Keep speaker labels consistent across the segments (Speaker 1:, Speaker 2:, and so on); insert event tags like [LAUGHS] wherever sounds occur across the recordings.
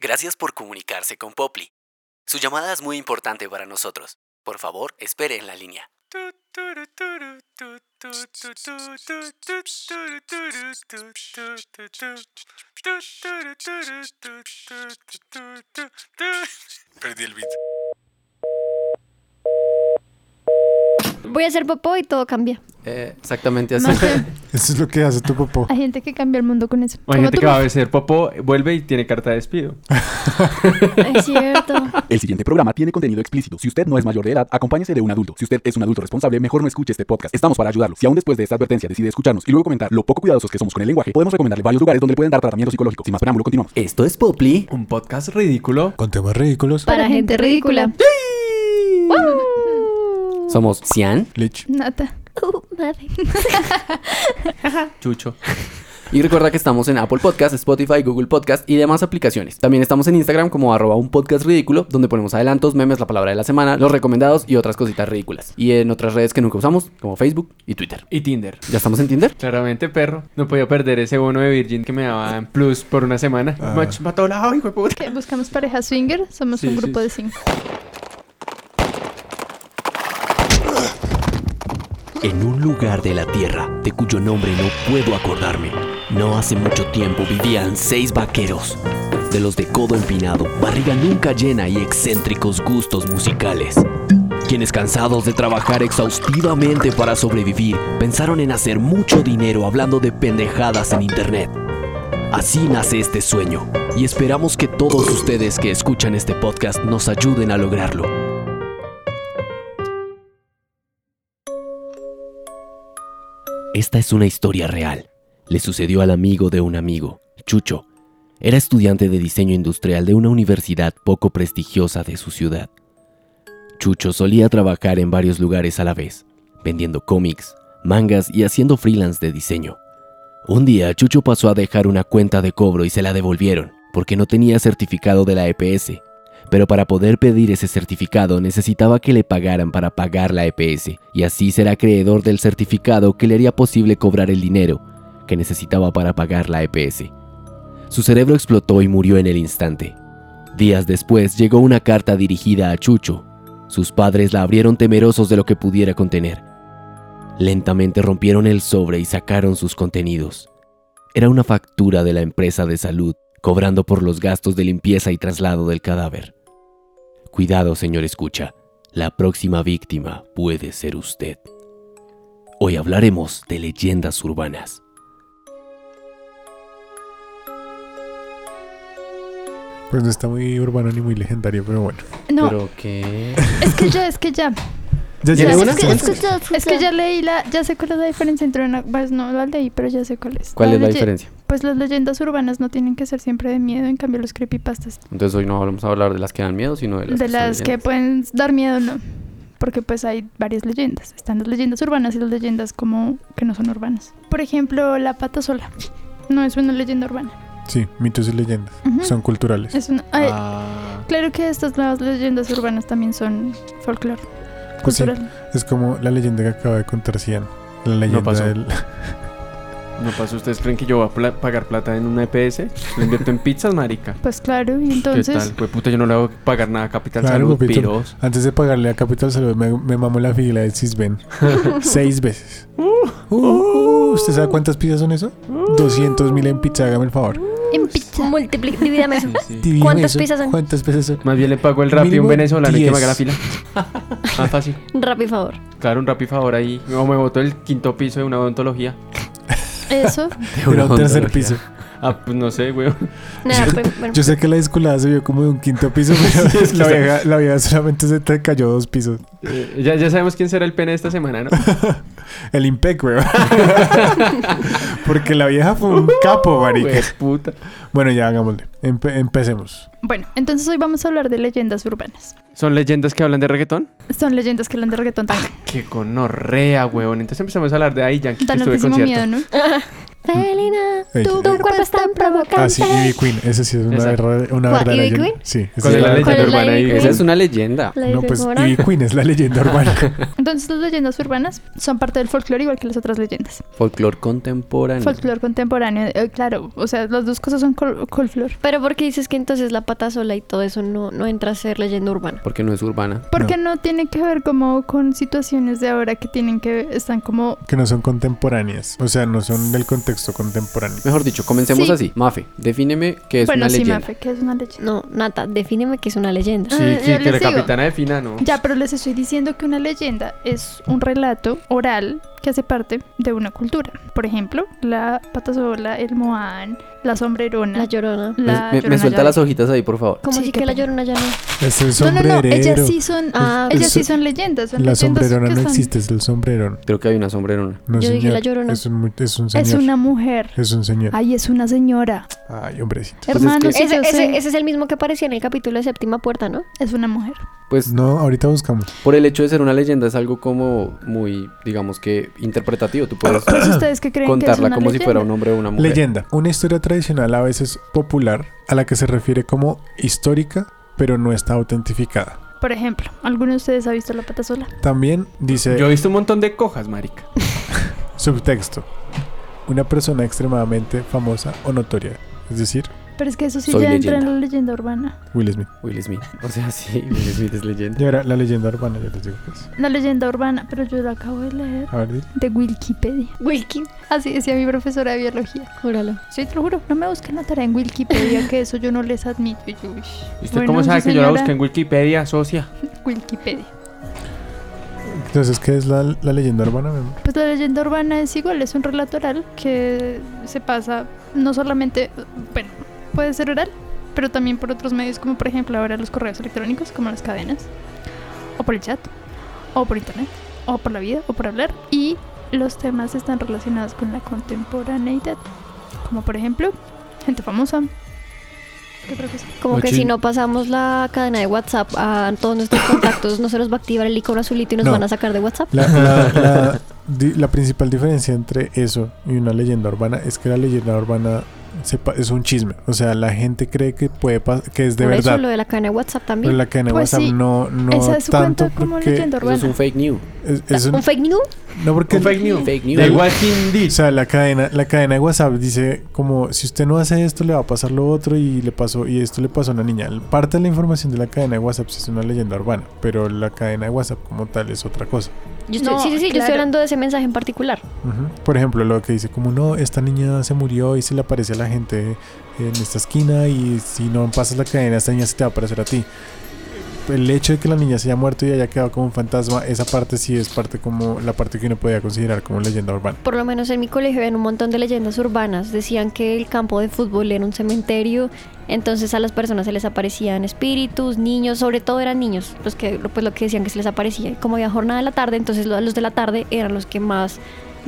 Speaker 1: Gracias por comunicarse con Popli. Su llamada es muy importante para nosotros. Por favor, espere en la línea.
Speaker 2: Perdí el beat.
Speaker 3: Voy a hacer popó y todo cambia.
Speaker 4: Eh, exactamente así. [LAUGHS]
Speaker 3: No sé,
Speaker 5: Eso es lo que hace tu popó.
Speaker 3: hay gente que cambia el mundo con eso.
Speaker 6: O hay
Speaker 3: Como
Speaker 6: gente
Speaker 3: tú,
Speaker 6: que va a ser Popó, vuelve y tiene carta de despido.
Speaker 3: Es [LAUGHS] cierto.
Speaker 7: El siguiente programa tiene contenido explícito. Si usted no es mayor de edad, acompáñese de un adulto. Si usted es un adulto responsable, mejor no escuche este podcast. Estamos para ayudarlo. Si aún después de esta advertencia decide escucharnos y luego comentar lo poco cuidadosos que somos con el lenguaje, podemos recomendarle varios lugares donde le pueden dar tratamiento psicológico. Sin más
Speaker 4: [LAUGHS]
Speaker 7: preámbulo, continuamos.
Speaker 4: Esto es Popli.
Speaker 6: Un podcast ridículo.
Speaker 5: Con temas ridículos.
Speaker 3: Para gente ridícula.
Speaker 4: Somos Cian
Speaker 5: Lich.
Speaker 3: Nata.
Speaker 6: Chucho.
Speaker 4: y recuerda que estamos en Apple Podcast, Spotify, Google Podcast y demás aplicaciones. También estamos en Instagram como arroba un podcast ridículo, donde ponemos adelantos, memes, la palabra de la semana, los recomendados y otras cositas ridículas. Y en otras redes que nunca usamos, como Facebook y Twitter.
Speaker 6: Y Tinder.
Speaker 4: ¿Ya estamos en Tinder?
Speaker 6: Claramente, perro. No podía perder ese bono de Virgin que me daba en plus por una semana.
Speaker 5: Ah.
Speaker 6: Mach- mató la hijo de puta.
Speaker 3: Que buscamos pareja swinger. Somos
Speaker 6: Sí,
Speaker 3: un
Speaker 6: sí,
Speaker 3: grupo
Speaker 6: sí.
Speaker 3: de cinco.
Speaker 8: En un lugar de la Tierra, de cuyo nombre no puedo acordarme, no hace mucho tiempo vivían seis vaqueros, de los de codo empinado, barriga nunca llena y excéntricos gustos musicales, quienes cansados de trabajar exhaustivamente para sobrevivir, pensaron en hacer mucho dinero hablando de pendejadas en Internet. Así nace este sueño, y esperamos que todos ustedes que escuchan este podcast nos ayuden a lograrlo. Esta es una historia real. Le sucedió al amigo de un amigo, Chucho. Era estudiante de diseño industrial de una universidad poco prestigiosa de su ciudad. Chucho solía trabajar en varios lugares a la vez, vendiendo cómics, mangas y haciendo freelance de diseño. Un día Chucho pasó a dejar una cuenta de cobro y se la devolvieron, porque no tenía certificado de la E EPS. Pero para poder pedir ese certificado necesitaba que le pagaran para pagar la EPS, y así será acreedor del certificado que le haría posible cobrar el dinero que necesitaba para pagar la EPS. Su cerebro explotó y murió en el instante. Días después llegó una carta dirigida a Chucho. Sus padres la abrieron temerosos de lo que pudiera contener. Lentamente rompieron el sobre y sacaron sus contenidos. Era una factura de la empresa de salud, cobrando por los gastos de limpieza y traslado del cadáver. Cuidado, señor escucha. La próxima víctima puede ser usted. Hoy hablaremos de leyendas urbanas.
Speaker 5: Pues no está muy urbano ni muy legendario, pero bueno.
Speaker 3: No,
Speaker 4: Pero qué...
Speaker 3: es que ya, es que ya.
Speaker 4: ¿Ya
Speaker 5: Ya
Speaker 3: O sea,
Speaker 4: llegó
Speaker 3: es,
Speaker 4: una?
Speaker 3: que, es que- es que
Speaker 5: [LAUGHS]
Speaker 3: ya leí la. Ya sé cuál es la diferencia entre una. pues, no la leí, pero ya sé cuál es.
Speaker 4: ¿Cuál es la
Speaker 3: leye-
Speaker 4: diferencia?
Speaker 3: Pues las leyendas urbanas no tienen que ser siempre de miedo. En cambio, los creepypastas.
Speaker 4: Entonces hoy no vamos a hablar de las que dan miedo, sino de las,
Speaker 3: De
Speaker 4: son
Speaker 3: las que [LAUGHS]
Speaker 4: leyendas.
Speaker 3: pueden dar miedo, no. Porque pues hay varias leyendas. Están las leyendas urbanas y las leyendas como que no son urbanas. Por ejemplo, la pata sola. No es una leyenda urbana.
Speaker 5: Sí, mitos y leyendas.
Speaker 3: Ujú.
Speaker 5: Son culturales.
Speaker 3: Es una- ay,
Speaker 6: Ah.
Speaker 3: Claro que estas nuevas leyendas urbanas también son folclore.
Speaker 5: Pues sí,
Speaker 3: cultural.
Speaker 5: es como la leyenda que acaba de contar Cian. La leyenda
Speaker 6: pasó.
Speaker 5: del...
Speaker 6: No pasa, ¿ustedes creen que yo voy a pla- pagar plata en una EPS? Lo invierto en pizzas, marica.
Speaker 3: Pues claro, y
Speaker 6: ¿Qué
Speaker 3: entonces.
Speaker 6: tal? Pues puta, yo no le hago pagar nada a Capital
Speaker 5: Claro,
Speaker 6: Salud,
Speaker 5: papito.
Speaker 6: piros.
Speaker 5: Antes de pagarle a Capital Salud, me, me mamó la fila de Cisben. Seis veces. Uh, ¿Usted sabe cuántas pizzas son eso? 200 mil en pizza, hágame el favor.
Speaker 9: En pizza. Múltiple, divídame [LAUGHS] eso.
Speaker 5: Divídame
Speaker 9: ¿Cuántas
Speaker 5: eso.
Speaker 9: pizzas son?
Speaker 5: ¿Cuántas pizzas son?
Speaker 6: Más bien le pago el rap y
Speaker 5: Mínimo
Speaker 6: un venezolano y que me haga la
Speaker 5: 10.
Speaker 6: fila. [LAUGHS] Más fácil.
Speaker 9: Rápido, favor.
Speaker 6: Claro, un rap y favor ahí. O me botó el quinto piso de una odontología.
Speaker 3: Eso.
Speaker 4: [LAUGHS]
Speaker 5: Era un tercer
Speaker 4: odontología.
Speaker 5: piso.
Speaker 6: Ah, pues no sé, weón.
Speaker 9: Nada, pues, bueno.
Speaker 5: Yo sé que la descolada se vio como de un quinto
Speaker 6: [LAUGHS]
Speaker 5: piso, pero
Speaker 6: Sí, es que
Speaker 5: la,
Speaker 6: está-
Speaker 5: vieja, la vieja solamente se te cayó dos pisos.
Speaker 6: [LAUGHS] Eh, ya, ya sabemos quién será el pene esta semana, ¿no? [LAUGHS]
Speaker 5: El Impec, weón. [LAUGHS] Porque la vieja fue
Speaker 6: Uh,
Speaker 5: un capo, marica.
Speaker 6: puta.
Speaker 5: Bueno, ya hagámosle. Empe- empecemos.
Speaker 3: Bueno, entonces hoy vamos a hablar de leyendas urbanas.
Speaker 6: ¿Son leyendas que hablan de reggaetón?
Speaker 3: Son leyendas que hablan de
Speaker 6: Ah,
Speaker 3: reggaetón tan,
Speaker 6: Qué conorrea, weón. Entonces empezamos a hablar de ahí, Yankee, que
Speaker 3: tan
Speaker 6: estuve en
Speaker 3: altísimo
Speaker 6: concierto.
Speaker 3: miedo, ¿no?
Speaker 9: Felina,
Speaker 5: Ey.
Speaker 9: tu cuerpo es tan provocante.
Speaker 5: Ah, sí, Ivy Queen. Ese sí es una,
Speaker 6: Exacto.
Speaker 5: verdadera- una
Speaker 9: ¿Cuál,
Speaker 5: verdadera
Speaker 9: Ivy
Speaker 5: leyenda.
Speaker 9: Queen?
Speaker 5: Sí, esa
Speaker 6: ¿Cuál
Speaker 5: es
Speaker 6: es la
Speaker 5: la-
Speaker 9: ¿Cuál
Speaker 6: leyenda
Speaker 9: es la
Speaker 6: urbana
Speaker 9: de
Speaker 6: ahí?
Speaker 9: Queen?
Speaker 4: Esa es una leyenda.
Speaker 9: La
Speaker 5: No,
Speaker 9: dice
Speaker 5: pues
Speaker 9: Cora.
Speaker 5: Ivy Queen es la leyenda urbana.
Speaker 3: Entonces las leyendas urbanas son parte del folclore igual que las otras leyendas.
Speaker 4: Folclor contemporáneo.
Speaker 3: Folclore contemporáneo, eh, claro, o sea, las dos cosas son col folclore.
Speaker 9: Pero porque dices que entonces la pata sola y todo eso no, no entra a ser leyenda urbana.
Speaker 4: Porque no es urbana.
Speaker 3: Porque no. tiene que ver como con situaciones de ahora que tienen que están como
Speaker 5: que no son contemporáneas. O sea, no son del contexto contemporáneo.
Speaker 4: Mejor dicho, comencemos
Speaker 3: Sí.
Speaker 4: así. Mafe, defíneme qué es
Speaker 3: bueno,
Speaker 4: una
Speaker 3: sí,
Speaker 4: leyenda.
Speaker 3: Mafe, que es una leyenda.
Speaker 9: No, Nata, defíneme que es una leyenda.
Speaker 3: Ah,
Speaker 6: Sí,
Speaker 3: yo
Speaker 6: sí, que la
Speaker 3: les digo.
Speaker 6: capitana defina, ¿no?
Speaker 3: Ya, pero les estoy diciendo que una leyenda es un relato oral que hace parte de una cultura. Por ejemplo, la patasola, el moán, la sombrerona.
Speaker 9: La llorona.
Speaker 4: Me-
Speaker 3: la
Speaker 4: me, me
Speaker 3: llorona
Speaker 4: suelta
Speaker 3: llave.
Speaker 4: las hojitas ahí, por favor.
Speaker 9: ¿Cómo
Speaker 3: Sí,
Speaker 9: así
Speaker 3: qué
Speaker 9: que la
Speaker 3: pena.
Speaker 9: llorona ya no?
Speaker 5: Es el
Speaker 3: No, no,
Speaker 5: sombrerero.
Speaker 3: no, ellas sí son,
Speaker 9: Ah,
Speaker 3: ellas sí
Speaker 5: Eso-
Speaker 3: son leyendas. Son
Speaker 5: pues La
Speaker 3: leyendas
Speaker 5: sombrerona
Speaker 3: que
Speaker 5: no
Speaker 3: son-
Speaker 5: existe, es el sombrerón.
Speaker 4: Creo que hay una sombrerona.
Speaker 5: No,
Speaker 9: Yo dije
Speaker 5: señor.
Speaker 9: la llorona.
Speaker 5: Es un, mu- es un señor.
Speaker 3: Es una mujer.
Speaker 5: Es un señor.
Speaker 3: Ahí es una señora.
Speaker 5: Ay, hombrecito.
Speaker 4: Pues es que-
Speaker 3: Hermanos, sí,
Speaker 9: ese,
Speaker 3: yo
Speaker 9: ese-
Speaker 3: sé. es,
Speaker 9: ese es el mismo que aparecía en el capítulo de Séptima Puerta, ¿no?
Speaker 3: una mujer.
Speaker 4: Pues
Speaker 5: No, ahorita buscamos.
Speaker 4: por el hecho de ser una leyenda es algo como muy, digamos que interpretativo. Tú
Speaker 3: [COUGHS]
Speaker 4: puedes
Speaker 3: Pues ustedes que creen que es
Speaker 4: contarla
Speaker 3: una
Speaker 4: como si
Speaker 3: leyenda?
Speaker 4: fuera un hombre o una mujer.
Speaker 5: Leyenda. Una historia tradicional a veces popular a la que se refiere como histórica, pero no está autentificada.
Speaker 3: Por ejemplo, ¿alguno de ustedes ha visto la pata sola?
Speaker 5: También dice
Speaker 6: Yo he visto un montón de cojas, marica.
Speaker 5: subtexto. Una persona extremadamente famosa o notoria. Es decir,
Speaker 3: Pero es que eso sí
Speaker 4: Soy
Speaker 3: ya entra
Speaker 4: leyenda.
Speaker 3: en la leyenda urbana.
Speaker 5: Will Smith.
Speaker 4: Will Smith. O sea, sí, Will Smith es leyenda.
Speaker 5: Y ahora la leyenda urbana, ya les digo que es.
Speaker 3: La leyenda urbana, pero yo lo acabo de leer
Speaker 5: A ver, di-
Speaker 3: de Wikipedia.
Speaker 9: Wilkin.
Speaker 3: Así decía mi profesora de biología.
Speaker 9: Júralo.
Speaker 3: Sí, te lo juro, no me busquen la tarea en Wikipedia, que eso yo no les admito. Y yo, uy.
Speaker 6: ¿Y usted
Speaker 3: Bueno,
Speaker 6: cómo sabe
Speaker 3: sí,
Speaker 6: que yo la
Speaker 3: señora,
Speaker 6: busqué en Wikipedia, socia?
Speaker 3: Wikipedia.
Speaker 5: Entonces, ¿qué es la, la leyenda urbana? Memo?
Speaker 3: Pues la leyenda urbana es igual, es un relato oral que se pasa no solamente, bueno, puede ser oral, pero también por otros medios como por ejemplo ahora los correos electrónicos, como las cadenas, o por el chat, o por internet, o por la vida, o por hablar. Y los temas están relacionados con la contemporaneidad, como por ejemplo gente famosa. ¿Qué otra cosa?
Speaker 9: Como que
Speaker 5: Oye.
Speaker 9: si no pasamos la cadena de WhatsApp a todos
Speaker 5: [COUGHS]
Speaker 9: nuestros contactos, no se nos va a activar el icono azulito y nos
Speaker 5: No.
Speaker 9: van a sacar de WhatsApp.
Speaker 5: La, la- la- di- la principal diferencia entre eso y una leyenda urbana es que la leyenda urbana se pa- es un chisme. O sea, la gente cree que puede pas- que es de
Speaker 9: Por eso
Speaker 5: verdad.
Speaker 9: lo de la cadena de WhatsApp
Speaker 5: Pero
Speaker 9: también.
Speaker 5: la cadena de
Speaker 3: Pues
Speaker 5: WhatsApp
Speaker 3: sí,
Speaker 5: no, no
Speaker 3: Esa es
Speaker 5: tanto
Speaker 3: cuenta como
Speaker 5: porque
Speaker 3: leyenda
Speaker 4: Eso
Speaker 3: urbana.
Speaker 4: es un fake news.
Speaker 5: es- es un-
Speaker 9: ¿Un fake news?
Speaker 5: no porque
Speaker 6: Un fake news.
Speaker 4: Fake news.
Speaker 6: The Walking
Speaker 5: o
Speaker 6: Dead.
Speaker 5: sea, la cadena, la cadena de WhatsApp dice como si usted no hace esto le va a pasar lo otro y le pasó y esto le pasó a una niña. Parte de la información de la cadena de WhatsApp sí es una leyenda urbana, pero la cadena de WhatsApp como tal es otra cosa.
Speaker 9: Yo estoy-
Speaker 3: No,
Speaker 9: sí, sí, sí, yo
Speaker 3: claro.
Speaker 9: estoy hablando de ese mensaje en particular.
Speaker 5: Ujú. Por ejemplo, lo que dice como no, esta niña se murió y se le aparece a la gente en esta esquina y si no pasas la cadena, esta niña se te va a aparecer a ti. El hecho de que la niña se haya muerto y haya quedado como un fantasma, esa parte sí es parte como la parte que uno podía considerar como leyenda urbana.
Speaker 9: Por lo menos en mi colegio había un montón de leyendas urbanas. Decían que el campo de fútbol era un cementerio, entonces a las personas se les aparecían espíritus, niños, sobre todo eran niños, los que, pues, lo que decían que se les aparecía. Y Como había jornada de la tarde, entonces lo- los de la tarde eran los que más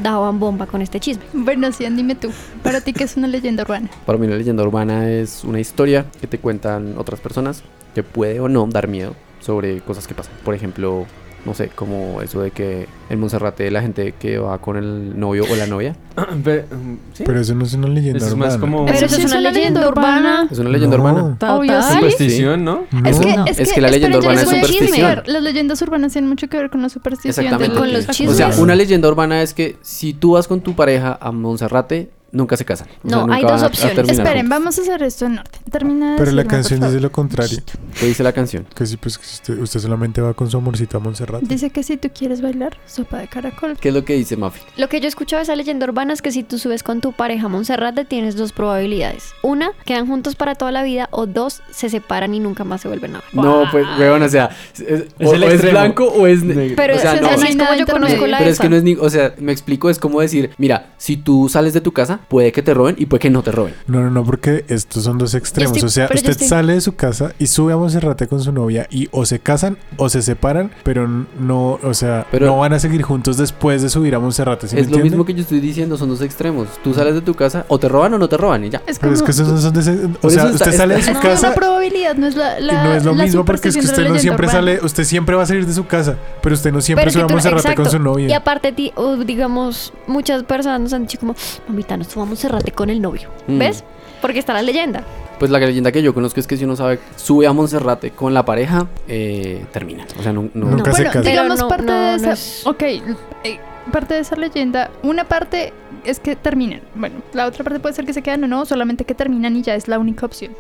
Speaker 9: daban bomba con este chisme.
Speaker 3: Bueno, sí, dime tú, para ti qué es una leyenda urbana.
Speaker 4: Para mí una leyenda urbana es una historia que te cuentan otras personas que puede o no dar miedo sobre cosas que pasan. Por ejemplo, no sé, como eso de que en Monserrate la gente que va con el novio o la novia.
Speaker 6: [CLEARS THROAT] Pe- mm, ¿sí?
Speaker 5: Pero eso no es una leyenda
Speaker 6: Eso es
Speaker 5: urbana.
Speaker 6: más como
Speaker 9: Pero eso
Speaker 3: sí
Speaker 9: es una leyenda urbana.
Speaker 4: Es una leyenda
Speaker 5: No.
Speaker 4: urbana.
Speaker 3: Obvio, sí.
Speaker 6: superstición, ¿no?
Speaker 5: No.
Speaker 3: Es que,
Speaker 9: No.
Speaker 3: es
Speaker 4: Es
Speaker 3: que,
Speaker 4: que la leyenda
Speaker 3: esperen,
Speaker 9: urbana es
Speaker 3: ya les voy a
Speaker 9: superstición.
Speaker 3: explicar. Las leyendas urbanas tienen mucho que ver con la superstición.
Speaker 4: Exactamente.
Speaker 9: Con los
Speaker 4: O
Speaker 9: chismes.
Speaker 4: sea, una leyenda urbana es que si tú vas con tu pareja a Monserrate, nunca se casan. O sea,
Speaker 9: No,
Speaker 4: nunca
Speaker 9: hay dos
Speaker 4: van a- a
Speaker 9: opciones.
Speaker 4: terminar
Speaker 3: Esperen,
Speaker 4: juntos.
Speaker 3: vamos a hacer esto en orden. Termina de
Speaker 5: Pero la
Speaker 3: decirme, por
Speaker 5: canción
Speaker 3: favor.
Speaker 5: dice lo contrario.
Speaker 4: ¿Qué dice la canción?
Speaker 5: Que sí, pues que usted, usted solamente va con su amorcito a Montserrat.
Speaker 3: Dice que si tú quieres bailar, sopa de caracol.
Speaker 4: ¿Qué es lo que dice Mafi?
Speaker 9: Lo que yo he escuchado de esa leyenda urbana es que si tú subes con tu pareja a Monserrate tienes dos probabilidades. Una, quedan juntos para toda la vida o dos, se separan y nunca más se vuelven a ver.
Speaker 4: No, pues, weón, o sea, es, o,
Speaker 6: el
Speaker 4: o es
Speaker 6: extremo.
Speaker 4: blanco o es negro.
Speaker 9: Pero
Speaker 4: o sea,
Speaker 9: eso
Speaker 4: no.
Speaker 9: es así
Speaker 3: hay
Speaker 9: es
Speaker 3: nada
Speaker 9: como yo conozco
Speaker 3: intermedio.
Speaker 9: la
Speaker 4: Eh, Pero es que
Speaker 9: ESA.
Speaker 4: no es ni, o sea, me explico, es como decir, mira, si tú sales de tu casa, puede que te roben y puede que no te roben.
Speaker 5: No, no, no, porque estos son dos extremos.
Speaker 9: estoy-
Speaker 5: o sea,
Speaker 9: pero yo
Speaker 5: usted
Speaker 9: estoy-
Speaker 5: sale de su casa y sube a Monserrate con su novia y o se casan o se separan, pero n- no, o sea,
Speaker 4: Pero-
Speaker 5: no van a seguir juntos después de subir a Monserrate. ¿sí me
Speaker 4: es lo
Speaker 5: entiende?
Speaker 4: mismo que yo estoy diciendo, son dos extremos. Tú sales de tu casa, o te roban o no te roban, y ya.
Speaker 3: Es como...
Speaker 5: Pero es que estos no son de... O
Speaker 4: Por
Speaker 5: sea,
Speaker 4: eso está-
Speaker 5: usted sale de
Speaker 3: es
Speaker 5: su
Speaker 3: que es una
Speaker 5: casa
Speaker 3: probabilidad, no es la,
Speaker 5: y
Speaker 3: la
Speaker 5: no es lo
Speaker 3: la
Speaker 5: mismo porque es que
Speaker 3: superstición de
Speaker 5: usted
Speaker 3: la
Speaker 5: no
Speaker 3: leyenda
Speaker 5: siempre
Speaker 3: urbana.
Speaker 5: sale, usted siempre va a salir de su casa, pero usted no siempre
Speaker 9: Pero es
Speaker 5: sube
Speaker 9: que
Speaker 5: a
Speaker 9: tú-
Speaker 5: Monserrate con
Speaker 9: exacto.
Speaker 5: su
Speaker 9: Y
Speaker 5: novia.
Speaker 9: aparte, ti- o digamos, muchas personas nos han dicho como, mamita, nos estuvo a Monserrate con el novio.
Speaker 4: Mm.
Speaker 9: ¿Ves? Porque está la leyenda.
Speaker 4: Pues la leyenda que yo conozco es que si uno sabe, sube a Monserrate con la pareja, eh, termina. O sea, no. no-
Speaker 5: Nunca se
Speaker 3: bueno,
Speaker 5: casa.
Speaker 3: digamos
Speaker 9: Pero no-
Speaker 3: parte
Speaker 9: no,
Speaker 3: de
Speaker 9: no
Speaker 3: esa.
Speaker 9: es-
Speaker 3: Ok, eh, parte de esa leyenda. Una parte es que terminan. Bueno, la otra parte puede ser que se quedan o no, solamente que terminan y ya es la única opción.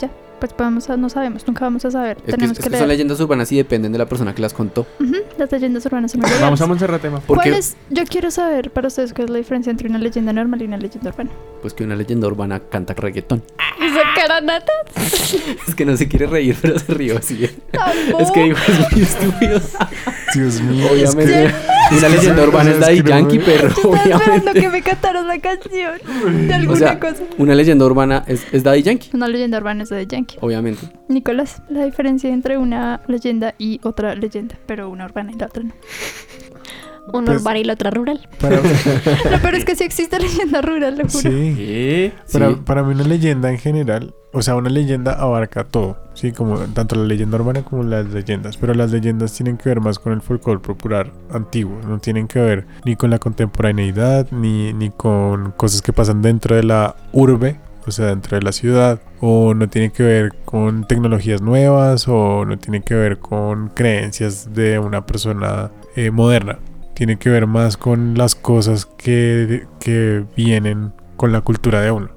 Speaker 3: Ya, pues podemos, no sabemos, nunca vamos a saber.
Speaker 4: Es que, es
Speaker 3: Tenemos que,
Speaker 4: que
Speaker 3: leer.
Speaker 4: son leyendas urbanas y dependen de la persona que las contó.
Speaker 3: Ujú, las leyendas urbanas son muy
Speaker 6: Vamos
Speaker 3: variadas.
Speaker 6: a Montserrat tema.
Speaker 4: Porque
Speaker 3: ¿Cuál es? Yo quiero saber para ustedes cuál es la diferencia entre una leyenda normal y una leyenda urbana.
Speaker 4: pues que una leyenda urbana canta reggaetón. [LAUGHS]
Speaker 9: Esa cara nata.
Speaker 4: Es que no se quiere reír, pero se rió así. Es
Speaker 3: Tampoco.
Speaker 4: que digo, es muy estúpido.
Speaker 5: Dios mío. es que-
Speaker 4: Obviamente, una leyenda urbana es Daddy
Speaker 5: Es que no- ¿eh?
Speaker 4: Yankee, pero
Speaker 3: Estaba esperando
Speaker 4: [LAUGHS] obviamente.
Speaker 3: que me cantaras la canción de alguna
Speaker 4: O sea,
Speaker 3: cosa.
Speaker 4: una leyenda urbana es, es Daddy Yankee,
Speaker 3: Una leyenda urbana es de Yankee.
Speaker 4: obviamente.
Speaker 3: Nicolás, la diferencia entre una leyenda y otra leyenda, pero una urbana y la otra no.
Speaker 9: Una
Speaker 5: Pues-
Speaker 9: urbana y la otra rural.
Speaker 4: [LAUGHS]
Speaker 5: para,
Speaker 3: Lo peor es que sí existe leyenda rural, lo juro.
Speaker 5: sí.
Speaker 6: ¿Qué?
Speaker 5: Para,
Speaker 4: Sí.
Speaker 5: para mí una leyenda en general, o sea, una leyenda abarca todo, sí, como tanto la leyenda urbana como las leyendas, pero las leyendas tienen que ver más con el folclore popular antiguo, no tienen que ver ni con la contemporaneidad, ni, ni con cosas que pasan dentro de la urbe, o sea, dentro de la ciudad, o no tiene que ver con tecnologías nuevas, o no tiene que ver con creencias de una persona eh, moderna. Tiene que ver más con las cosas que, que vienen con la cultura de uno.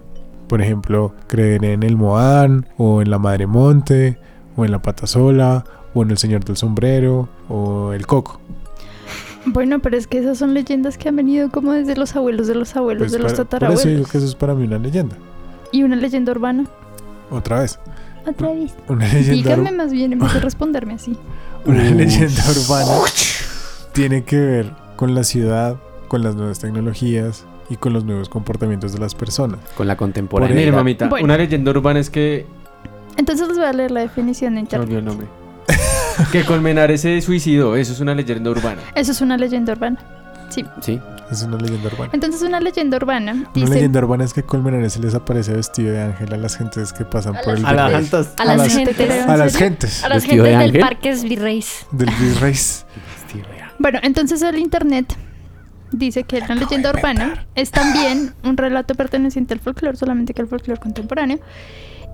Speaker 5: Por ejemplo, creer en el Moán, o en la Madre Monte, o en la Pata Sola, o en el Señor del Sombrero, o el Coco.
Speaker 3: Bueno, pero es que esas son leyendas que han venido como desde los abuelos de los abuelos
Speaker 5: Pues
Speaker 3: de los
Speaker 5: para- por eso digo
Speaker 3: tatarabuelos.
Speaker 5: que eso es para mí una leyenda.
Speaker 3: Y una leyenda urbana.
Speaker 5: Otra vez,
Speaker 3: Otra vez.
Speaker 5: una [LAUGHS] leyenda,
Speaker 3: Díganme
Speaker 5: ur-
Speaker 3: más bien
Speaker 5: [LAUGHS]
Speaker 3: en vez de responderme así.
Speaker 5: una leyenda urbana tiene que ver con la ciudad, con las nuevas tecnologías y con los nuevos comportamientos de las personas.
Speaker 4: Con la
Speaker 6: Mire,
Speaker 5: Por
Speaker 4: contemporaneidad.
Speaker 6: mamita,
Speaker 3: Bueno.
Speaker 6: una leyenda urbana es que.
Speaker 3: Entonces les voy a leer la definición
Speaker 6: Se
Speaker 3: de
Speaker 6: me
Speaker 3: internet.
Speaker 6: olvidó el nombre. que Colmenares se suicidó. Eso es una leyenda urbana.
Speaker 3: Eso es una leyenda urbana.
Speaker 4: Sí.
Speaker 5: Es una leyenda urbana.
Speaker 3: Entonces una leyenda urbana
Speaker 5: Una
Speaker 3: dice...
Speaker 5: leyenda urbana es que Colmenares se les aparece vestido de ángel a las gentes que pasan por el
Speaker 4: pues, A la
Speaker 5: virrey.
Speaker 4: jantas.
Speaker 9: A
Speaker 5: A
Speaker 9: las
Speaker 5: las-
Speaker 9: gentes.
Speaker 5: a las gentes
Speaker 9: A las
Speaker 4: Vestido
Speaker 9: gentes
Speaker 4: de
Speaker 9: del
Speaker 4: ángel.
Speaker 9: parque es virreis.
Speaker 5: del virrey.
Speaker 3: Bueno, entonces el internet dice que la leyenda urbana es también un relato perteneciente al folclore, solamente que al folclore contemporáneo,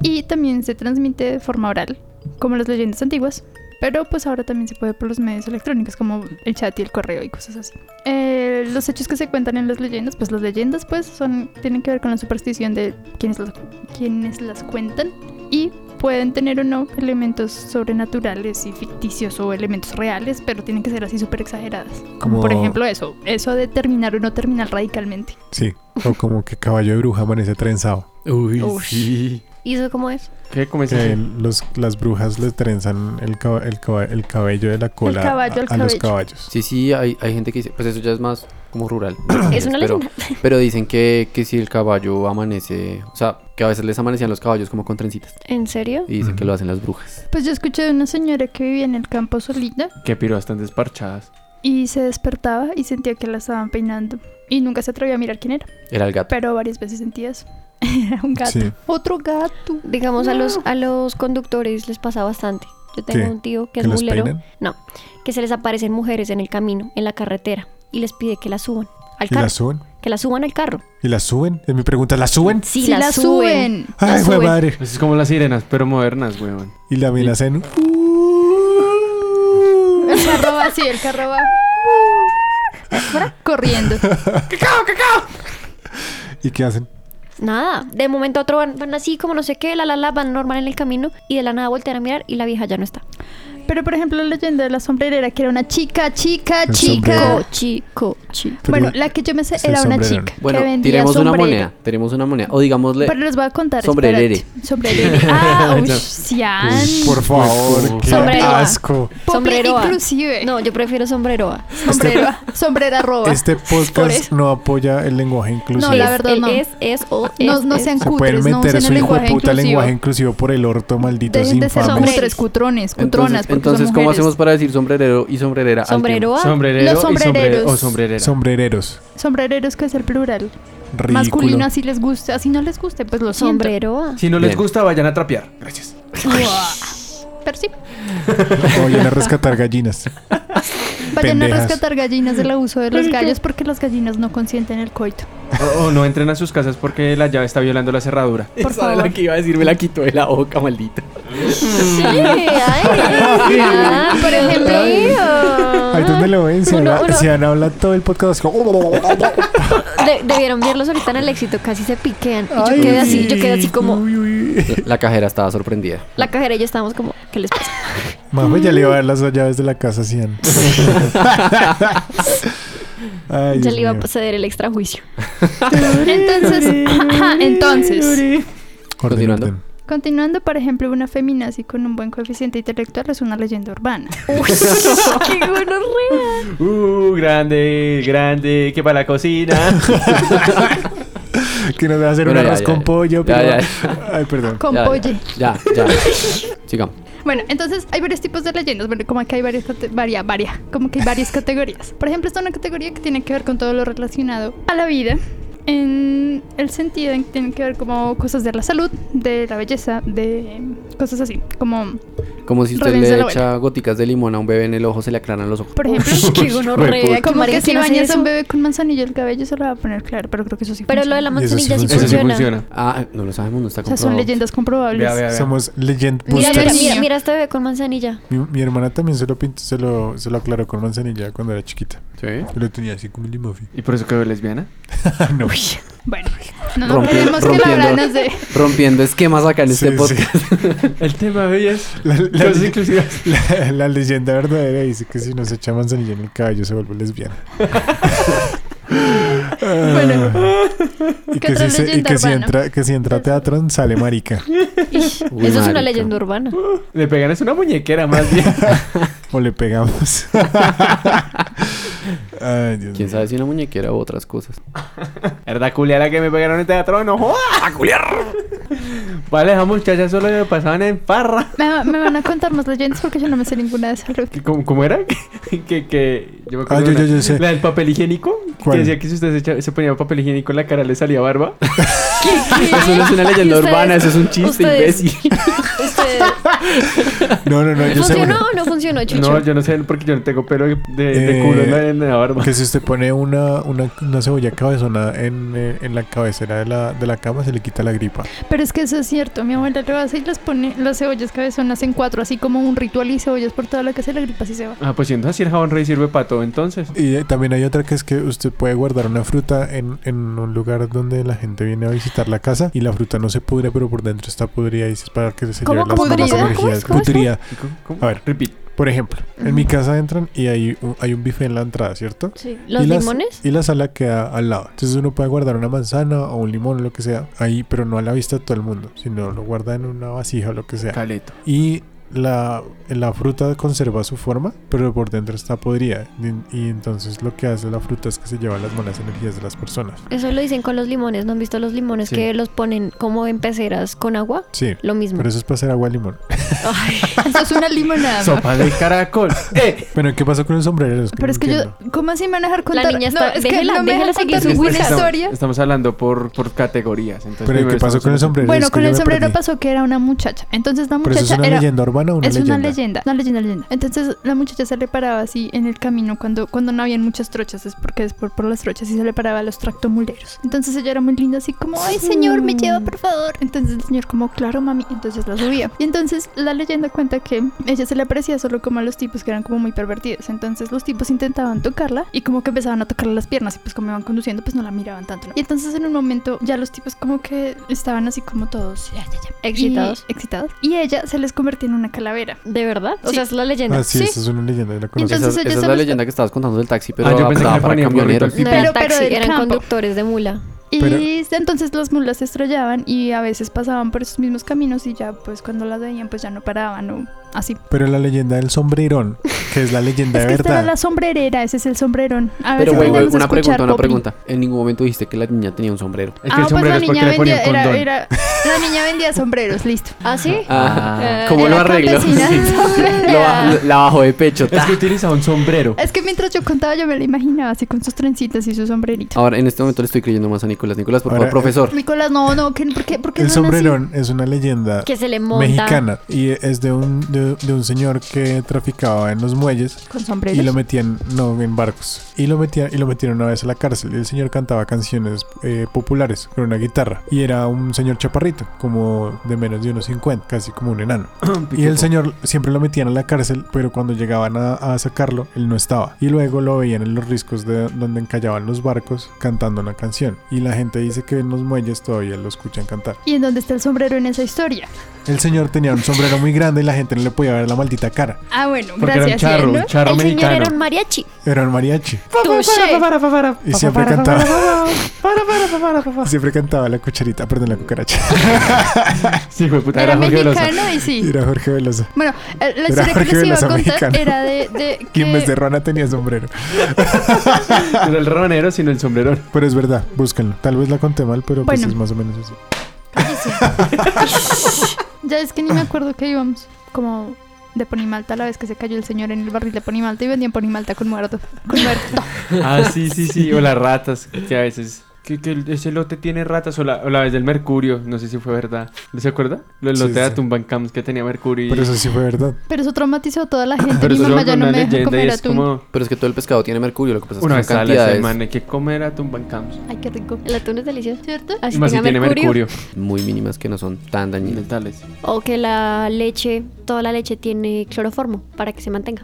Speaker 3: y también se transmite de forma oral, como las leyendas antiguas, pero pues ahora también se puede por los medios electrónicos, como el chat y el correo y cosas así. Eh, los hechos que se cuentan en las leyendas, pues las leyendas pues son, tienen que ver con la superstición de quienes las, quienes las cuentan y pueden tener o no elementos sobrenaturales y ficticios o elementos reales, pero tienen que ser así súper exageradas. Como por
Speaker 5: Como-
Speaker 3: ejemplo eso, eso de terminar o no terminar radicalmente.
Speaker 5: Sí, o como que caballo de bruja amanece trenzado.
Speaker 4: Uy,
Speaker 9: Ush.
Speaker 4: sí.
Speaker 9: ¿Y eso cómo es?
Speaker 6: ¿Qué? ¿Cómo es
Speaker 5: Que
Speaker 6: eso?
Speaker 5: los, las brujas le trenzan el, caba- el, caba- el cabello de la cola
Speaker 3: caballo
Speaker 5: a,
Speaker 3: al
Speaker 5: a los
Speaker 3: cabello.
Speaker 5: caballos.
Speaker 4: Sí, sí, hay, hay gente que dice, pues eso ya es más como
Speaker 3: [COUGHS]
Speaker 4: rural.
Speaker 9: Es una
Speaker 4: pero,
Speaker 9: leyenda.
Speaker 4: pero dicen que, que si el caballo amanece, o sea, que a veces les amanecían los caballos como con trencitas.
Speaker 9: ¿En serio?
Speaker 4: Y dicen que
Speaker 5: Ujú.
Speaker 4: lo hacen las brujas.
Speaker 3: Pues yo escuché de una señora que vivía en el campo solita
Speaker 6: Que piroas tan desparchadas.
Speaker 3: y se despertaba y sentía que la estaban peinando y nunca se atrevía a mirar quién era,
Speaker 4: Era el gato.
Speaker 3: pero varias veces sentía eso. [LAUGHS] Era un gato.
Speaker 5: Sí.
Speaker 3: Otro gato.
Speaker 9: Digamos, a
Speaker 3: No.
Speaker 9: los, a los conductores les pasa bastante. Yo tengo
Speaker 5: ¿Qué?
Speaker 9: un tío que
Speaker 5: Que
Speaker 9: es
Speaker 5: los
Speaker 9: mulero,
Speaker 5: peinan
Speaker 9: que se les aparecen mujeres en el camino, en la carretera, y les pide que la suban al
Speaker 5: y
Speaker 9: carro.
Speaker 5: la suben.
Speaker 9: Que la suban al carro.
Speaker 5: ¿Y la suben? Es mi pregunta, ¿la suben?
Speaker 9: Sí,
Speaker 3: Si
Speaker 9: la, suben. La
Speaker 5: ¡Ay, güey
Speaker 9: suben.
Speaker 5: madre!
Speaker 6: Eso Pues es como las sirenas, pero modernas, weón.
Speaker 5: Y la amenazan.
Speaker 3: El carro va así, el carro va. Fuera Corriendo.
Speaker 5: ¿Y qué hacen?
Speaker 9: Nada. De momento a otro van, van así como no sé qué, la la la, van normal en el camino y de la nada voltean a mirar y la vieja ya no está.
Speaker 3: Pero por ejemplo, la leyenda de la sombrerera, que era una chica, chica,
Speaker 5: El
Speaker 3: chica.
Speaker 5: sombrero.
Speaker 9: Chico, chico, chico.
Speaker 5: Pero-
Speaker 3: Bueno, la que yo me sé
Speaker 5: Es el
Speaker 3: era una
Speaker 5: sombrerero.
Speaker 3: chica.
Speaker 4: Bueno,
Speaker 3: que vendía
Speaker 4: tiremos una
Speaker 3: sombrero.
Speaker 4: moneda. Tenemos una moneda. O digámosle.
Speaker 3: Pero les voy a contar.
Speaker 4: Sombrerere. [LAUGHS]
Speaker 3: espérate. Sombrerere. Ah, uy, cian.
Speaker 5: Uy, por favor, qué
Speaker 9: Sombrero.
Speaker 5: asco.
Speaker 3: Popi
Speaker 9: Sombreroa.
Speaker 3: Inclusive.
Speaker 9: No, yo prefiero sombreroa.
Speaker 3: sombrero. Este, [LAUGHS] Sombrera roba.
Speaker 5: Este
Speaker 3: Por
Speaker 5: podcast
Speaker 3: eso.
Speaker 5: no apoya el lenguaje inclusivo.
Speaker 3: No, la verdad
Speaker 9: El
Speaker 3: no.
Speaker 9: Es, es o
Speaker 3: No,
Speaker 4: Este
Speaker 9: es,
Speaker 3: no
Speaker 9: es.
Speaker 3: sean
Speaker 5: Se pueden
Speaker 3: cutres, no
Speaker 5: meter
Speaker 3: usen
Speaker 5: su
Speaker 3: el
Speaker 5: hijo de
Speaker 3: lenguaje
Speaker 5: puta
Speaker 3: inclusivo.
Speaker 5: lenguaje inclusivo por el orto, malditos
Speaker 3: Dejen de ser
Speaker 5: infames.
Speaker 3: cutres, cutrones, cutronas,
Speaker 4: entonces,
Speaker 3: porque
Speaker 4: entonces
Speaker 3: son
Speaker 4: ¿cómo
Speaker 3: mujeres.
Speaker 4: hacemos para decir sombrerero y sombrerera? al tiempo?
Speaker 9: Sombreroa.
Speaker 6: Sombrerero
Speaker 3: Los
Speaker 6: y sombrero
Speaker 3: sombrereros.
Speaker 6: o sombrerera.
Speaker 5: Sombrereros.
Speaker 3: Sombrereros que es el plural.
Speaker 5: Ridículo.
Speaker 3: Masculino así les gusta, así no les guste, pues lo siento.
Speaker 9: Sombreroa.
Speaker 6: si no les
Speaker 4: Bien.
Speaker 6: gusta, vayan a trapear. Gracias.
Speaker 3: Pero sí.
Speaker 5: O vayan a rescatar gallinas.
Speaker 3: Vayan a
Speaker 5: Pendejas.
Speaker 3: rescatar gallinas del abuso de los gallos porque las gallinas no consienten el coito.
Speaker 6: O, o no entren a sus casas porque la llave está violando la cerradura.
Speaker 3: Por
Speaker 4: Esa era la
Speaker 3: favor.
Speaker 4: que iba a decir, me la quitó de la boca, maldita.
Speaker 9: Sí, ay, [LAUGHS] ah, por ejemplo.
Speaker 5: Ahí donde lo ven, si,
Speaker 9: Uno-
Speaker 5: habla-
Speaker 9: uno-
Speaker 5: si han hablado todo el podcast, así como- "Oh,
Speaker 9: De- debieron verlos ahorita en el éxito, casi se piquean. Y yo
Speaker 5: oh, Ay,
Speaker 9: quedé así, yo quedé así como.
Speaker 5: uy, uy.
Speaker 4: La cajera estaba sorprendida.
Speaker 9: La cajera y yo estábamos como, ¿qué les pasa?
Speaker 5: Majo ya le iba a dar las llaves de la casa, si han. [LAUGHS] Ay,
Speaker 9: ya
Speaker 5: Dios
Speaker 9: le iba
Speaker 5: mío.
Speaker 9: a ceder el extrajuicio.
Speaker 3: Entonces, entonces.
Speaker 5: Orden,
Speaker 4: Continuando.
Speaker 5: orden.
Speaker 3: Continuando, por ejemplo, una feminazi con un buen coeficiente intelectual es una leyenda urbana.
Speaker 9: [LAUGHS] ¡Qué gonorrea!
Speaker 6: Uh, grande, grande, que para la cocina.
Speaker 5: Que nos va a hacer un
Speaker 4: Bueno, ya,
Speaker 5: arroz
Speaker 4: ya,
Speaker 5: con
Speaker 4: ya.
Speaker 5: pollo,
Speaker 4: Ya,
Speaker 5: pero.
Speaker 4: ya.
Speaker 5: [LAUGHS] Ay, perdón.
Speaker 3: Con
Speaker 4: Ya,
Speaker 3: polle.
Speaker 4: Ya,
Speaker 3: [LAUGHS]
Speaker 4: ya. Sigamos.
Speaker 3: Bueno, entonces hay varios tipos de leyendas. Bueno, como que hay varias, cate- varia- varia, como que hay varias categorías. Por ejemplo, está una categoría que tiene que ver con todo lo relacionado a la vida. En el sentido en que tienen que ver como cosas de la salud, de la belleza, de cosas así. Como,
Speaker 4: Como si usted
Speaker 3: Revensa
Speaker 4: le
Speaker 3: la
Speaker 4: echa goticas de limón a un bebé en el ojo, se le aclaran los ojos.
Speaker 3: por ejemplo,
Speaker 9: [LAUGHS] ¡Qué gonorrea!
Speaker 3: como
Speaker 9: marica,
Speaker 3: que si
Speaker 9: ¿quién hace
Speaker 3: bañas a
Speaker 9: eso?
Speaker 3: un bebé con manzanilla el cabello se lo va a poner claro, pero creo que eso sí
Speaker 9: Pero lo de
Speaker 3: funciona.
Speaker 9: la
Speaker 5: Y eso sí
Speaker 9: manzanilla sí
Speaker 5: funciona.
Speaker 9: funciona.
Speaker 6: Eso sí funciona.
Speaker 4: Ah, no lo sabemos, no está
Speaker 3: O sea, son
Speaker 4: comprobado.
Speaker 3: leyendas comprobables.
Speaker 6: Vea, vea, vea.
Speaker 5: Somos legend
Speaker 9: Mira, mira,
Speaker 5: boosters.
Speaker 9: mira, mira este bebé con manzanilla.
Speaker 5: Mi, mi hermana también se lo, pintó, se, lo, se lo aclaró con manzanilla cuando era chiquita.
Speaker 6: Sí.
Speaker 5: Yo lo tenía así como un limofi.
Speaker 6: ¿Y por eso quedó lesbiana?
Speaker 5: [LAUGHS] no.
Speaker 3: Bueno, no nos
Speaker 4: Rompiendo-
Speaker 3: olvidemos que la
Speaker 4: rompiendo.
Speaker 3: verdad nos de...
Speaker 4: Rompiendo esquemas acá en este
Speaker 5: Sí, sí.
Speaker 4: podcast.
Speaker 6: El tema de es
Speaker 5: La, la-
Speaker 6: Los [LAUGHS] inclusivas.
Speaker 5: la- la leyenda verdadera dice que si nos echa manzanilla en el cabello se vuelve lesbiana.
Speaker 3: [LAUGHS] Bueno.
Speaker 5: Y
Speaker 3: ¿Qué
Speaker 5: que,
Speaker 3: otra
Speaker 5: si, se- y
Speaker 3: leyenda
Speaker 5: que si
Speaker 3: urbana?
Speaker 5: entra, que si entra a teatro sale marica.
Speaker 4: Uy,
Speaker 9: [LAUGHS] eso es
Speaker 4: marica.
Speaker 9: una leyenda urbana.
Speaker 6: Le pegan es una muñequera más bien.
Speaker 5: O le
Speaker 3: [LAUGHS]
Speaker 5: pegamos. Ay, Dios
Speaker 4: Quién
Speaker 5: mío.
Speaker 4: sabe si una muñequera u otras cosas.
Speaker 6: Pues ¿Verdad, culiara que me pegaron en teatro? ¡No joda! Vale, esas muchachas solo me pasaban en farra.
Speaker 3: Me, me van a contar más leyendas porque yo no me sé ninguna de salud.
Speaker 6: ¿Qué- ¿Cómo, cómo era? [LAUGHS] Que, que, que- yo me
Speaker 5: Ah, yo-
Speaker 6: de una-
Speaker 5: yo- yo sé.
Speaker 6: La del papel higiénico.
Speaker 5: ¿Cuál?
Speaker 6: Que decía que si usted se, echa- se ponía papel higiénico en la cara le salía barba.
Speaker 4: Eso no es una leyenda
Speaker 9: ¿Ustedes-
Speaker 4: urbana, eso es un chiste,
Speaker 9: ustedes-
Speaker 4: imbécil.
Speaker 9: Usted-
Speaker 5: No, no, no, yo sé
Speaker 9: ¿Funcionó
Speaker 5: una.
Speaker 9: o no funcionó, Chucho?
Speaker 6: No, yo no sé porque yo no tengo pelo de, de
Speaker 5: Eh,
Speaker 6: culo en la, en la barba.
Speaker 5: Que si usted pone una, una, una cebolla cabezona en, eh, en la cabecera de la, de la cama, se le quita la gripa.
Speaker 3: Pero es que eso es cierto. Mi abuela lo hace y las pone las cebollas cabezonas en cuatro, así como un ritual y cebollas por toda la casa y la gripa así se va.
Speaker 6: Ah, pues siendo así el jabón rey sirve para todo entonces.
Speaker 5: Y eh, también hay otra que es que usted puede guardar una fruta en, en un lugar donde la gente viene a visitar la casa y la fruta no se pudre, pero por dentro está podrida y es para que se
Speaker 3: ¿Cómo,
Speaker 5: lleven las
Speaker 3: cómo,
Speaker 5: malas
Speaker 3: cómo, cómo,
Speaker 5: energías.
Speaker 3: cómo, cómo?
Speaker 5: Pudrida.
Speaker 6: ¿Cómo- cómo?
Speaker 5: A ver.
Speaker 6: Repeat.
Speaker 5: Por ejemplo, en mi casa entran y hay un, hay un bife en la entrada, ¿cierto?
Speaker 9: Sí. ¿Los
Speaker 5: y las-
Speaker 9: limones?
Speaker 5: y la sala queda al lado. Entonces uno puede guardar una manzana o un limón o lo que sea ahí, pero no a la vista de todo el mundo, sino lo guarda en una vasija o lo que sea.
Speaker 6: Caleto.
Speaker 5: y la, la fruta conserva su forma, pero por dentro está podrida. Y, y entonces lo que hace la fruta es que se lleva las malas energías de las personas.
Speaker 9: Eso lo dicen con los limones. ¿No han visto los limones
Speaker 6: Sí.
Speaker 9: que los ponen como en peceras con agua?
Speaker 5: Sí.
Speaker 9: Lo mismo.
Speaker 5: Pero eso es para hacer agua de limón.
Speaker 9: Ay,
Speaker 5: [LAUGHS]
Speaker 9: [LAUGHS]
Speaker 3: Eso es una limonada.
Speaker 6: Sopa de caracol. [LAUGHS] ¡Eh!
Speaker 5: Bueno, ¿qué pasó con los sombreros?
Speaker 3: Pero es que yo, ¿cómo así me van a dejar contar?
Speaker 9: niña
Speaker 3: no,
Speaker 9: está-
Speaker 3: es
Speaker 9: déjela-
Speaker 3: que no me
Speaker 9: déjela
Speaker 3: dejan
Speaker 9: seguir
Speaker 3: contar
Speaker 9: su
Speaker 3: ninguna
Speaker 9: juicio.
Speaker 3: historia.
Speaker 6: Estamos hablando por, por categorías. Entonces,
Speaker 5: Pero
Speaker 6: primero
Speaker 5: ¿qué pasó
Speaker 6: estamos
Speaker 5: con los
Speaker 6: hablando-
Speaker 5: sombreros?
Speaker 3: Bueno, con
Speaker 5: Que yo
Speaker 3: el
Speaker 5: me
Speaker 3: sombrero
Speaker 5: perdí.
Speaker 3: pasó que era una muchacha. Entonces la
Speaker 5: ¿Pero eso es
Speaker 3: muchacha
Speaker 5: una
Speaker 3: era
Speaker 5: leyenda urbana o una
Speaker 3: es
Speaker 5: leyenda?
Speaker 3: una leyenda, una leyenda, leyenda. Entonces la muchacha se le paraba así en el camino cuando, cuando no habían muchas trochas, es porque es por, por las trochas y se le paraba a los tractomuleros. Entonces ella era muy linda así como, ay señor, me lleva por favor. Entonces el señor como, claro mami, entonces la subía. Y entonces la leyenda cuenta que ella se le aparecía solo como a los tipos que eran como muy pervertidos. Entonces los tipos intentaban tocarla y como que empezaban a tocarle las piernas y pues como iban conduciendo pues no la miraban tanto. ¿no? Y entonces en un momento ya los tipos como que estaban así como todos ya, ya, ya,
Speaker 9: Excitados.
Speaker 3: Y, excitados. Y ella se les convertía en una calavera.
Speaker 9: ¿De verdad? O
Speaker 3: Sí.
Speaker 9: sea, es la leyenda.
Speaker 5: Ah, sí,
Speaker 3: Sí.
Speaker 5: esa es una leyenda, yo la conozco.
Speaker 3: Entonces
Speaker 4: esa
Speaker 3: ella
Speaker 4: esa
Speaker 3: se
Speaker 4: es la
Speaker 3: los-
Speaker 4: leyenda que estabas contando del taxi, pero
Speaker 6: Ah, yo pensé
Speaker 4: adaptada
Speaker 6: que
Speaker 4: para
Speaker 6: ponían gorrito
Speaker 4: camioneros.
Speaker 6: al
Speaker 9: No
Speaker 3: Pero-
Speaker 9: eran
Speaker 3: pero
Speaker 9: taxi,
Speaker 3: del
Speaker 9: eran
Speaker 3: campo.
Speaker 9: conductores de mula.
Speaker 3: Y
Speaker 5: Pero-
Speaker 3: entonces las mulas se estrellaban y a veces pasaban por esos mismos caminos y ya pues cuando las veían pues ya no paraban o así.
Speaker 5: Pero la leyenda del sombrerón, que es la leyenda
Speaker 3: es que esta era
Speaker 5: verdad.
Speaker 3: la sombrerera, ese es el sombrerón. A ver
Speaker 4: Pero
Speaker 3: si
Speaker 4: bueno,
Speaker 3: aprendemos a
Speaker 4: una pregunta,
Speaker 3: escuchar
Speaker 4: una
Speaker 3: Popli.
Speaker 4: pregunta. En ningún momento dijiste que la niña tenía un sombrero.
Speaker 6: Es que
Speaker 3: ah,
Speaker 6: el
Speaker 3: pues
Speaker 6: sombrero
Speaker 3: la
Speaker 6: es porque
Speaker 3: niña
Speaker 6: le ponían
Speaker 3: vendía,
Speaker 6: condón.
Speaker 3: era, era- la niña vendía sombreros, listo.
Speaker 9: ¿Ah, sí?
Speaker 4: Ah,
Speaker 9: Eh,
Speaker 4: ¿Cómo lo
Speaker 3: Era
Speaker 4: arregló?
Speaker 3: campesina
Speaker 4: [LAUGHS] Lo ba-
Speaker 3: [LAUGHS] sombrerera.
Speaker 4: La bajó de pecho.
Speaker 6: Es
Speaker 4: ta.
Speaker 3: Ah.
Speaker 6: que utiliza un
Speaker 3: [LAUGHS]
Speaker 6: sombrero.
Speaker 3: Es que mientras yo contaba yo me la imaginaba así con sus trencitas y su sombrerito.
Speaker 4: Ahora, en este momento le estoy creyendo más a Nicolás. Nicolás, por
Speaker 5: Ahora,
Speaker 6: eh,
Speaker 4: favor,
Speaker 3: [LAUGHS]
Speaker 4: profesor.
Speaker 3: Nicolás, no, no, ¿qué, ¿por qué, por qué
Speaker 5: El
Speaker 3: son así?
Speaker 5: sombrerón es una leyenda
Speaker 9: Que se le monta.
Speaker 5: mexicana y es de un, de de, de un señor que traficaba en los muelles
Speaker 3: Con
Speaker 5: y
Speaker 3: sombreros.
Speaker 5: lo metían, no, en barcos. Y lo metían, y lo metieron una vez a la cárcel. Y el señor cantaba canciones eh, populares con una guitarra. Y era un señor chaparrito, como de menos de unos 50, casi como un enano. Y el señor siempre lo metían a la cárcel, pero cuando llegaban a, a sacarlo, él no estaba. Y luego lo veían en los riscos de donde encallaban los barcos cantando una canción. Y la gente dice que en los muelles todavía lo escuchan cantar.
Speaker 3: ¿Y en dónde está el sombrero en esa historia?
Speaker 5: El señor tenía un sombrero muy grande y la gente no le podía ver la maldita cara.
Speaker 3: Ah, bueno,
Speaker 6: Porque era un
Speaker 3: gracias.
Speaker 6: charro, un charro
Speaker 9: El señor era un
Speaker 6: mexicano.
Speaker 9: mariachi.
Speaker 5: Era un mariachi.
Speaker 3: Touché.
Speaker 5: Y siempre cantaba. [LAUGHS] Siempre cantaba la cucharita, perdón, la cucaracha.
Speaker 6: Sí, hijo de puta,
Speaker 3: Era
Speaker 6: era Jorge Velosa.
Speaker 3: mexicano y sí.
Speaker 5: [LAUGHS] Era Jorge Velosa.
Speaker 3: Bueno, eh,
Speaker 5: Era
Speaker 3: la historia que
Speaker 5: Jorge
Speaker 3: les iba a
Speaker 5: Velosa
Speaker 3: contar
Speaker 5: mexicano.
Speaker 3: era de,
Speaker 6: [LAUGHS]
Speaker 3: de
Speaker 5: Y en vez de
Speaker 3: que
Speaker 5: rana tenía
Speaker 6: [LAUGHS]
Speaker 5: sombrero. [LAUGHS]
Speaker 6: No era el ronero, sino el sombrerón.
Speaker 5: Pero es verdad, búsquenlo. Tal vez la conté mal, pero pues
Speaker 3: Bueno.
Speaker 5: es más o menos así.
Speaker 3: ya es
Speaker 6: [LAUGHS]
Speaker 3: que ni me acuerdo que íbamos como de Ponimalta la vez que se cayó el señor en el barril de Ponimalta y vendían Ponimalta con muerto, con
Speaker 6: [LAUGHS]
Speaker 3: muerto.
Speaker 6: Ah, sí, sí, sí. O las ratas, que a veces. Que, que el- ese lote tiene ratas. O la, o la vez del mercurio, no sé si fue verdad. ¿No se acuerda? Lo del
Speaker 5: Sí,
Speaker 6: lote de
Speaker 5: sí.
Speaker 6: Atumbancams que tenía mercurio. Y...
Speaker 5: [LAUGHS] Pero eso sí fue verdad.
Speaker 3: Pero eso traumatizó a toda la gente.
Speaker 6: Ah, pero
Speaker 3: Mi
Speaker 6: eso
Speaker 3: mamá
Speaker 6: es
Speaker 3: ya
Speaker 6: una
Speaker 3: no me deja
Speaker 6: leyenda y
Speaker 3: comer
Speaker 6: es
Speaker 3: atún.
Speaker 6: como.
Speaker 4: Pero es que todo el pescado tiene mercurio, lo que pasa es que
Speaker 6: Una
Speaker 4: son
Speaker 6: vez a la
Speaker 4: cantidades
Speaker 6: semana hay que comer Atumbancams.
Speaker 3: Ay, qué rico.
Speaker 9: El atún es delicioso.
Speaker 3: ¿Cierto?
Speaker 9: Así
Speaker 6: Más si
Speaker 9: tenga
Speaker 6: tiene mercurio.
Speaker 4: muy mínimas que no son tan dañinas.
Speaker 6: Mentales.
Speaker 9: O que la leche, toda la leche tiene cloroformo para que se mantenga.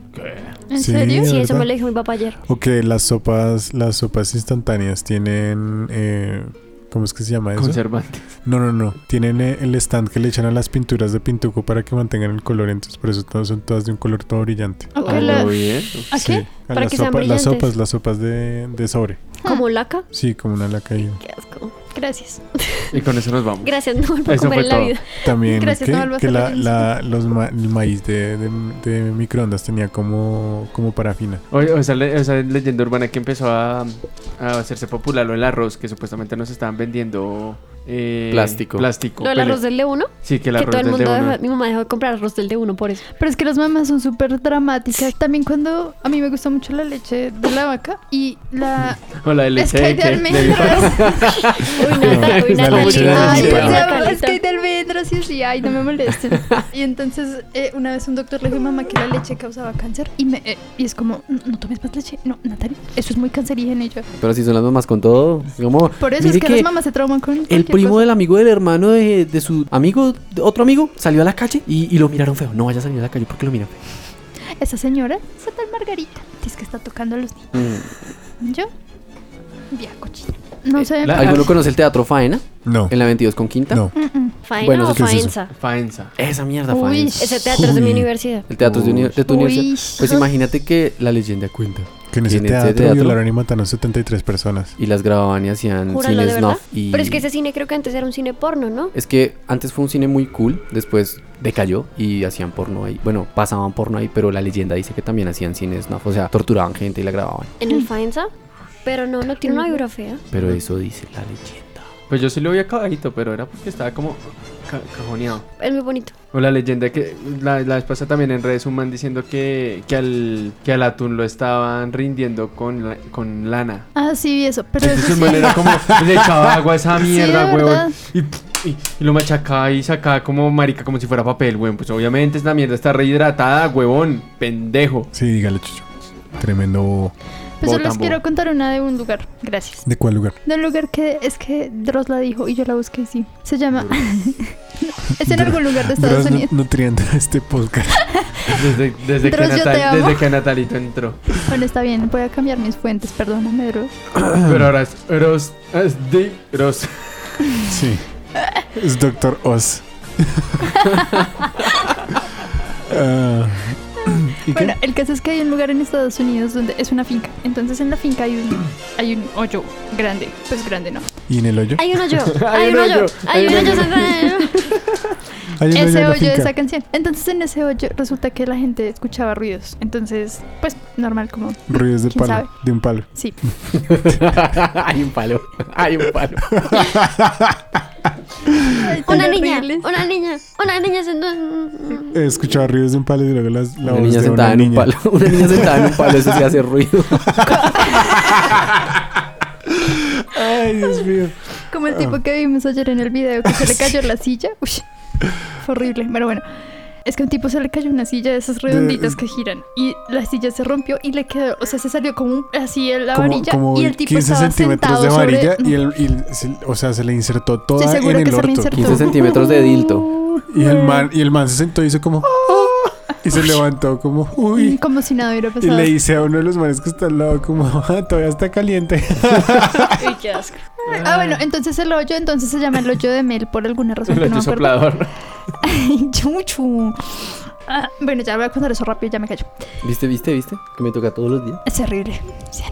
Speaker 3: ¿En
Speaker 5: Sí.
Speaker 3: serio?
Speaker 5: ¿De
Speaker 9: Sí, eso
Speaker 5: verdad?
Speaker 9: me lo dijo mi papá ayer.
Speaker 5: O que las sopas, las sopas instantáneas tienen. eh, ¿Cómo es que se llama eso?
Speaker 6: Conservantes.
Speaker 5: no, no, no. Tienen eh, el stand que le echan a las pinturas de pintuco para que mantengan el color. Entonces, por eso todas son todas de un color todo brillante.
Speaker 3: ¿O que
Speaker 6: Ah,
Speaker 3: la-
Speaker 6: no, bien.
Speaker 3: ¿A qué?
Speaker 5: Sí. A
Speaker 9: Para
Speaker 5: las,
Speaker 9: que sean
Speaker 5: sopa- las
Speaker 9: brillantes.
Speaker 5: sopas, las sopas de, de sobre.
Speaker 9: Como laca.
Speaker 5: Sí, como una laca ahí.
Speaker 9: Qué asco. Gracias.
Speaker 6: Y con eso nos vamos.
Speaker 9: Gracias, no vuelvo a
Speaker 6: Eso
Speaker 9: comer
Speaker 6: fue
Speaker 9: en la
Speaker 6: todo.
Speaker 9: vida.
Speaker 5: También
Speaker 3: Gracias, no
Speaker 5: que,
Speaker 3: vuelvas
Speaker 5: que
Speaker 3: a
Speaker 5: la,
Speaker 3: hacer eso.
Speaker 5: la- los ma- el maíz de, de, de microondas tenía como, como parafina.
Speaker 6: O, o esa, le- o esa leyenda urbana que empezó a, a hacerse popular, lo del arroz, que supuestamente nos estaban vendiendo. eh,
Speaker 4: Plástico.
Speaker 6: Plástico.
Speaker 9: Lo del
Speaker 6: pele-
Speaker 9: arroz del de uno.
Speaker 6: Sí, que el
Speaker 9: Que
Speaker 6: arroz
Speaker 9: todo el
Speaker 6: del de
Speaker 9: mundo,
Speaker 6: uno.
Speaker 9: dejó- mi mamá dejó de comprar arroz del de uno por eso.
Speaker 5: [LAUGHS]
Speaker 3: Pero es que las mamás son súper dramáticas. También cuando a mí me gusta mucho la leche de la vaca y la...
Speaker 6: O la de
Speaker 3: Es
Speaker 6: leche
Speaker 3: que hay
Speaker 6: de
Speaker 3: de
Speaker 6: que- de-
Speaker 3: [LAUGHS] almendras.
Speaker 9: Uy, Nata, uy,
Speaker 5: La leche
Speaker 9: Natalita.
Speaker 5: de la
Speaker 3: Ay,
Speaker 5: Sí,
Speaker 3: o
Speaker 5: para-
Speaker 3: sea,
Speaker 9: Natalita.
Speaker 3: es que hay de almendras y así, ay, no me molesten.
Speaker 4: [LAUGHS]
Speaker 3: Y entonces eh, una vez un doctor le dijo a mi mamá que la leche causaba cáncer y me eh, y es como, "No, no tomes más leche. No, Natalia, eso es muy cancerígeno y yo.
Speaker 4: Pero si son las mamás con todo, como...
Speaker 3: Por eso
Speaker 4: mire
Speaker 3: es que, las mamás se trauman con
Speaker 4: El
Speaker 3: cualquier
Speaker 4: primo
Speaker 3: cosa.
Speaker 4: del amigo del hermano de, de su amigo, de otro amigo, salió a la calle y, y lo miraron feo. No vaya a salir a la calle porque lo miran feo.
Speaker 3: Esa señora, esa tal Margarita, dice que está tocando a los niños.
Speaker 4: [LAUGHS]
Speaker 3: Yo, vía cochina. No
Speaker 4: Eh,
Speaker 3: sé.
Speaker 6: la-
Speaker 4: ¿Alguno conoce el teatro Faena?
Speaker 5: No,
Speaker 4: En la 22 con Quinta.
Speaker 5: no.
Speaker 3: Mm,
Speaker 9: Faena
Speaker 4: Bueno,
Speaker 9: o
Speaker 4: eso
Speaker 5: qué es eso.
Speaker 9: faenza.
Speaker 6: Faenza.
Speaker 4: Esa mierda,
Speaker 3: Uy,
Speaker 4: Faena.
Speaker 9: Ese teatro es de
Speaker 5: Uy.
Speaker 9: mi universidad.
Speaker 4: El teatro es de, uni- de tu
Speaker 3: Uy.
Speaker 4: universidad. Pues imagínate que la leyenda cuenta.
Speaker 5: Que en ese
Speaker 4: ¿Tiene ese
Speaker 5: teatro,
Speaker 4: teatro?
Speaker 5: violaron y mataron 73 personas.
Speaker 4: Y las grababan y hacían
Speaker 9: Júralo,
Speaker 4: cine
Speaker 9: de verdad.
Speaker 4: snuff. Y...
Speaker 9: Pero es que ese cine creo que antes era un cine porno, ¿no?
Speaker 4: Es que antes fue un cine muy cool, después decayó y hacían porno ahí. Bueno, pasaban porno ahí, pero la leyenda dice que también hacían cine snuff. O sea, torturaban gente y la grababan.
Speaker 9: En el faenza. Pero no, no tiene una vibra fea.
Speaker 4: Pero eso dice la leyenda.
Speaker 6: Pues yo sí lo vi acabadito, pero era porque estaba como ca- cajoneado.
Speaker 9: Es muy bonito.
Speaker 6: O la leyenda que la, la vez pasada también en redes un man diciendo que, que, al, que al atún lo estaban rindiendo con, la- con lana.
Speaker 3: Ah, sí, vi eso.
Speaker 4: Pues
Speaker 3: Pero eso
Speaker 6: Entonces el man
Speaker 3: sí.
Speaker 6: era como le echaba agua a esa
Speaker 3: Sí,
Speaker 6: mierda,
Speaker 3: de verdad. Pues
Speaker 6: huevón. Y, y- y lo machacaba y sacaba como marica, como si fuera papel, huevón. Pues obviamente esta mierda está rehidratada, huevón. Pendejo.
Speaker 5: Sí, dígale, Chucho. Tremendo. bobo.
Speaker 3: Pues solo les
Speaker 6: Botambo.
Speaker 3: quiero contar una de un lugar. Gracias.
Speaker 5: ¿De cuál lugar?
Speaker 3: De un lugar que es que Dross la dijo y yo la busqué y sí. Se llama. [LAUGHS] es en algún lugar de Estados
Speaker 5: Dross nu-
Speaker 3: Unidos.
Speaker 5: nutriendo este
Speaker 3: [LAUGHS]
Speaker 5: podcast.
Speaker 6: Desde, desde, que,
Speaker 3: Dross, yo te
Speaker 6: Natal-
Speaker 3: amo.
Speaker 6: desde que Natalito entró.
Speaker 3: Bueno, está bien, voy a cambiar mis fuentes, perdóname, Dross.
Speaker 6: Pero ahora es Eros. Es de Eros.
Speaker 5: Sí. Es Doctor
Speaker 3: [LAUGHS]
Speaker 5: Oz. [LAUGHS] Ah, ¿Y qué?
Speaker 3: Bueno, el caso es que hay un lugar en Estados Unidos donde es una finca. Entonces en la finca hay un, hay un hoyo grande. Pues grande, ¿no.
Speaker 5: ¿Y en el hoyo?
Speaker 9: Hay un hoyo. Hay un hoyo. Hay un hoyo.
Speaker 5: Hay un hoyo
Speaker 3: ese
Speaker 5: en la
Speaker 3: hoyo
Speaker 5: finca.
Speaker 3: de esa canción. Entonces en ese hoyo resulta que la gente escuchaba ruidos. Entonces, pues normal como...
Speaker 5: Ruidos de
Speaker 3: ¿Quién
Speaker 5: palo.
Speaker 3: sabe?
Speaker 5: De un palo.
Speaker 3: Sí.
Speaker 4: [LAUGHS] hay un palo, hay un palo.
Speaker 9: Una niña. Una niña. Una niña. se-
Speaker 5: He escuchado ruidos de un palo y luego las,
Speaker 4: una
Speaker 5: la voz
Speaker 4: niña
Speaker 5: de
Speaker 4: sentada
Speaker 5: una
Speaker 4: en
Speaker 5: niña.
Speaker 4: un palo. Una niña sentada en un palo, eso sí hace ruido.
Speaker 5: [LAUGHS] Ay, Dios mío.
Speaker 3: Como
Speaker 5: Ah. [LAUGHS]
Speaker 3: el tipo que vimos ayer en el video que se le cayó la silla. Uy, fue horrible, pero bueno. Es que a un tipo se le cayó una silla de esas redonditas
Speaker 5: De- eh,
Speaker 3: que giran y la silla se rompió y le quedó, o sea, se salió como un- así en la varilla y el tipo
Speaker 5: 15
Speaker 3: estaba
Speaker 5: centímetros
Speaker 3: sentado
Speaker 5: de varilla
Speaker 3: sobre...
Speaker 5: y,
Speaker 3: [LAUGHS]
Speaker 5: el, y el- se- o sea, se le insertó toda
Speaker 3: Estoy
Speaker 5: en
Speaker 3: segura
Speaker 5: el
Speaker 3: que se le
Speaker 5: orto.
Speaker 3: insertó. Mm.
Speaker 4: 15 centímetros de dildo.
Speaker 5: Y el
Speaker 3: [LAUGHS]
Speaker 5: man, y el man se sentó y hizo como y se levantó como uy.
Speaker 3: Como si nada hubiera
Speaker 5: Y
Speaker 3: pasado.
Speaker 5: le dice a uno de los manes que está al lado como "Ah, todavía está
Speaker 3: [LAUGHS]
Speaker 5: caliente.
Speaker 9: Uy, qué asco.
Speaker 3: Ah, bueno, entonces el hoyo, entonces se llama el hoyo de Mel por alguna razón.
Speaker 6: El
Speaker 3: que no
Speaker 6: hoyo
Speaker 3: me acuerdo.
Speaker 6: soplador.
Speaker 3: [LAUGHS] Ay, Chuchu. Ah, bueno, ya voy a contar eso rápido, ya me callo.
Speaker 4: ¿Viste, viste, viste? Que me toca todos los días.
Speaker 3: Es terrible. Sí.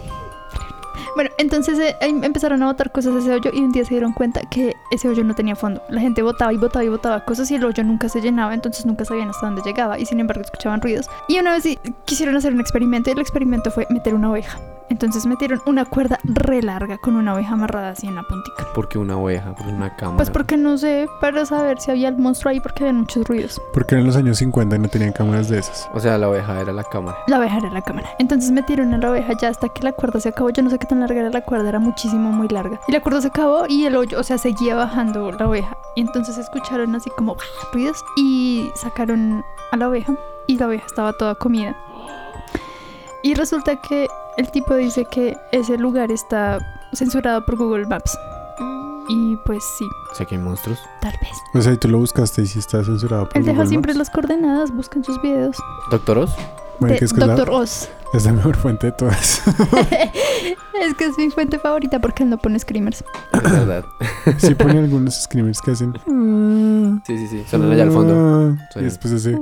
Speaker 3: Bueno, entonces eh, em- empezaron a botar cosas a ese hoyo y un día se dieron cuenta que ese hoyo no tenía fondo. La gente botaba y botaba y botaba cosas y el hoyo nunca se llenaba, entonces nunca sabían hasta dónde llegaba y sin embargo escuchaban ruidos. Y una vez sí, quisieron hacer un experimento y el experimento fue meter una oveja. Entonces metieron una cuerda re larga con una oveja amarrada así en la puntica.
Speaker 4: Porque una oveja, por una cámara.
Speaker 3: Pues porque no sé, para saber si había el monstruo ahí porque habían muchos ruidos.
Speaker 5: Porque en los años 50 no tenían cámaras de esas.
Speaker 4: O sea, la oveja era la cámara.
Speaker 3: La oveja era la cámara. Entonces metieron a la oveja ya hasta que la cuerda se acabó. Yo no sé qué tan larga era la cuerda, era muchísimo, muy larga. Y la cuerda se acabó y el hoyo, o sea, seguía bajando la oveja. Y entonces escucharon así como ruidos y sacaron a la oveja y la oveja estaba toda comida. Y resulta que el tipo dice que ese lugar está censurado por Google Maps. Y pues sí,
Speaker 4: O sea, que hay monstruos.
Speaker 3: tal vez.
Speaker 5: O sea, y tú lo buscaste y si está censurado por
Speaker 3: Él deja
Speaker 5: Google
Speaker 3: siempre
Speaker 5: Maps.
Speaker 3: las coordenadas, buscan sus videos.
Speaker 4: ¿Doctoros?
Speaker 5: [COUGHS] Bueno,
Speaker 3: de
Speaker 5: que es que es la-
Speaker 3: Doctor Oz. [LAUGHS]
Speaker 5: es la mejor fuente de todas.
Speaker 3: es que es mi fuente favorita porque él no pone screamers.
Speaker 4: Es verdad.
Speaker 5: Sí pone algunos screamers que hacen. "Ah",
Speaker 4: Sí, sí, sí. Sonan allá al fondo.
Speaker 5: Y después ese.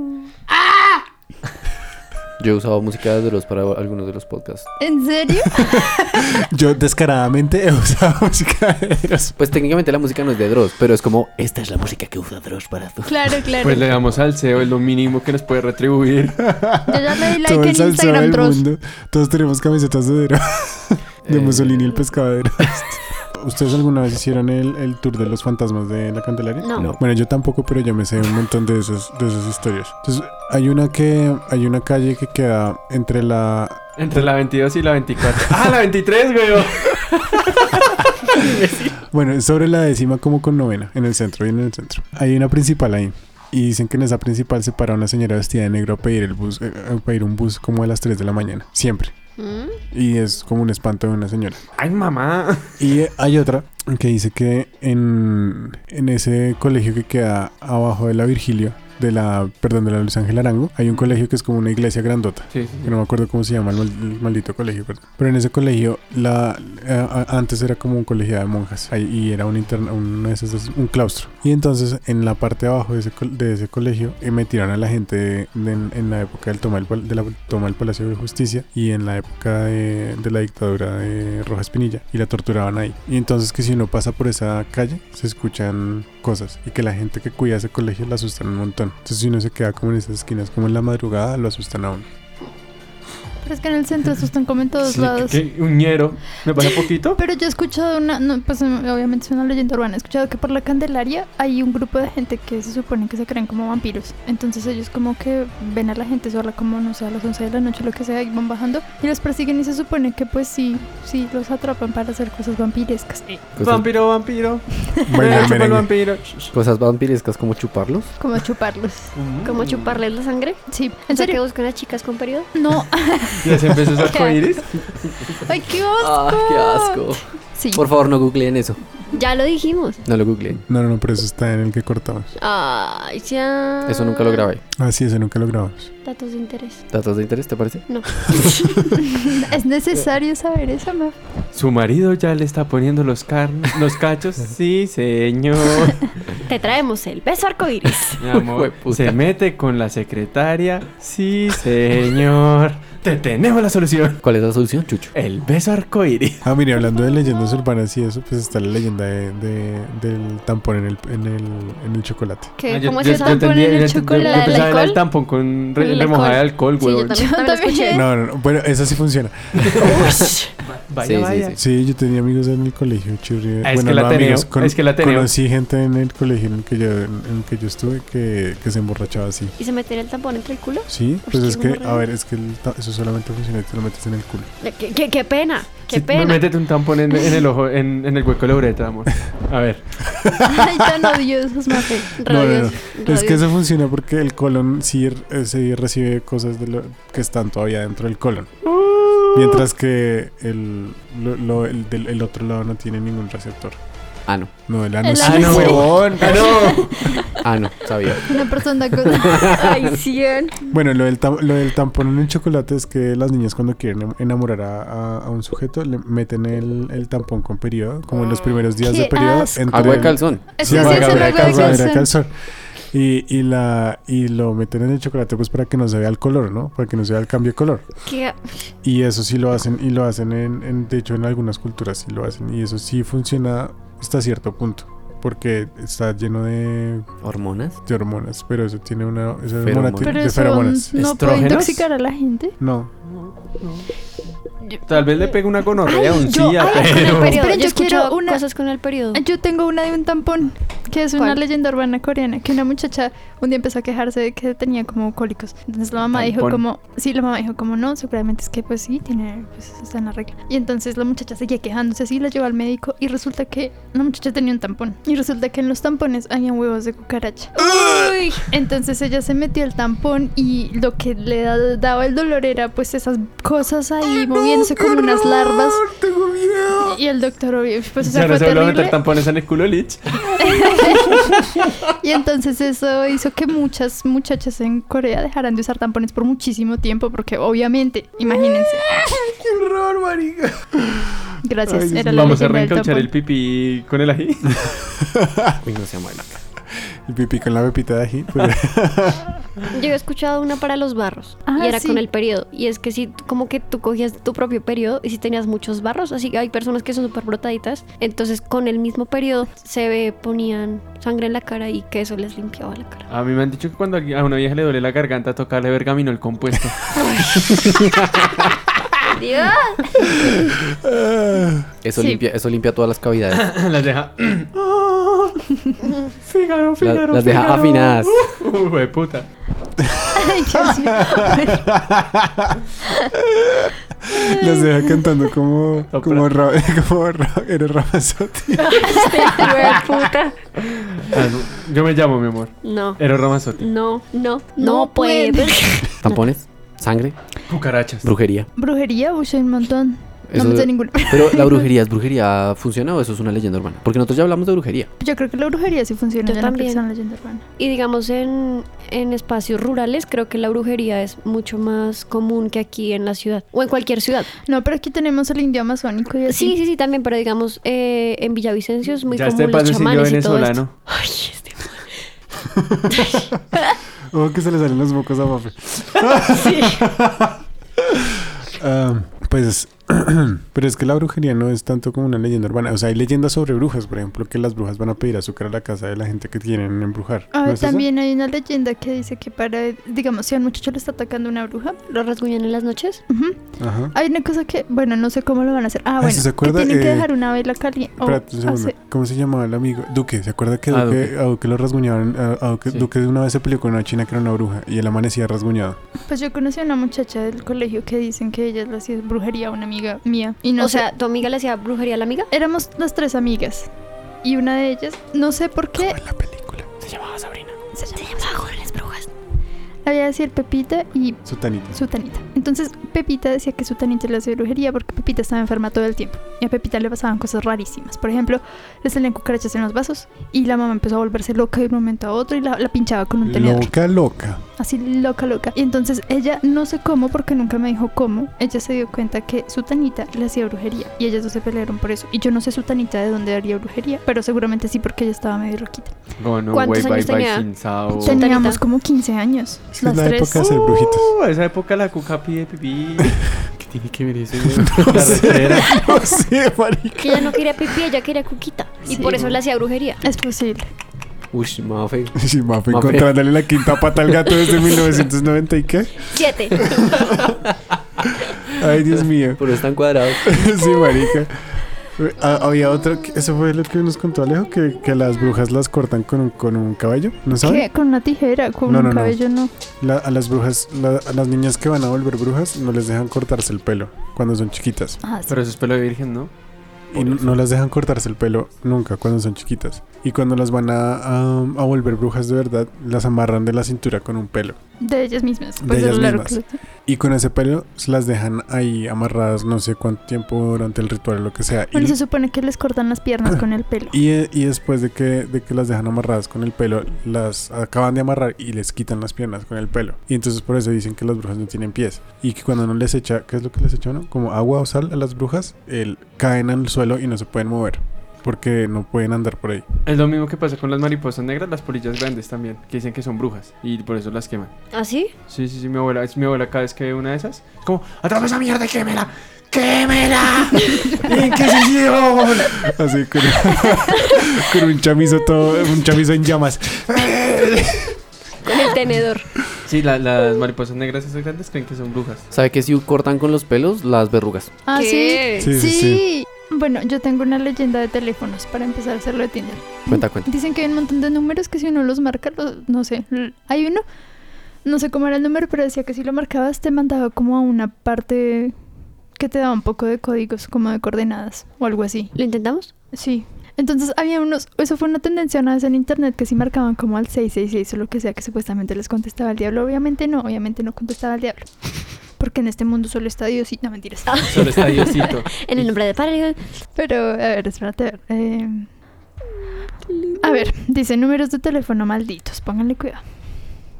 Speaker 4: Yo he usado música de los para algunos de los podcasts.
Speaker 3: ¿En serio?
Speaker 5: Yo descaradamente [LAUGHS] he usado música de ellos.
Speaker 4: Pues técnicamente la música no es de Dross, pero es como esta es la música que usa Dross para tu.
Speaker 3: Claro, claro.
Speaker 6: Pues le damos al CEO, es lo mínimo que nos puede retribuir. [LAUGHS]
Speaker 3: Yo ya le di
Speaker 5: Todo
Speaker 3: like
Speaker 5: el
Speaker 3: en
Speaker 5: salseo
Speaker 3: Instagram,
Speaker 5: del
Speaker 3: Dross.
Speaker 5: mundo. Todos tenemos camisetas de Dero. De
Speaker 4: Eh,
Speaker 5: Mussolini el pescadero. ¿Ustedes alguna vez hicieron el, el tour de los fantasmas de la Candelaria?
Speaker 9: No.
Speaker 4: No.
Speaker 5: Bueno, yo tampoco, pero yo me sé un montón de esas, de esas historias. Entonces, hay una que, hay una calle que queda entre la
Speaker 6: Entre la 22 y la 24. ¡Ah, la 23, güey!
Speaker 5: Bueno, es sobre la décima como con novena, en el centro, bien en el centro. Hay una principal ahí. Y dicen que en esa principal se para una señora vestida de negro a pedir el bus, eh, a pedir un bus como a las 3 de la mañana, siempre.
Speaker 9: Mm.
Speaker 5: Y es como un espanto de una señora.
Speaker 6: ¡Ay, mamá!
Speaker 5: Y eh, hay otra que dice que en, en ese colegio que queda abajo de la Virgilio, de la, perdón, de la Luis Ángel Arango, hay un colegio que es como una iglesia grandota
Speaker 6: Sí, sí,
Speaker 5: que no me acuerdo cómo se llama el, mal- el maldito colegio, perdón. Pero en ese colegio, la, eh, a- a- antes era como un colegio de monjas ahí- y era un, interna- un, esos- un claustro. Y entonces en la parte de abajo de ese, col- de ese colegio eh, metieron a la gente de- de- en, en la época del toma del pal- de la toma del Palacio de Justicia y en la época de, de la dictadura de Rojas Pinilla y la torturaban ahí. Y entonces que si uno pasa por esa calle se escuchan cosas y que la gente que cuida ese colegio la asustan un montón. Entonces si uno se queda como en esas esquinas, como en la madrugada, lo asustan a uno.
Speaker 3: Pero es que en el centro asustan como en todos
Speaker 6: Sí,
Speaker 3: lados.
Speaker 6: ¿qué? ¿Un ñero? ¿Me pasa poquito?
Speaker 3: Pero yo he escuchado una, no, pues obviamente es una leyenda urbana, he escuchado que por la Candelaria hay un grupo de gente que se supone que se creen como vampiros. Entonces ellos como que ven a la gente sola como, no sé, a las 11 de la noche, lo que sea, y van bajando y los persiguen y se supone que pues sí, sí, los atrapan para hacer cosas vampirescas.
Speaker 4: Cosas,
Speaker 6: Vampiro, vampiro.
Speaker 5: Bueno,
Speaker 6: Eh, chupa el
Speaker 5: merengue.
Speaker 6: vampiro.
Speaker 4: cosas Pues vampirescas como chuparlos.
Speaker 3: Como chuparlos.
Speaker 9: Como chuparle la sangre.
Speaker 3: Sí,
Speaker 9: ¿En
Speaker 3: en
Speaker 9: serio? que
Speaker 3: serio,
Speaker 9: buscan a chicas con periodo?
Speaker 3: no. [LAUGHS]
Speaker 6: Ya se empezó a arcoíris.
Speaker 3: Ay, qué asco.
Speaker 4: ¡Ah, qué asco!
Speaker 3: Sí.
Speaker 4: Por favor, no googleen eso.
Speaker 9: Ya lo dijimos.
Speaker 4: No lo googleen.
Speaker 5: [LAUGHS] No, no, no, pero eso está en el que cortamos.
Speaker 9: Ay, ya.
Speaker 4: Eso nunca lo grabé.
Speaker 5: Ah, sí, eso nunca lo grabamos.
Speaker 9: Datos de interés.
Speaker 4: ¿Datos de interés, te parece?
Speaker 3: Es necesario saber eso, Maf.
Speaker 6: Su marido ya le está poniendo los, carnes, los [LAUGHS] cachos. Sí, señor. [LAUGHS]
Speaker 9: Te traemos el beso arcoíris.
Speaker 6: Mi amor.
Speaker 4: Jueputa.
Speaker 6: Se mete con la secretaria. Sí, señor. [LAUGHS] Te tenemos la solución.
Speaker 4: ¿Cuál es la solución, Chucho?
Speaker 6: El beso arcoíris.
Speaker 5: Ah, mire, hablando de leyendas urbanas y eso, pues está la leyenda de, de- del tampón en el, en el, en el chocolate.
Speaker 9: ¿Qué?
Speaker 6: Ah, yo-
Speaker 9: ¿Cómo
Speaker 6: yo-
Speaker 9: es eso?
Speaker 6: yo
Speaker 3: tampón en
Speaker 6: entendía- yo-
Speaker 3: el
Speaker 6: yo-
Speaker 3: chocolate?
Speaker 6: Yo pensaba
Speaker 9: ¿El
Speaker 6: en el
Speaker 9: alcohol?
Speaker 6: tampón con re-
Speaker 9: Con el
Speaker 6: remojada de alcohol,
Speaker 9: Sí, yo
Speaker 6: güey.
Speaker 9: también,
Speaker 3: Yo
Speaker 9: también lo escuché. [LAUGHS]
Speaker 3: también.
Speaker 5: No, no, no. Bueno, esa sí funciona.
Speaker 6: Vaya,
Speaker 4: Sí, sí,
Speaker 6: vaya. Francia.
Speaker 5: Sí, yo tenía amigos en el colegio Churri.
Speaker 6: Ah, es que la Ateneo, es que la Ateneo.
Speaker 5: Conocí gente en el colegio en el que yo, en el que yo estuve que, que se emborrachaba así.
Speaker 9: ¿Y se meter el tampón entre el culo?
Speaker 5: Sí,
Speaker 9: Uy,
Speaker 5: pues
Speaker 9: qué
Speaker 5: es que,
Speaker 9: gonorrea.
Speaker 5: a ver, es que el ta- eso solamente funciona si te lo metes en el culo.
Speaker 9: ¿Qué, qué- qué pena? ¡Qué pena!
Speaker 6: Métete un tampón en, en el ojo, en, en el hueco de la uretra, amor. A ver.
Speaker 3: Ay, tan odiosos, Mafe.
Speaker 5: No, no, no.
Speaker 9: Radioso,
Speaker 5: Pues Es que
Speaker 9: radioso.
Speaker 5: eso funciona porque el colon sí, eh, sí recibe cosas de lo- que están todavía dentro del colon.
Speaker 3: Uh.
Speaker 5: Mientras que el, lo- lo- el del el otro lado no tiene ningún receptor.
Speaker 4: Ah, no.
Speaker 5: No, el ano
Speaker 3: El
Speaker 5: sí,
Speaker 3: ano sí.
Speaker 5: huevón.
Speaker 4: Ah, no. Sabía.
Speaker 3: Una persona con.
Speaker 9: Ay, cien.
Speaker 5: Bueno, lo del, tam- lo del tampón en el chocolate es que las niñas cuando quieren em- enamorar a, a- a un sujeto le meten el, el tampón con periodo, como en los primeros días de
Speaker 3: Ah, ¡Qué
Speaker 5: periodo.
Speaker 3: asco!
Speaker 5: entre
Speaker 4: Agua de
Speaker 5: el-
Speaker 4: calzón.
Speaker 3: Es
Speaker 5: Sí,
Speaker 3: que sí,
Speaker 5: agua
Speaker 3: es el
Speaker 5: de
Speaker 3: agua de
Speaker 5: calzón, agua de
Speaker 3: calzón.
Speaker 5: calzón. Y, y, la, y lo meten en el chocolate pues para que no se vea el color, ¿no? Para que no se vea el cambio de color.
Speaker 9: Qué-
Speaker 5: Y eso sí lo hacen, y lo hacen en, en- de hecho en algunas culturas sí lo hacen. Y eso sí funciona hasta cierto punto. Porque está lleno de,
Speaker 4: ¿Hormonas?
Speaker 5: de hormonas, pero eso tiene una... Esa hormona
Speaker 4: Feromonas.
Speaker 5: tiene-
Speaker 3: Pero
Speaker 5: de
Speaker 3: eso
Speaker 5: feromonas.
Speaker 3: no puede
Speaker 6: ¿Estrógenos?
Speaker 3: intoxicar a la gente.
Speaker 5: No,
Speaker 6: [LAUGHS] Tal vez le pegue una
Speaker 9: Ay,
Speaker 6: gonorrea, un
Speaker 9: yo,
Speaker 6: CIA,
Speaker 9: ay, con el
Speaker 6: pero...
Speaker 9: periodo.
Speaker 3: Esperen,
Speaker 9: yo
Speaker 3: yo
Speaker 9: escucho
Speaker 3: quiero una-
Speaker 9: cosas con el periodo.
Speaker 3: Yo tengo una de un tampón, que es una
Speaker 9: ¿Cuál?
Speaker 3: leyenda urbana coreana, que una muchacha un día empezó a quejarse de que tenía como cólicos. Entonces la mamá dijo
Speaker 6: Tampón.
Speaker 3: como, sí, la mamá dijo como no, seguramente es que pues sí, tiene, pues está en la regla. Y entonces la muchacha seguía quejándose así, la llevó al médico y resulta que la muchacha tenía un tampón. Y resulta que en los tampones habían huevos de cucaracha.
Speaker 9: Uy,
Speaker 3: Entonces ella se metió el tampón y lo que le da- daba el dolor era pues esas cosas ahí moviéndose como unas larvas. Y el doctor, obvio, pues o sea,
Speaker 6: Ya no [LAUGHS]
Speaker 3: fue
Speaker 6: se vuelve a meter
Speaker 3: terrible.
Speaker 6: tampones en el culo,
Speaker 9: [LAUGHS]
Speaker 6: Lich.
Speaker 3: [LAUGHS] Y entonces eso hizo que muchas muchachas en Corea dejaran de usar tampones por muchísimo tiempo, porque obviamente, imagínense.
Speaker 6: ¡Qué horror, marica!
Speaker 3: Gracias, era la
Speaker 6: Vamos a
Speaker 3: leyenda del
Speaker 6: reencauchar
Speaker 3: tampón.
Speaker 6: el pipí con el ají. [LAUGHS]
Speaker 4: Uy, no sea mala.
Speaker 5: el pipí con la pepita de ají. pues.
Speaker 3: [LAUGHS]
Speaker 5: pero-
Speaker 9: Yo he escuchado una para los barros
Speaker 3: Ah,
Speaker 9: y era
Speaker 3: sí.
Speaker 9: con el periodo. Y es que si tú- como que tú cogías tu propio periodo y si tenías muchos barros, así que hay personas que son súper brotaditas. Entonces con el mismo periodo se ve- ponían sangre en la cara y que eso les limpiaba la cara.
Speaker 6: A mí me han dicho que cuando a una vieja le duele la garganta, tocarle vergamino el compuesto.
Speaker 9: Dios. [LAUGHS]
Speaker 4: Eso,
Speaker 3: Sí.
Speaker 4: limpia, eso limpia todas [LAUGHS] las cavidades.
Speaker 6: Las [COUGHS] deja... Ah, Fígaro,
Speaker 4: La-
Speaker 6: fígaro,
Speaker 4: las deja
Speaker 6: fígaro.
Speaker 4: afinadas.
Speaker 6: Uh, güey, puta.
Speaker 3: [LAUGHS] Ay, Dios mío.
Speaker 5: Los deja cantando como,
Speaker 6: No,
Speaker 5: como, Ra- [LAUGHS] como Ra- eres Ramazotti.
Speaker 9: puta.
Speaker 6: Ah, no. Yo me llamo, mi amor.
Speaker 9: No,
Speaker 6: Ero Ramazotti.
Speaker 9: no, no, no,
Speaker 3: No
Speaker 9: puede.
Speaker 3: puede.
Speaker 4: Tampones, sangre,
Speaker 6: Cucarachas.
Speaker 4: brujería.
Speaker 3: Brujería, uy, soy un montón.
Speaker 4: Eso-
Speaker 3: no me sé ninguna.
Speaker 4: Pero la brujería, ¿es brujería funciona o eso es una leyenda urbana? Porque nosotros ya hablamos de brujería.
Speaker 3: Yo creo que la brujería sí funciona.
Speaker 9: Yo
Speaker 3: ya no creo
Speaker 9: también.
Speaker 3: que sea una leyenda urbana.
Speaker 9: [LAUGHS] Y digamos en, en espacios rurales creo que la brujería es mucho más común que aquí en la ciudad o en cualquier ciudad.
Speaker 3: No, pero aquí tenemos el indio amazónico y así.
Speaker 9: Sí, sí, sí, también, pero digamos, eh, en Villavicencio es muy
Speaker 6: Ya
Speaker 9: común
Speaker 6: este
Speaker 9: los
Speaker 6: padecillo
Speaker 9: chamanes y todo esto.
Speaker 6: venezolano.
Speaker 9: Ay, este man.
Speaker 5: O que se le salen los mocos a
Speaker 3: [LAUGHS]
Speaker 5: Mafe. Ah, pues, [CLEARS THROAT] pero es que la brujería no es tanto como una leyenda urbana. O sea, hay leyendas sobre brujas, por ejemplo, que las brujas van a pedir azúcar a la casa de la gente que quieren embrujar.
Speaker 3: Ah,
Speaker 5: ¿No es eso?
Speaker 3: también hay una leyenda que dice que para, digamos, si a un muchacho le está atacando una bruja,
Speaker 9: ¿Lo rasguñan en las noches?
Speaker 3: ujú,
Speaker 5: Ajá.
Speaker 3: hay una cosa que, bueno, no sé cómo lo van a hacer.
Speaker 5: Ah,
Speaker 3: Ah, bueno,
Speaker 5: ¿sí se acuerda?
Speaker 3: que tienen que
Speaker 5: Eh,
Speaker 3: dejar una vela caliente. o
Speaker 5: Espérate un segundo.
Speaker 3: oh, hace-
Speaker 5: ¿Cómo se llamaba el amigo? Duque. ¿Se acuerda que
Speaker 6: Ah,
Speaker 5: Duque, a Duque lo rasguñaban? A, a Duque,
Speaker 6: Sí.
Speaker 5: Duque una vez se peleó con una china que era una bruja y él amanecía rasguñado.
Speaker 3: Pues yo conocí a una muchacha del colegio que dicen que ella le hacía brujería a una amiga mía. Y no
Speaker 9: o
Speaker 3: sé,
Speaker 9: sea, ¿tu amiga le hacía brujería a la amiga?
Speaker 3: éramos las tres amigas. Y una de ellas, no sé por qué,
Speaker 5: En la película.
Speaker 4: Se llamaba Sabrina.
Speaker 3: se
Speaker 9: Se
Speaker 3: llama-
Speaker 9: llamaba las brujas.
Speaker 3: le había decir Pepita y
Speaker 5: Su tanita.
Speaker 3: su tanita. Entonces Pepita decía que su tanita le hacía brujería porque Pepita estaba enferma todo el tiempo. Y a Pepita le pasaban cosas rarísimas. Por ejemplo, le salían cucarachas en los vasos y la mamá empezó a volverse loca de un momento a otro y la, la pinchaba con un tenedor.
Speaker 5: Loca,
Speaker 3: [LAUGHS]
Speaker 5: loca. [LAUGHS]
Speaker 3: así loca, loca. Y entonces ella, no sé cómo, porque nunca me dijo cómo, ella se dio cuenta que su tanita le hacía brujería y ellas dos se pelearon por eso. Y yo no sé su tanita de dónde haría brujería, pero seguramente sí porque ella estaba medio roquita.
Speaker 6: Gono,
Speaker 9: ¿Cuántos
Speaker 6: güey, bye,
Speaker 9: años
Speaker 6: bye,
Speaker 9: tenía?
Speaker 6: sin
Speaker 5: Oh.
Speaker 6: sao.
Speaker 9: Su Tenía- Oh,
Speaker 3: Teníamos
Speaker 9: tanita.
Speaker 3: como 15 años,
Speaker 5: Es que
Speaker 3: las
Speaker 5: es la
Speaker 3: tres.
Speaker 5: época de ser brujitos.
Speaker 6: Uh, esa época la cuca pide pipí.
Speaker 4: [LAUGHS] ¿Qué tiene que ver eso?
Speaker 6: [LAUGHS]
Speaker 9: [LAUGHS]
Speaker 6: la retrera.
Speaker 5: no sé, marica.
Speaker 9: Que ella no quería pipí, ella quería cuquita. Y
Speaker 3: Sí.
Speaker 9: por eso le hacía brujería.
Speaker 3: Es posible.
Speaker 4: Uy, mafe.
Speaker 5: Sí,
Speaker 4: Mafe.
Speaker 5: Mafe, encontrándole la quinta pata al gato desde 1990 y qué.
Speaker 9: Siete.
Speaker 5: Ay, Dios mío. [LAUGHS]
Speaker 4: Por eso están cuadrados.
Speaker 5: sí, marica. Ah, había otro, que- eso fue lo que nos contó Alejo, que, que las brujas las cortan con un, con un caballo, ¿no saben?
Speaker 3: ¿Qué? Con una tijera, con
Speaker 5: No,
Speaker 3: un
Speaker 5: no, no.
Speaker 3: cabello no.
Speaker 5: La- a las brujas, la- a las niñas que van a volver brujas, no les dejan cortarse el pelo cuando son chiquitas.
Speaker 3: Ah, sí.
Speaker 6: Pero eso es pelo de virgen, ¿no?
Speaker 5: Y no, no las dejan cortarse el pelo nunca cuando son chiquitas. Y cuando las van a, a- a volver brujas de verdad, las amarran de la cintura con un pelo.
Speaker 3: De ellas mismas.
Speaker 5: De
Speaker 3: Pues de
Speaker 5: ellas
Speaker 3: lo largo
Speaker 5: mismas.
Speaker 3: que lo-
Speaker 5: Y con ese pelo se las dejan ahí amarradas no sé cuánto tiempo durante el ritual o lo que sea.
Speaker 3: Bueno,
Speaker 5: Y,
Speaker 3: se supone que les cortan las piernas con
Speaker 5: [LAUGHS]
Speaker 3: el pelo.
Speaker 5: y- y después de que, de que las dejan amarradas con el pelo, las acaban de amarrar y les quitan las piernas con el pelo. Y entonces por eso dicen que las brujas no tienen pies. Y que cuando no les echa, ¿qué es lo que les echa no? Como agua o sal a las brujas, el, caen al suelo y no se pueden mover. Porque no pueden andar por ahí.
Speaker 6: Es lo mismo que pasa con las mariposas negras, las polillas grandes también, que dicen que son brujas y por eso las queman.
Speaker 9: [LAUGHS] ¿Ah, sí?
Speaker 6: Sí, sí, sí, mi abuela, es mi abuela cada vez que ve una de esas, como, atrapa esa mierda y quémela,
Speaker 5: [LAUGHS]
Speaker 6: quémela.
Speaker 5: ¡Inquisición! Así con, con un [LAUGHS] chamizo todo, un chamizo
Speaker 6: [LAUGHS]
Speaker 5: en llamas.
Speaker 9: Con el tenedor.
Speaker 6: Sí, la- las mariposas negras esas grandes creen que son brujas.
Speaker 4: ¿Sabe que si cortan con los pelos las verrugas?
Speaker 3: [LAUGHS] Ah,
Speaker 9: ¿Qué?
Speaker 3: sí.
Speaker 5: Sí, sí, sí.
Speaker 3: Bueno, yo tengo una leyenda de teléfonos para empezar a hacerlo de Tinder.
Speaker 4: Cuenta, [LAUGHS] cuenta.
Speaker 3: Dicen que hay un montón de números que si uno los marca, lo- no sé, l- hay uno, no sé cómo era el número, pero decía que si lo marcabas te mandaba como a una parte que te daba un poco de códigos, como de coordenadas o algo así.
Speaker 9: ¿Lo intentamos?
Speaker 3: Sí. Entonces había unos, eso fue una tendencia una vez en internet que sí marcaban como al 666 o lo que sea que supuestamente les contestaba el diablo. Obviamente no, obviamente no contestaba el diablo. Porque en este mundo solo está Dios y... No, mentiras.
Speaker 6: Solo está
Speaker 9: [LAUGHS]
Speaker 6: Diosito.
Speaker 9: En el nombre de Padre.
Speaker 3: Pero, a ver, espérate, a ver. eh, a ver, dice números de teléfono malditos, pónganle cuidado.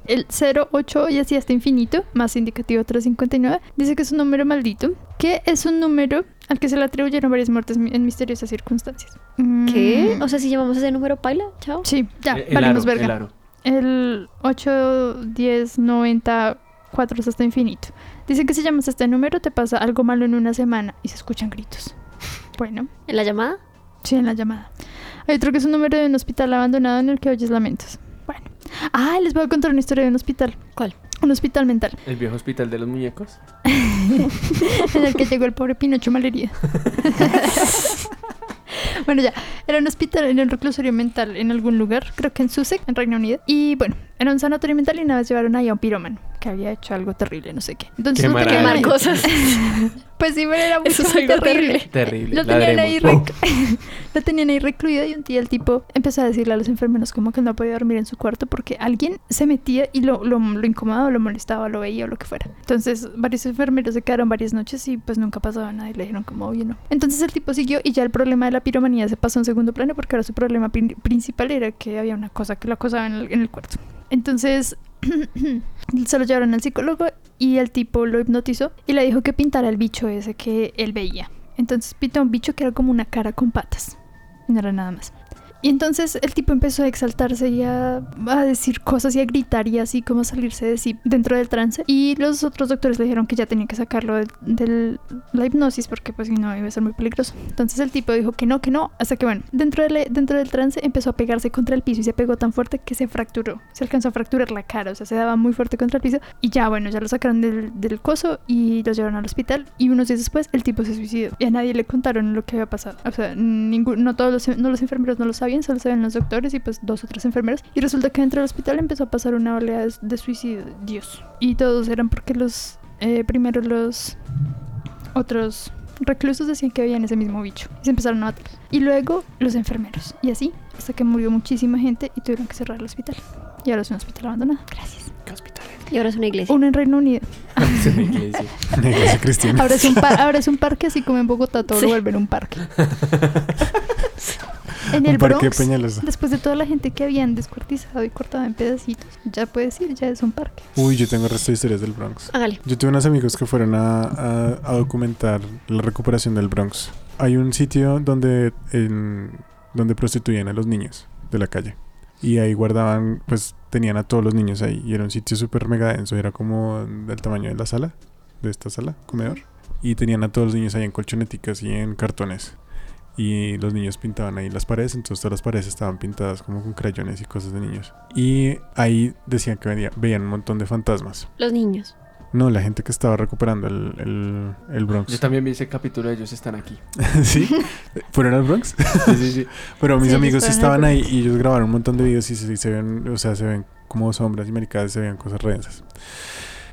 Speaker 3: El 08 y así hasta infinito, más indicativo 359, dice que es un número maldito, que es un número al que se le atribuyeron varias muertes mi- en misteriosas circunstancias. Mm,
Speaker 9: ¿Qué? O sea, si llamamos ese número, paila, chao.
Speaker 3: sí, ya,
Speaker 6: El- el
Speaker 3: valemos
Speaker 6: aro, el
Speaker 3: verga.
Speaker 6: aro.
Speaker 3: El 8, 10, 90, 4 es hasta infinito. Dice que si llamas a este número te pasa algo malo en una semana y se escuchan gritos. Bueno.
Speaker 9: ¿En la llamada?
Speaker 3: Sí, en la llamada. Hay otro que es un número de un hospital abandonado en el que oyes lamentos. Bueno. Ah, les voy a contar una historia de un hospital.
Speaker 9: ¿Cuál?
Speaker 3: Un hospital mental.
Speaker 6: El viejo hospital de los muñecos.
Speaker 3: [LAUGHS] en el que llegó el pobre Pinocho malherida. [LAUGHS] bueno, ya. Era un hospital, era un reclusorio mental en algún lugar, creo que en Sussex, en Reino Unido. Y bueno, era un sanatorio mental y una vez llevaron ahí a un pirómano que había hecho algo terrible, no sé qué. Entonces,
Speaker 6: Qué
Speaker 3: no tenían
Speaker 6: maravilla.
Speaker 9: Quemar
Speaker 3: ahí-
Speaker 9: cosas.
Speaker 3: [LAUGHS] Pues sí, pero era mucho
Speaker 9: Eso es algo terrible.
Speaker 6: Terrible.
Speaker 3: Lo tenían, ahí
Speaker 6: ladremos.
Speaker 3: rec- [LAUGHS] lo tenían ahí recluido y un día el tipo empezó a decirle a los enfermeros como que no podía dormir en su cuarto porque alguien se metía y lo, lo, lo incomodaba, lo molestaba, lo veía o lo que fuera. Entonces varios enfermeros se quedaron varias noches y pues nunca pasaba nada y le dijeron como, oye, no. Entonces el tipo siguió y ya el problema de la piromanía se pasó a un segundo plano porque ahora su problema prin- principal era que había una cosa que lo acosaba en el- en el cuarto. Entonces [CLEARS THROAT] se lo llevaron al psicólogo y el tipo lo hipnotizó y le dijo que pintara el bicho ese que él veía. Entonces pintó un bicho que era como una cara con patas. Y no era nada más. Y entonces el tipo empezó a exaltarse y a, a decir cosas y a gritar y así como a salirse de sí dentro del trance. Y los otros doctores le dijeron que ya tenía que sacarlo de, del- la hipnosis porque pues si no iba a ser muy peligroso. Entonces el tipo dijo que no, que no. Hasta que bueno, dentro del, dentro del trance empezó a pegarse contra el piso y se pegó tan fuerte que se fracturó. Se alcanzó a fracturar la cara, o sea, se daba muy fuerte contra el piso. Y ya bueno, ya lo sacaron del, del coso y lo llevaron al hospital. Y unos días después el tipo se suicidó. Y a nadie le contaron lo que había pasado. O sea, ningún, no todos los, no los enfermeros no lo sabían, solo sabían los doctores y pues dos o tres enfermeros. Y resulta que dentro del hospital empezó a pasar una oleada de, de suicidio. Dios. Y todos eran porque los... eh, primero los otros reclusos decían que veían ese mismo bicho y se empezaron a matar. Y luego los enfermeros. Y así, hasta que murió muchísima gente y tuvieron que cerrar el hospital. Y ahora es un hospital abandonado. Gracias.
Speaker 9: Y ahora es una iglesia.
Speaker 3: Uno en Reino Unido.
Speaker 6: Es una iglesia.
Speaker 5: Negros y cristianos.
Speaker 3: Ahora es un, par- ahora es un parque, así como en Bogotá todo
Speaker 9: Sí.
Speaker 3: lo vuelven un parque. en el
Speaker 5: Un parque de
Speaker 3: Bronx,
Speaker 5: Peñalosa.
Speaker 3: después de toda la gente que habían descuartizado y cortado en pedacitos, ya puedes ir, ya es un parque.
Speaker 5: Uy, yo tengo resto de historias del Bronx.
Speaker 9: Hágale.
Speaker 5: Yo tuve unos amigos que fueron a, a- a documentar la recuperación del Bronx. Hay un sitio donde, en- donde prostituían a los niños de la calle. Y ahí guardaban, pues tenían a todos los niños ahí. Y era un sitio súper mega denso. Era como del tamaño de la sala, de esta sala, comedor. Y tenían a todos los niños ahí en colchoneticas y en cartones. Y los niños pintaban ahí las paredes. Entonces todas las paredes estaban pintadas como con crayones y cosas de niños. Y ahí decían que venía- veían un montón de fantasmas.
Speaker 9: Los niños.
Speaker 5: No, la gente que estaba recuperando el, el, el
Speaker 6: [LAUGHS]
Speaker 5: Bronx.
Speaker 6: Yo también vi ese capítulo, ellos están aquí.
Speaker 5: [LAUGHS] ¿Sí? ¿Fueron al Bronx?
Speaker 6: Sí, sí, sí.
Speaker 5: [LAUGHS] Pero mis
Speaker 3: Sí,
Speaker 5: amigos
Speaker 3: ellos
Speaker 5: estaban
Speaker 3: fueron al
Speaker 5: ahí y ellos grabaron un montón de videos y se, y se ven, o sea, se ven como sombras y maricadas, se veían cosas redensas.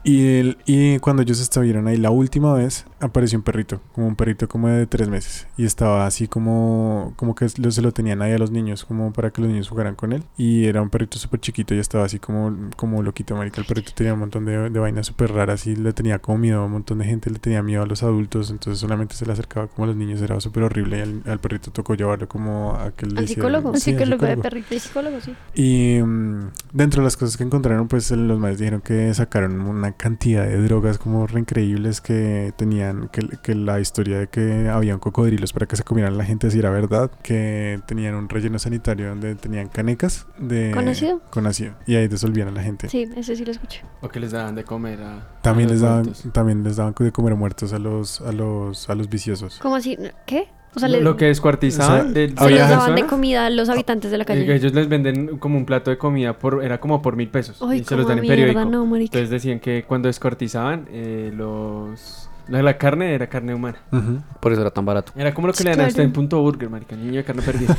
Speaker 5: Y, el- y cuando ellos estuvieron ahí la última vez, apareció un perrito, como un perrito como de tres meses. Y estaba así como, como que lo- se lo tenían ahí a los niños, como para que los niños jugaran con él. Y era un perrito súper chiquito y estaba así como, como loquito, marica. El perrito tenía un montón de, de vainas súper raras y le tenía como miedo a un montón de gente, le tenía miedo a los adultos. Entonces solamente se le acercaba como a los niños, era súper horrible. Y al, al perrito tocó llevarlo como a que le
Speaker 9: ¿Al
Speaker 5: hicieran-
Speaker 9: psicólogo?
Speaker 5: Sí, al
Speaker 3: psicólogo de
Speaker 5: psicólogo.
Speaker 3: perritos.
Speaker 9: El psicólogo, sí.
Speaker 5: Y mm, dentro de las cosas que encontraron, pues el- los maestros dijeron que sacaron una cantidad de drogas como re increíbles que tenían, que, que la historia de que habían cocodrilos para que se comieran la gente, si era verdad, que tenían un relleno sanitario donde tenían canecas de...
Speaker 9: ¿Con ácido?
Speaker 5: Con ácido. Y ahí disolvían a la gente.
Speaker 9: Sí, ese sí lo escuché.
Speaker 6: O que les daban de comer a.
Speaker 5: También,
Speaker 6: a
Speaker 5: les
Speaker 6: los
Speaker 5: daban,
Speaker 6: muertos.
Speaker 5: también les daban de comer muertos a los, a los, a los viciosos.
Speaker 9: ¿Cómo así? ¿Qué? O sea, le-
Speaker 6: Lo que descuartizaban
Speaker 5: O sea,
Speaker 6: de, de
Speaker 9: se los
Speaker 5: había-
Speaker 6: las
Speaker 9: daban de
Speaker 6: personas,
Speaker 9: comida a los habitantes de la
Speaker 6: eh, que
Speaker 9: calle.
Speaker 6: ellos les venden como un plato de comida, por era como por mil pesos.
Speaker 9: Ay,
Speaker 6: y se los dan
Speaker 9: coma
Speaker 6: en
Speaker 9: mierda,
Speaker 6: periódico.
Speaker 9: no, marica.
Speaker 6: Entonces decían que cuando descuartizaban, eh, los. La, la carne era carne humana.
Speaker 5: Ujú.
Speaker 4: Por eso era tan barato.
Speaker 6: Era como lo que le dan a
Speaker 3: Claro.
Speaker 6: usted en punto burger, marica. Niño de carne
Speaker 3: [LAUGHS]
Speaker 6: perdida.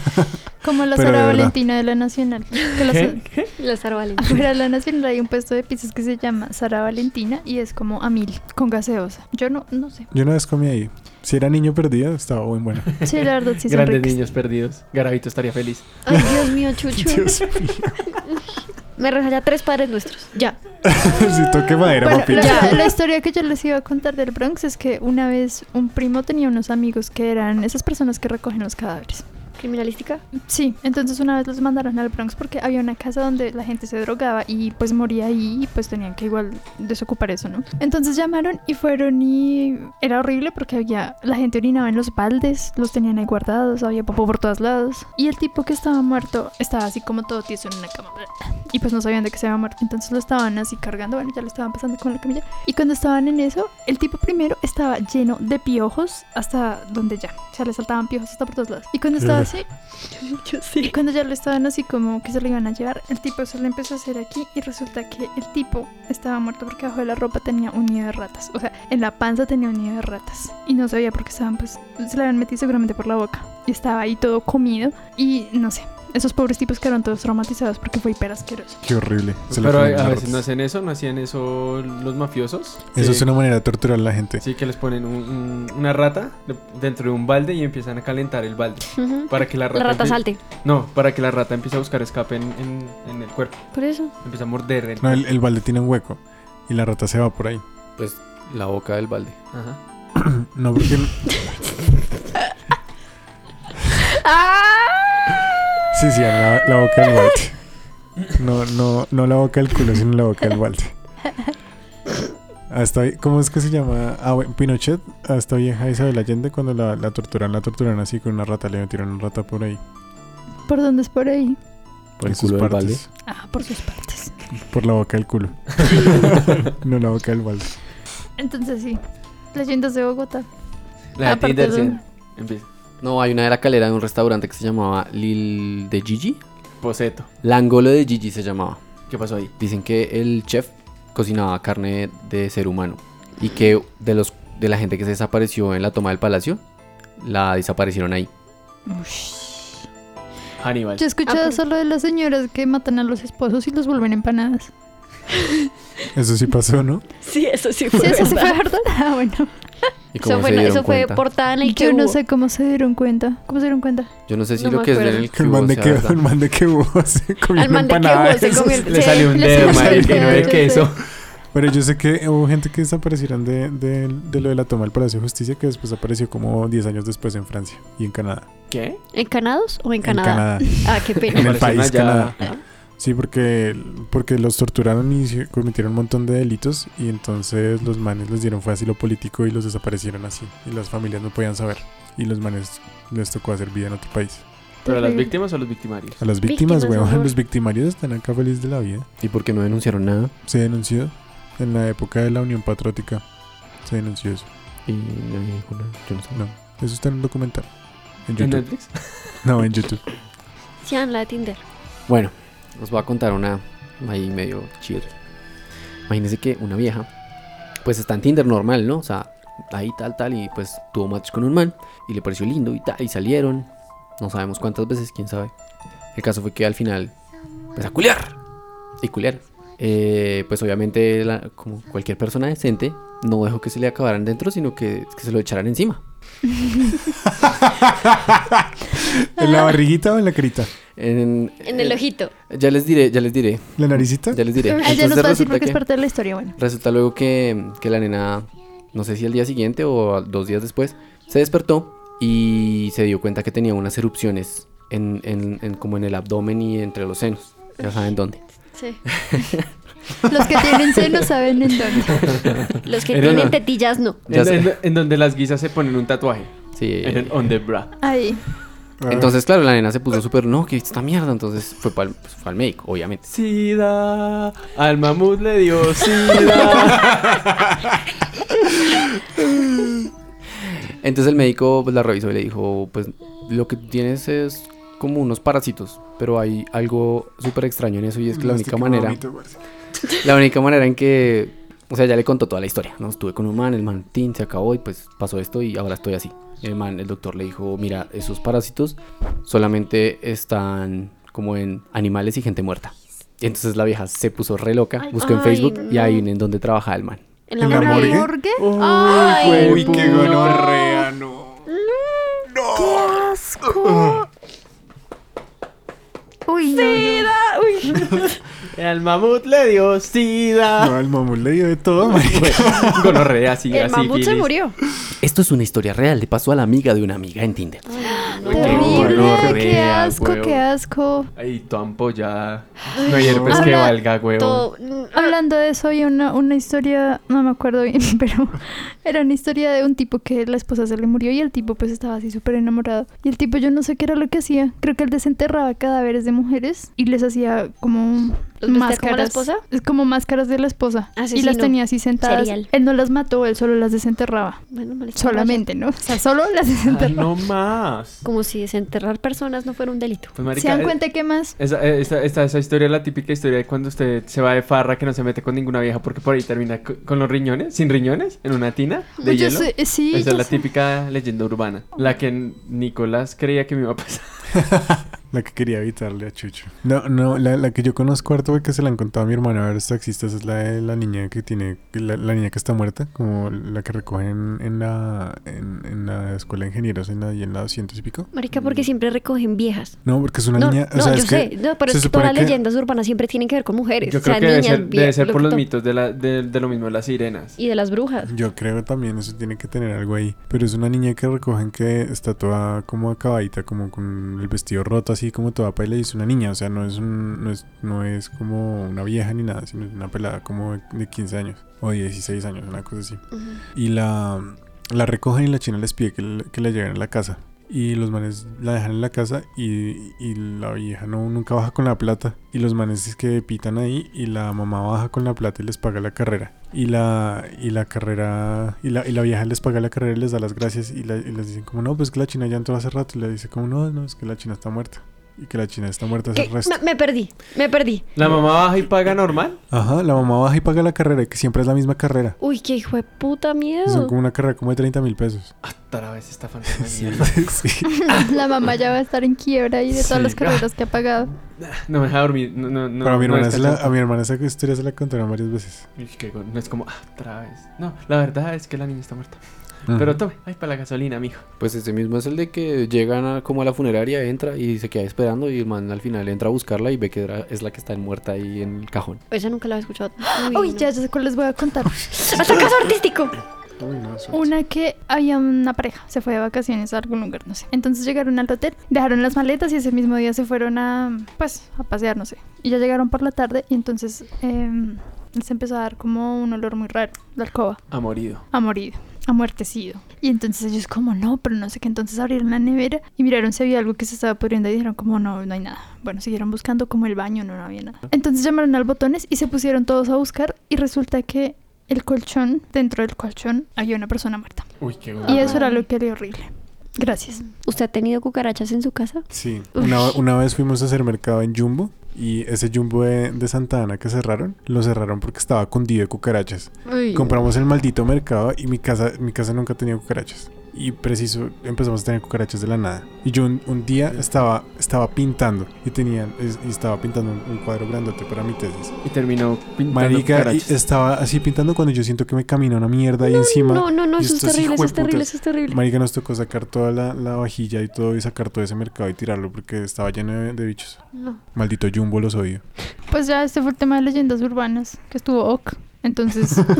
Speaker 3: Como la
Speaker 5: Pero de
Speaker 3: Sara
Speaker 5: verdad.
Speaker 3: Valentina de la Nacional. Que la Sara-
Speaker 9: Las
Speaker 3: [LAUGHS]
Speaker 9: arvales.
Speaker 3: Afuera de la Nacional hay un puesto de pizzas que se llama Sara Valentina y es como a mil, con gaseosa. Yo no, no sé.
Speaker 5: Yo una vez comí ahí. Si era niño perdido, estaba
Speaker 9: [LAUGHS]
Speaker 5: muy bueno.
Speaker 3: Sí, la verdad, sí son
Speaker 6: Grandes
Speaker 3: ricas.
Speaker 6: niños perdidos. Garavito estaría feliz.
Speaker 9: Ay, Dios mío, Chucho.
Speaker 5: [LAUGHS] Dios mío.
Speaker 9: Me resalla tres padres nuestros. Ya.
Speaker 5: si toqué madera,
Speaker 3: Bueno,
Speaker 5: papi.
Speaker 3: la, la historia que yo les iba a contar del Bronx es que una vez un primo tenía unos amigos que eran esas personas que recogen los cadáveres.
Speaker 9: Criminalística.
Speaker 3: Sí, entonces una vez los mandaron al Bronx porque había una casa donde la gente se drogaba y pues moría ahí y pues tenían que igual desocupar eso, ¿no? Entonces llamaron y fueron y era horrible porque había la gente orinaba en los baldes, los tenían ahí guardados, había popó por todos lados y el tipo que estaba muerto estaba así como todo tieso en una cama y pues no sabían de qué se había muerto, entonces lo estaban así cargando, bueno, ya lo estaban pasando con la camilla y cuando estaban en eso, el tipo primero estaba lleno de piojos hasta donde ya, o sea, le saltaban piojos hasta por todos lados y cuando estaba así y cuando ya lo estaban así como que se lo iban a llevar, el tipo se lo empezó a hacer aquí y resulta que el tipo estaba muerto porque bajo de la ropa tenía un nido de ratas. O sea, en la panza tenía un nido de ratas. Y no sabía por qué estaban, pues, se le habían metido seguramente por la boca. Y estaba ahí todo comido y no sé. Esos pobres tipos quedaron todos traumatizados porque fue hiper asqueroso.
Speaker 5: Qué horrible. Se la
Speaker 6: Pero a,
Speaker 5: comieron
Speaker 6: a
Speaker 5: las
Speaker 6: veces
Speaker 5: ratas.
Speaker 6: no hacen eso, no hacían eso los mafiosos.
Speaker 5: Eso
Speaker 6: Que-
Speaker 5: es una manera de torturar a la gente.
Speaker 6: Sí, que les ponen un- un- una rata de- dentro de un balde y empiezan a calentar el balde.
Speaker 9: Ujú.
Speaker 6: Para que la rata,
Speaker 9: La rata
Speaker 6: empie-
Speaker 9: salte.
Speaker 6: No, para que la rata empiece a buscar escape en, en- en el cuerpo.
Speaker 9: Por eso.
Speaker 6: Empieza a morder el
Speaker 5: No, el, el balde tiene un hueco y la rata se va por ahí.
Speaker 4: Pues la boca del balde.
Speaker 6: Ajá.
Speaker 5: No, porque sí, sí, la, la boca del balde. No, no, no la boca del culo, sino la boca del balde. Hasta, ahí- ¿Cómo es que se llama? Ah, bueno, Pinochet, hasta vieja Isabel Allende, cuando la, la torturan, la torturan así con una rata, le metieron una rata por ahí.
Speaker 3: ¿Por dónde es por ahí?
Speaker 5: Por
Speaker 4: ¿El
Speaker 5: sus
Speaker 4: culo del balde?
Speaker 3: Ah, por sus partes.
Speaker 5: Por la boca
Speaker 4: [LAUGHS]
Speaker 5: del culo. no la boca del balde.
Speaker 3: Entonces sí. Leyendas de Bogotá.
Speaker 6: La
Speaker 3: Ah,
Speaker 6: de Tinder,
Speaker 3: perdón.
Speaker 6: sí, Empieza.
Speaker 4: No, hay una de la calera de un restaurante que se llamaba Lil de Gigi.
Speaker 6: Poseto.
Speaker 4: La Angolo de Gigi se llamaba.
Speaker 6: ¿Qué pasó ahí?
Speaker 4: Dicen que el chef cocinaba carne de ser humano y que de los de la gente que se desapareció en la toma del palacio, la desaparecieron ahí.
Speaker 6: Hannibal.
Speaker 3: Yo he escuchado
Speaker 9: Ah, pero-
Speaker 3: solo de las señoras que matan a los esposos y los vuelven empanadas.
Speaker 5: Eso sí pasó, ¿no?
Speaker 9: Sí, eso sí
Speaker 3: Sí, eso sí fue verdad. Ah, bueno.
Speaker 4: ¿Y cómo se
Speaker 9: Eso fue,
Speaker 4: dieron
Speaker 9: eso fue
Speaker 4: cuenta?
Speaker 9: portada en el que
Speaker 3: Yo no
Speaker 9: hubo.
Speaker 3: sé cómo se dieron cuenta. ¿Cómo se dieron cuenta?
Speaker 4: Yo no sé si
Speaker 9: No
Speaker 4: lo
Speaker 9: me
Speaker 4: que es
Speaker 9: acuerdo.
Speaker 4: el que
Speaker 5: El man
Speaker 4: hubo
Speaker 5: de
Speaker 4: sea
Speaker 5: que,
Speaker 4: verdad.
Speaker 5: el man de que hubo se comió
Speaker 9: Al
Speaker 5: una
Speaker 9: man de que
Speaker 5: empanada.
Speaker 9: hubo se
Speaker 5: Eso
Speaker 9: comió
Speaker 3: [LAUGHS]
Speaker 5: sí.
Speaker 9: el-
Speaker 6: Le
Speaker 9: Sí,
Speaker 6: salió un
Speaker 3: le
Speaker 6: dedo,
Speaker 3: salió
Speaker 6: madre,
Speaker 3: un
Speaker 6: que no
Speaker 3: dedo.
Speaker 6: de queso.
Speaker 5: Pero yo sé que hubo gente que desaparecieron de, de- de lo de la toma del Palacio de Justicia que después apareció como 10 años después en Francia y en Canadá.
Speaker 6: ¿Qué?
Speaker 9: ¿Encanados o en Canadá?
Speaker 5: En Canadá.
Speaker 9: Ah, qué
Speaker 6: [LAUGHS]
Speaker 5: En
Speaker 9: pena.
Speaker 5: el
Speaker 6: Aparecieron
Speaker 5: país
Speaker 6: allá.
Speaker 3: Ah,
Speaker 5: Canadá. Sí, porque, porque los torturaron y se- cometieron un montón de delitos y entonces los manes les dieron fue asilo político y los desaparecieron así. Y las familias no podían saber. Y los manes les tocó hacer vida en otro país.
Speaker 6: ¿Pero a las
Speaker 3: Terrible.
Speaker 6: víctimas o a los victimarios?
Speaker 5: A las víctimas,
Speaker 9: Víctimas,
Speaker 5: weón,
Speaker 9: horror.
Speaker 5: los victimarios están acá felices de la vida.
Speaker 4: ¿Y por qué no denunciaron nada?
Speaker 5: Se denunció en la época de la Unión Patriótica. Se denunció eso.
Speaker 4: Y nadie dijo nada. Yo no sé.
Speaker 5: No, eso está en un documental. En
Speaker 6: ¿En
Speaker 5: YouTube.
Speaker 6: Netflix?
Speaker 5: No, en YouTube.
Speaker 9: Sean la de Tinder.
Speaker 4: Bueno, os voy a contar una ahí medio chida. Imagínense que una vieja pues está en Tinder normal, ¿no? O sea, ahí tal, tal, y pues tuvo match con un man y le pareció lindo y tal, y salieron. No sabemos cuántas veces, quién sabe. El caso fue que al final, pues a culiar. Y culiar. Eh, pues obviamente, la- como cualquier persona decente, no dejó que se le acabaran dentro, sino que, que se lo echaran encima.
Speaker 5: [LAUGHS] ¿En la barriguita o en la carita?
Speaker 4: En,
Speaker 9: En el
Speaker 4: eh,
Speaker 9: ojito.
Speaker 4: Ya les diré, ya les diré,
Speaker 5: ¿La naricita?
Speaker 4: ya les diré.
Speaker 3: Ah, [LAUGHS] ya nos va a decir
Speaker 4: resulta
Speaker 3: porque es
Speaker 4: que-
Speaker 3: parte de la historia, bueno.
Speaker 4: Resulta luego que, que la nena, no sé si al día siguiente o a- dos días después, se despertó y se dio cuenta que tenía unas erupciones en, en- en- como en el abdomen y entre los senos. Ya saben dónde.
Speaker 9: Sí.
Speaker 3: Los que tienen seno saben en dónde.
Speaker 9: Los que
Speaker 4: Era
Speaker 9: tienen
Speaker 4: una-
Speaker 9: tetillas no.
Speaker 4: Ya
Speaker 6: En,
Speaker 4: sé.
Speaker 6: en- en donde las guisas se ponen un tatuaje.
Speaker 4: Sí.
Speaker 6: En el on the bra.
Speaker 3: Ahí.
Speaker 5: Ah,
Speaker 4: Entonces, claro, la nena se puso súper, no, que esta mierda. Entonces fue pa'l- pues, fue al médico, obviamente.
Speaker 6: Sida. Al mamut le dio sida.
Speaker 4: Entonces el médico pues, la revisó y le dijo, pues lo que tienes es como unos parásitos, pero hay algo súper extraño en eso y es que la única
Speaker 5: mastica
Speaker 4: manera...
Speaker 5: bonito, parce.
Speaker 4: La única manera en que. O sea, ya le contó toda la historia. No estuve con un man, el man tin, se acabó y pues pasó esto y ahora estoy así. El man, el doctor le dijo: Mira, esos parásitos solamente están como en animales y gente muerta. Y entonces la vieja se puso re loca,
Speaker 9: Ay,
Speaker 4: buscó en
Speaker 9: ay,
Speaker 4: Facebook y
Speaker 9: no.
Speaker 4: ahí en donde trabajaba el man.
Speaker 9: En la
Speaker 5: ¿En la
Speaker 9: morgue.
Speaker 5: morgue?
Speaker 3: ¿Morgue? Ah,
Speaker 9: Ay,
Speaker 5: Uy, qué
Speaker 6: no.
Speaker 5: gonorrea, no.
Speaker 3: Uy, no, no.
Speaker 6: Al mamut le dio sida.
Speaker 5: No, el mamut le dio de todo, marica.
Speaker 6: [LAUGHS]
Speaker 5: [LAUGHS]
Speaker 6: Gonorrea, sida,
Speaker 9: El mamut se
Speaker 6: sífilis.
Speaker 9: murió.
Speaker 4: Esto es una historia real, le pasó a la amiga de una amiga en Tinder.
Speaker 6: Uy, qué
Speaker 3: Terrible, qué
Speaker 6: gonorrea,
Speaker 3: asco,
Speaker 6: huevo.
Speaker 3: qué asco.
Speaker 6: Ay, tu ampollada. No hay herpes que
Speaker 3: Habla-
Speaker 6: valga, huevo.
Speaker 9: Todo- mm,
Speaker 3: Hablando de eso, había una, una historia, no me acuerdo bien, [LAUGHS] pero era una historia de un tipo que la esposa se le murió y el tipo pues estaba así súper enamorado. Y el tipo yo no sé qué era lo que hacía, creo que él desenterraba cadáveres de mujeres y les hacía como
Speaker 9: ¿Los vestía como la esposa? Ah,
Speaker 3: Es como máscaras de la esposa. Y
Speaker 9: Asesino.
Speaker 3: las tenía así sentadas.
Speaker 9: Serial.
Speaker 3: Él no las mató, él solo las desenterraba.
Speaker 9: Bueno, mal está
Speaker 3: Solamente, ¿no? [LAUGHS] O sea, solo las
Speaker 6: Ah,
Speaker 3: desenterraba.
Speaker 6: no más.
Speaker 9: raya. Como si desenterrar personas no fuera un delito.
Speaker 6: Pues, marica,
Speaker 3: ¿Se dan
Speaker 6: eh,
Speaker 3: cuenta qué más?
Speaker 6: Esa, eh, esa, esa, esa historia es la típica historia de cuando usted se va de farra que no se mete con ninguna vieja porque por ahí termina co- con los riñones, sin riñones, en una tina de
Speaker 3: Yo
Speaker 6: hielo.
Speaker 3: sé- sí,
Speaker 6: esa
Speaker 3: yo
Speaker 6: es la
Speaker 3: sé.
Speaker 6: típica leyenda urbana, la que Nicolás creía que me iba a pasar.
Speaker 5: La que quería evitarle a Chucho. No, no, la, la que yo conozco harto güey, que se la han contado a mi hermana, a ver, los taxistas, es la de la niña que tiene, la, la niña que está muerta, como la que recogen en la, en, en la escuela de ingenieros, en la, y en la 200 y pico.
Speaker 9: Marica, porque siempre recogen viejas.
Speaker 5: No, porque es una
Speaker 9: No,
Speaker 5: niña, o
Speaker 9: no,
Speaker 5: sea,
Speaker 9: yo
Speaker 5: es
Speaker 9: sé,
Speaker 5: que
Speaker 9: no, pero
Speaker 5: se
Speaker 9: es que
Speaker 5: supone
Speaker 9: todas las
Speaker 5: que-
Speaker 9: leyendas urbanas siempre tienen que ver con mujeres.
Speaker 6: Yo
Speaker 9: o
Speaker 6: creo
Speaker 9: sea,
Speaker 6: que debe
Speaker 9: niñas,
Speaker 6: ser,
Speaker 9: vie-
Speaker 6: debe ser
Speaker 9: lo
Speaker 6: por
Speaker 9: que
Speaker 6: los
Speaker 9: to-
Speaker 6: mitos de, la, de, de lo mismo de las sirenas.
Speaker 9: Y de las brujas.
Speaker 5: Yo creo también eso tiene que tener algo ahí. Pero es una niña que recogen que está toda como acabadita, como con el vestido roto, así como toda paila. Y es una niña, o sea, no es, un, no es, no es como una vieja ni nada, sino es una pelada como de 15 años o 16 años, una cosa así. Y la, la recogen y la china les pide que, la- que la lleven a la casa. Y los manes la dejan en la casa y, y la vieja no, nunca baja con la plata. Y los manes es que pitan ahí y la mamá baja con la plata y les paga la carrera. Y la, y la carrera, y la, y la vieja les paga la carrera y les da las gracias. Y, la- y les dicen como, no, pues que la china ya entró hace rato. Y le dice como, no, no, es que la china está muerta. Y que la china está muerta hace
Speaker 9: ¿Qué?
Speaker 5: el resto.
Speaker 9: Me, me perdí, me perdí.
Speaker 6: La mamá baja y paga normal.
Speaker 5: Ajá, la mamá baja y paga la carrera, que siempre es la misma carrera.
Speaker 9: Uy, qué hijo de puta
Speaker 5: Son
Speaker 9: miedo.
Speaker 5: como una carrera como de 30 mil pesos.
Speaker 6: Otra vez
Speaker 3: [LAUGHS]
Speaker 6: esta fantasma. de
Speaker 5: Sí,
Speaker 6: mierda.
Speaker 5: [LAUGHS] sí.
Speaker 3: [LAUGHS] La mamá ya va a estar en quiebra
Speaker 6: [LAUGHS]
Speaker 3: y de todas
Speaker 6: Sí.
Speaker 3: las carreras que ha pagado.
Speaker 6: No me deja dormir. No, no, no,
Speaker 5: Pero a mi
Speaker 6: no
Speaker 5: hermana, se la-
Speaker 6: descansa.
Speaker 5: a mi hermana esa historia se la contaron varias veces.
Speaker 6: Uy, qué go- No es como, ah, otra vez. No, la verdad es que la niña está muerta. Pero tome, ay, para la gasolina, mijo.
Speaker 4: Pues ese mismo es el de que llegan a- como a la funeraria, entra y se queda esperando y el man al final entra a buscarla y ve que era- es la que está muerta ahí en el cajón.
Speaker 9: Esa nunca la había escuchado.
Speaker 3: Uy,
Speaker 9: Uy, no.
Speaker 3: ya, ya sé cuál les voy a contar.
Speaker 9: Hasta caso artístico.
Speaker 3: Una que había una pareja, se fue de vacaciones a algún lugar, no sé. Entonces llegaron al hotel, dejaron las maletas y ese mismo día se fueron a, pues, a pasear, no sé. Y ya llegaron por la tarde y entonces eh, se empezó a dar como un olor muy raro, la alcoba,
Speaker 6: Ha morido.
Speaker 3: a morir, a muertecido. Y entonces ellos como, no, pero no sé qué. Entonces abrieron la nevera y miraron si había algo que se estaba pudriendo y dijeron como, no, no hay nada. Bueno, siguieron buscando como el baño, no, no había nada. Entonces llamaron al botones y se pusieron todos a buscar y resulta que el colchón, dentro del colchón, había una persona muerta.
Speaker 6: Uy, qué
Speaker 3: Y
Speaker 6: bueno.
Speaker 3: eso era lo que era horrible. Gracias.
Speaker 9: ¿Usted ha tenido cucarachas en su casa?
Speaker 5: Sí, una, una vez fuimos a hacer mercado en Jumbo y Y ese jumbo de, de Santa Ana que cerraron, lo cerraron porque estaba cundido de cucarachas.
Speaker 3: Uy,
Speaker 5: Compramos el maldito mercado y mi casa, mi casa nunca tenía cucarachas. Y preciso, empezamos a tener cucarachas de la nada. Y yo un, un día estaba, estaba pintando y tenía, es- y estaba pintando un, un cuadro grandote para mi tesis.
Speaker 6: Y terminó pintando
Speaker 5: Marica, y
Speaker 6: cucarachas.
Speaker 5: estaba así pintando cuando yo siento que me camina una mierda ahí encima.
Speaker 9: No, no, no,
Speaker 5: y
Speaker 9: eso es
Speaker 5: estos
Speaker 9: terrible, eso es
Speaker 5: hijueputas.
Speaker 9: terrible, eso es terrible.
Speaker 5: Marica, nos tocó sacar toda la, la vajilla y todo y sacar todo ese mercado y tirarlo porque estaba lleno de, de bichos.
Speaker 9: No.
Speaker 5: Maldito Jumbo, los odio.
Speaker 3: Pues ya este fue el tema de leyendas urbanas, que estuvo ok.
Speaker 6: [LAUGHS]
Speaker 3: Entonces, [LAUGHS]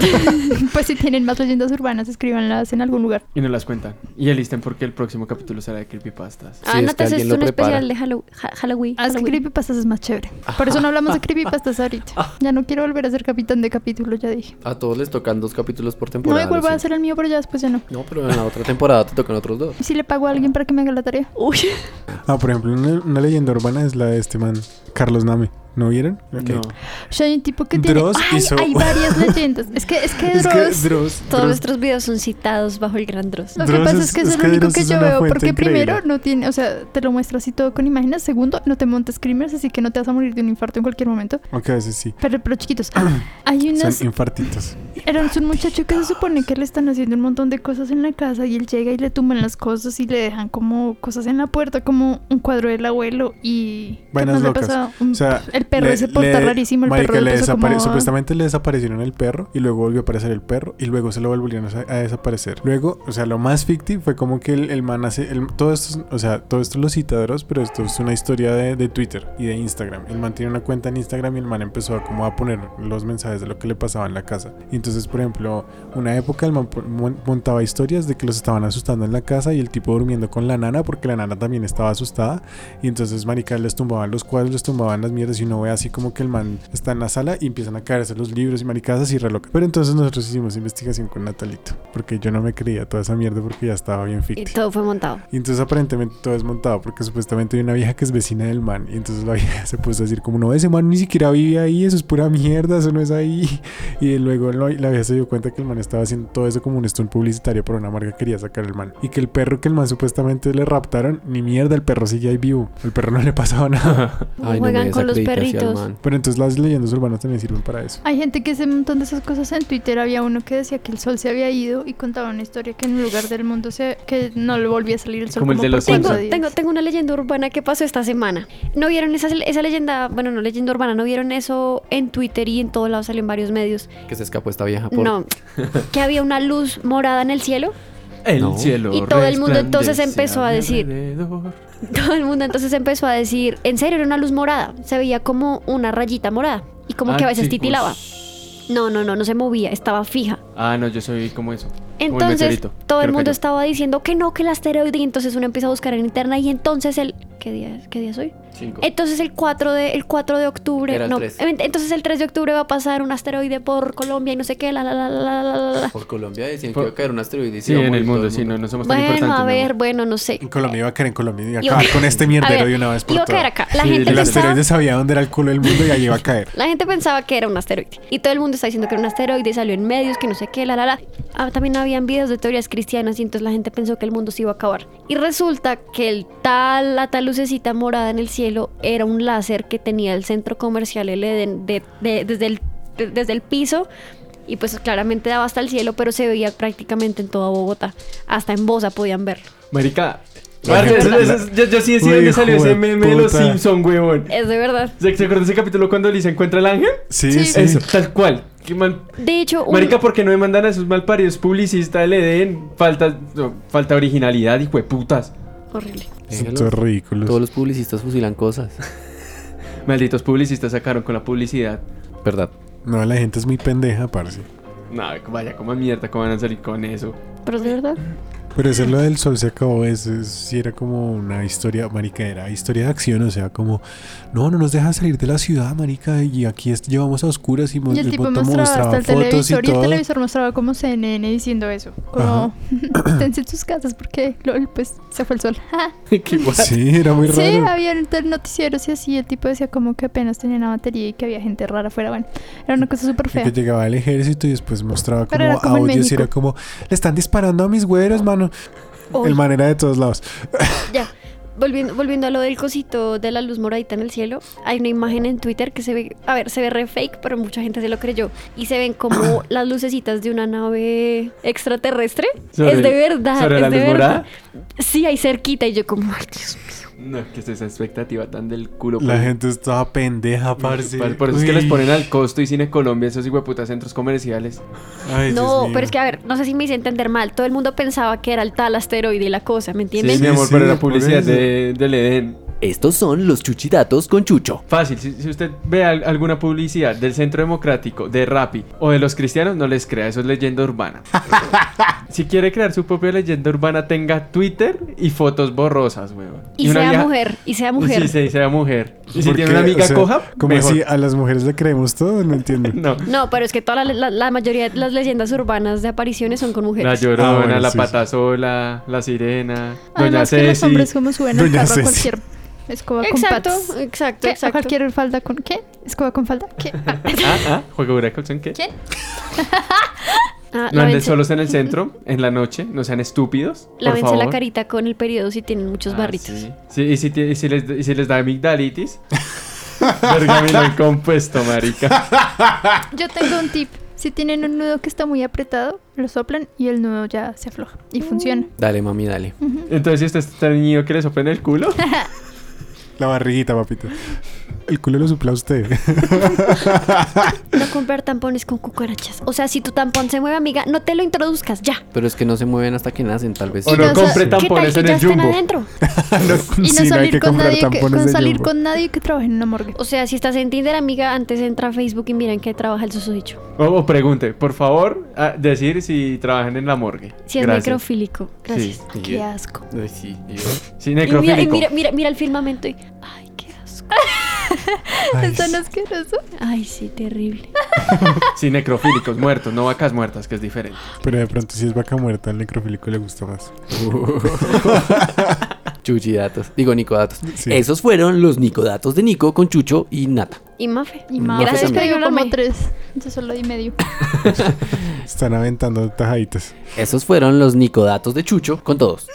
Speaker 3: pues si tienen más leyendas urbanas, escríbanlas en algún lugar.
Speaker 6: Y no las cuentan. Y alisten porque el próximo capítulo será de creepypastas.
Speaker 9: Ah,
Speaker 4: es
Speaker 9: no,
Speaker 4: que
Speaker 9: te haces
Speaker 4: alguien lo
Speaker 9: un especial
Speaker 4: prepara.
Speaker 9: de Hallow- Ha- Halloween.
Speaker 3: Ah, es que
Speaker 9: Halloween.
Speaker 3: creepypastas es más chévere. Por eso no hablamos de creepypastas ahorita. Ya no quiero volver a ser capitán de capítulo, ya dije.
Speaker 4: A todos les tocan dos capítulos por
Speaker 3: No
Speaker 4: temporada.
Speaker 3: me vuelvo
Speaker 4: lo
Speaker 3: a
Speaker 4: siento.
Speaker 3: hacer el mío, pero ya después ya no.
Speaker 4: No, pero en la otra temporada te tocan otros dos.
Speaker 3: ¿Y si le pago a alguien para que me haga la tarea?
Speaker 9: Uy,
Speaker 5: Ah, por ejemplo, una, una leyenda urbana es la de este man, Carlos Name. ¿No vieron? Ok.
Speaker 6: No.
Speaker 3: O sea, hay un tipo que tiene...
Speaker 5: Dross
Speaker 3: Ay,
Speaker 5: hizo- [LAUGHS]
Speaker 3: hay varias leyendas. Es que, es que
Speaker 5: Es que
Speaker 3: Dross...
Speaker 5: Dross,
Speaker 9: todos
Speaker 5: Dross-
Speaker 9: nuestros videos son citados bajo el gran Dross.
Speaker 3: Lo que
Speaker 5: Dross
Speaker 3: pasa
Speaker 5: es-
Speaker 3: es que es,
Speaker 5: es
Speaker 3: el
Speaker 5: que
Speaker 3: único
Speaker 5: Dross
Speaker 3: que
Speaker 5: es
Speaker 3: yo
Speaker 5: una
Speaker 3: veo,
Speaker 5: fuente
Speaker 3: porque
Speaker 5: increíble.
Speaker 3: primero no tiene, o sea, te lo muestra así todo con imágenes, segundo, no te montes screamers, así que no te vas a morir de un infarto en cualquier momento.
Speaker 5: Aunque a veces sí.
Speaker 3: Pero, pero
Speaker 5: [COUGHS]
Speaker 3: chiquitos, hay
Speaker 5: Son
Speaker 3: unas,
Speaker 5: infartitos.
Speaker 3: era un muchacho que se supone que le están haciendo un montón de cosas en la casa y él llega y le tumban las cosas y le dejan como cosas en la puerta, como un cuadro del abuelo y... ¿qué
Speaker 5: Vainas
Speaker 3: más le
Speaker 5: locas.
Speaker 3: pasa? Un-
Speaker 5: O sea,
Speaker 3: el perro
Speaker 5: le-
Speaker 3: se porta
Speaker 5: le-
Speaker 3: rarísimo, el
Speaker 5: marica,
Speaker 3: perro
Speaker 5: le
Speaker 3: le pasó
Speaker 5: desapare-
Speaker 3: como...
Speaker 5: Supuestamente le desaparecieron el perro y luego volvió a aparecer el perro y luego se lo volvieron a, a desaparecer. Luego, o sea, lo más fictivo fue como que el, el man hace... el- todo esto, es- o sea, todo esto lo cita Dross, pero esto es una historia de, de Twitter y de Instagram. El man tiene una cuenta en Instagram y el man empezó a como a poner los mensajes de lo que le pasaba en la casa. Y entonces, por ejemplo, una época el man po- mon- montaba historias de que los estaban asustando en la casa y el tipo durmiendo con la nana porque la nana también estaba asustada y entonces, marica, les tumbaban los cuadros, les tumbaban las mierdas. Y uno ve así como que el man está en la sala y empiezan a caerse los libros y maricas así re loca. Pero entonces nosotros hicimos investigación con Natalito. Porque yo no me creía toda esa mierda porque ya estaba bien
Speaker 9: Y
Speaker 5: ficti.
Speaker 9: todo fue montado.
Speaker 5: Y entonces aparentemente todo es montado porque supuestamente hay una vieja que es vecina del man. Y entonces la vieja [LAUGHS] se puso a decir como, no, ese man ni siquiera vive ahí, eso es pura mierda, eso no es ahí. [LAUGHS] Y luego la la vieja se dio cuenta que el man estaba haciendo todo eso como un stunt publicitario para una marca que quería sacar el man. Y que el perro que el man supuestamente le raptaron, ni mierda, el perro sigue ahí vivo. Al perro no le pasaba [LAUGHS] nada.
Speaker 9: Como juegan con los
Speaker 4: desacredites,
Speaker 9: perritos.
Speaker 4: Alman.
Speaker 5: Pero entonces las leyendas urbanas también sirven para eso.
Speaker 3: Hay gente que hace un montón de esas cosas en Twitter. Había uno que decía que el sol se había ido y contaba una historia que en un lugar del mundo se que no le volvía a salir el sol.
Speaker 6: Como el de
Speaker 3: por
Speaker 6: los
Speaker 3: cinco
Speaker 9: Tengo,
Speaker 6: Sansa.
Speaker 3: días.
Speaker 9: tengo, tengo una leyenda urbana que pasó esta semana. ¿No vieron esa, esa leyenda? Bueno, no leyenda urbana, ¿no vieron eso en Twitter y en todos lados salió en varios medios?
Speaker 4: Que se escapó esta
Speaker 9: Ah,
Speaker 4: vieja por...
Speaker 9: No, que había una luz morada en el [LAUGHS] cielo.
Speaker 6: El
Speaker 4: No.
Speaker 6: cielo.
Speaker 9: Y todo el mundo entonces
Speaker 6: resplandece
Speaker 9: empezó a decir-
Speaker 6: alrededor.
Speaker 9: Todo el mundo entonces empezó a decir, en serio, era una luz morada. Se veía como una rayita morada y como que a veces
Speaker 6: Ah, chicos.
Speaker 9: titilaba. No, no, no, no se movía, estaba fija.
Speaker 6: Ah, no, yo soy como eso.
Speaker 9: Entonces,
Speaker 6: meteorito
Speaker 9: todo
Speaker 6: que
Speaker 9: el
Speaker 6: no
Speaker 9: mundo
Speaker 6: cayó.
Speaker 9: estaba diciendo que no, que el asteroide. Y entonces uno empieza a buscar en internet. Y entonces el. ¿Qué día, es? ¿Qué día es hoy?
Speaker 4: Cinco.
Speaker 9: Entonces el 4 de, el 4 de octubre.
Speaker 4: Era el
Speaker 9: no,
Speaker 4: tres.
Speaker 9: en- entonces el 3 de octubre va a pasar un asteroide por Colombia y no sé qué. La, la, la, la, la, la, la.
Speaker 4: Por Colombia decían
Speaker 6: Por-
Speaker 4: que iba a caer un asteroide. y se
Speaker 6: Sí,
Speaker 4: iba a
Speaker 6: en
Speaker 4: morir
Speaker 6: el
Speaker 4: todo
Speaker 6: mundo, sí, no, no somos tan
Speaker 9: Bueno,
Speaker 6: importantes.
Speaker 9: a
Speaker 6: ¿no?
Speaker 9: ver, bueno, no sé.
Speaker 5: En Colombia iba a caer en Colombia y
Speaker 9: Iba-
Speaker 5: acabar con este mierdero
Speaker 9: ver,
Speaker 5: de una vez por
Speaker 9: Iba a caer
Speaker 5: todas.
Speaker 9: acá. La
Speaker 6: Sí,
Speaker 9: gente
Speaker 5: El
Speaker 9: pensaba-
Speaker 5: asteroide sabía dónde era el culo del mundo y ahí iba a caer.
Speaker 9: La gente pensaba que era un asteroide. Y todo el mundo está diciendo que era un asteroide y salió en medios, que no sé qué, la, la, la. Ah, también habían videos de teorías cristianas y entonces la gente pensó que el mundo se iba a acabar. Y resulta que el tal, la tal lucecita morada en el cielo era un láser que tenía el centro comercial El Edén de- de- desde, el, de- desde el piso. Y pues claramente daba hasta el cielo, pero se veía prácticamente en toda Bogotá. Hasta en Bosa podían verlo.
Speaker 6: [LAUGHS] Marica.
Speaker 5: La
Speaker 6: parce,
Speaker 5: gente-
Speaker 6: eso- eso- yo, yo sí decía
Speaker 5: Uy,
Speaker 6: dónde salió
Speaker 5: hijo
Speaker 6: ese
Speaker 5: de
Speaker 6: meme de los
Speaker 5: puta.
Speaker 6: Simpson, huevón.
Speaker 9: Es de verdad.
Speaker 6: ¿Se se acuerdan ese capítulo cuando Lisa encuentra al ángel?
Speaker 5: Sí,
Speaker 3: Sí.
Speaker 5: sí.
Speaker 6: Eso, tal cual. Qué man-
Speaker 9: De hecho, un-
Speaker 6: Marica, ¿por qué no me mandan a esos malparidos publicistas del Edén? Falta, no, falta originalidad, hijo de putas.
Speaker 9: horrible.
Speaker 5: Esto es
Speaker 4: Todos
Speaker 5: ridículo.
Speaker 4: los publicistas fusilan cosas.
Speaker 6: Malditos publicistas sacaron con la publicidad.
Speaker 4: ¿Verdad?
Speaker 5: No, la gente es muy pendeja, parce.
Speaker 6: No, vaya, como mierda, ¿cómo van a salir con eso?
Speaker 9: Pero es de verdad.
Speaker 5: Pero eso lo del sol se acabó, eso es- sí era como una historia, marica, era historia de acción, o sea, como, no, no nos deja salir de la ciudad, marica, y aquí es- llevamos a oscuras y, mo-
Speaker 3: Y el
Speaker 5: y
Speaker 3: tipo
Speaker 5: montamos-
Speaker 3: mostraba hasta el televisor y, el
Speaker 5: todo.
Speaker 3: televisor mostraba como CNN diciendo eso. Como, [LAUGHS] estén en sus casas porque LOL, pues se fue el sol. [LAUGHS] Ja.
Speaker 5: [LAUGHS] Sí, era muy
Speaker 3: sí,
Speaker 5: raro.
Speaker 3: había en tel- noticieros y así. El tipo decía como que apenas tenía una batería y que había gente rara afuera. Bueno, era una cosa súper
Speaker 5: Y
Speaker 3: fea.
Speaker 5: que llegaba el ejército y después mostraba
Speaker 3: Pero
Speaker 5: como,
Speaker 3: era como en
Speaker 5: audios y
Speaker 3: México.
Speaker 5: era como, le están disparando a mis güeros, mano.
Speaker 9: Uy.
Speaker 5: El man era de todos lados.
Speaker 9: Ya. volviendo, volviendo a lo del cosito de la luz moradita en el cielo, hay una imagen en Twitter que se ve, a ver, se ve re fake, pero mucha gente se lo creyó. Y se ven
Speaker 6: [COUGHS]
Speaker 9: como las lucecitas de una nave extraterrestre.
Speaker 6: ¿Sobre-
Speaker 9: es de verdad.
Speaker 6: sobre
Speaker 9: es
Speaker 6: la
Speaker 9: de
Speaker 6: luz
Speaker 9: verdad.
Speaker 6: morada?
Speaker 9: Sí, ahí cerquita. Y yo como, ay, Dios mío.
Speaker 6: No, que es esa expectativa tan del culo.
Speaker 5: La
Speaker 6: pues.
Speaker 5: gente estaba pendeja, parce.
Speaker 6: Por, por eso es que
Speaker 5: Uy.
Speaker 6: les ponen al costo y Cine Colombia esos hijueputas centros comerciales.
Speaker 5: Ay, Dios
Speaker 9: No,
Speaker 5: mío.
Speaker 9: pero es que, a ver, no sé si me hice entender mal. Todo el mundo pensaba que era el tal asteroide y la cosa, ¿me
Speaker 6: Sí,
Speaker 9: entienden?
Speaker 6: mi amor,
Speaker 5: sí,
Speaker 6: pero la
Speaker 5: por
Speaker 6: publicidad
Speaker 5: eso.
Speaker 6: de, del Edén.
Speaker 4: Estos son los chuchidatos con Chucho.
Speaker 6: Fácil, si, si usted ve al- alguna publicidad del Centro Democrático, de Rappi o de los cristianos, no les crea, eso es leyenda
Speaker 5: [LAUGHS]
Speaker 6: urbana. si quiere crear su propia leyenda urbana, tenga Twitter y fotos borrosas, weón.
Speaker 9: Y,
Speaker 6: una
Speaker 9: sea
Speaker 6: vieja-
Speaker 9: mujer, y sea mujer.
Speaker 6: Sí, sí, sea mujer. Y si
Speaker 5: Porque,
Speaker 6: tiene una amiga
Speaker 5: o sea,
Speaker 6: coja,
Speaker 5: Como
Speaker 6: mejor.
Speaker 5: así, a las mujeres le creemos todo, no entiendo.
Speaker 6: [LAUGHS] No.
Speaker 9: No, pero es que toda la, la- la mayoría de las leyendas urbanas de apariciones son con
Speaker 6: La
Speaker 9: mujeres.
Speaker 6: llorona,
Speaker 5: Ah, bueno,
Speaker 6: la
Speaker 5: sí, sí.
Speaker 6: patasola, la sirena, doña
Speaker 3: Además que los
Speaker 6: Ceci.
Speaker 3: hombres como suben al
Speaker 5: Doña
Speaker 3: carro
Speaker 5: Ceci.
Speaker 3: a cualquier escoba
Speaker 9: Exacto,
Speaker 3: con patas.
Speaker 9: exacto,
Speaker 3: ¿Qué? ¿A
Speaker 9: exacto.
Speaker 3: cualquier falda con qué? ¿Escoba con falda? ¿Qué? Ah,
Speaker 6: [LAUGHS] Ah, ah, juego de colchón, ¿qué?
Speaker 3: ¿Qué?
Speaker 9: Ah,
Speaker 6: No anden
Speaker 9: lávense-
Speaker 6: solos
Speaker 9: [LAUGHS]
Speaker 6: en el centro, en la noche, no sean estúpidos. por
Speaker 9: lávense la
Speaker 6: favor.
Speaker 9: carita con el periodo si tienen muchos
Speaker 6: Ah,
Speaker 9: barritos.
Speaker 6: Sí, Sí, y, si, tie- y si les, y si les da
Speaker 5: [LAUGHS]
Speaker 6: amigdalitis. Pergamino compuesto, marica.
Speaker 3: Yo tengo un tip. Si tienen un nudo que está muy apretado, lo soplan y el nudo ya se afloja. Y funciona.
Speaker 4: Dale, mami, dale.
Speaker 9: Mm.
Speaker 6: Entonces, si usted está niño que le soplen el
Speaker 9: [LAUGHS]
Speaker 6: culo,
Speaker 5: La barriguita, papito. El culo lo supla usted.
Speaker 9: No comprar tampones con cucarachas. O sea, si tu tampón se mueve, amiga, no te lo introduzcas ya.
Speaker 4: Pero es que no se mueven hasta que nacen, tal vez.
Speaker 6: o
Speaker 3: no
Speaker 6: no compre
Speaker 3: sé.
Speaker 9: ¿Qué tal
Speaker 6: tampones
Speaker 9: que
Speaker 6: en
Speaker 9: ya
Speaker 6: el
Speaker 9: estén
Speaker 6: jumbo.
Speaker 9: adentro?
Speaker 3: Y no
Speaker 5: [LAUGHS] Sí, hay
Speaker 3: salir
Speaker 5: que
Speaker 3: con
Speaker 5: comprar
Speaker 3: nadie que,
Speaker 5: tampones
Speaker 3: con
Speaker 5: de
Speaker 3: salir
Speaker 5: Jumbo.
Speaker 3: con nadie que trabaje en una morgue.
Speaker 9: O sea, si estás en Tinder, amiga, antes entra a Facebook y miran que trabaja el susodicho.
Speaker 6: O, o pregunte, por favor, a- decir si trabajan en la morgue.
Speaker 9: Si es
Speaker 6: Gracias.
Speaker 9: necrofílico. Gracias.
Speaker 6: Sí.
Speaker 3: Qué asco.
Speaker 6: Ay, sí, Dios. sí,
Speaker 9: Y mira, y
Speaker 6: necrofílico.
Speaker 9: mira, mira, mira el firmamento y. Ay, qué asco.
Speaker 5: Ay,
Speaker 3: [LAUGHS] Es tan asqueroso.
Speaker 9: Ay, sí, terrible.
Speaker 6: Ah. Sí, necrofílicos, muertos, no vacas muertas, que es diferente.
Speaker 5: Pero de pronto, si es vaca muerta, al necrofílico le gusta más.
Speaker 4: Chuchidatos. Digo, Nicodatos.
Speaker 5: Sí.
Speaker 4: Esos fueron los Nicodatos de Nico con Chucho y Nata.
Speaker 9: Y Mafe.
Speaker 3: Y
Speaker 4: No,
Speaker 3: más.
Speaker 4: Gracias
Speaker 3: Gracias,
Speaker 9: también.
Speaker 3: pero como
Speaker 9: Perdóname.
Speaker 3: tres. Yo solo di medio.
Speaker 5: Están aventando tajaditas.
Speaker 4: Esos fueron los Nicodatos de Chucho con todos.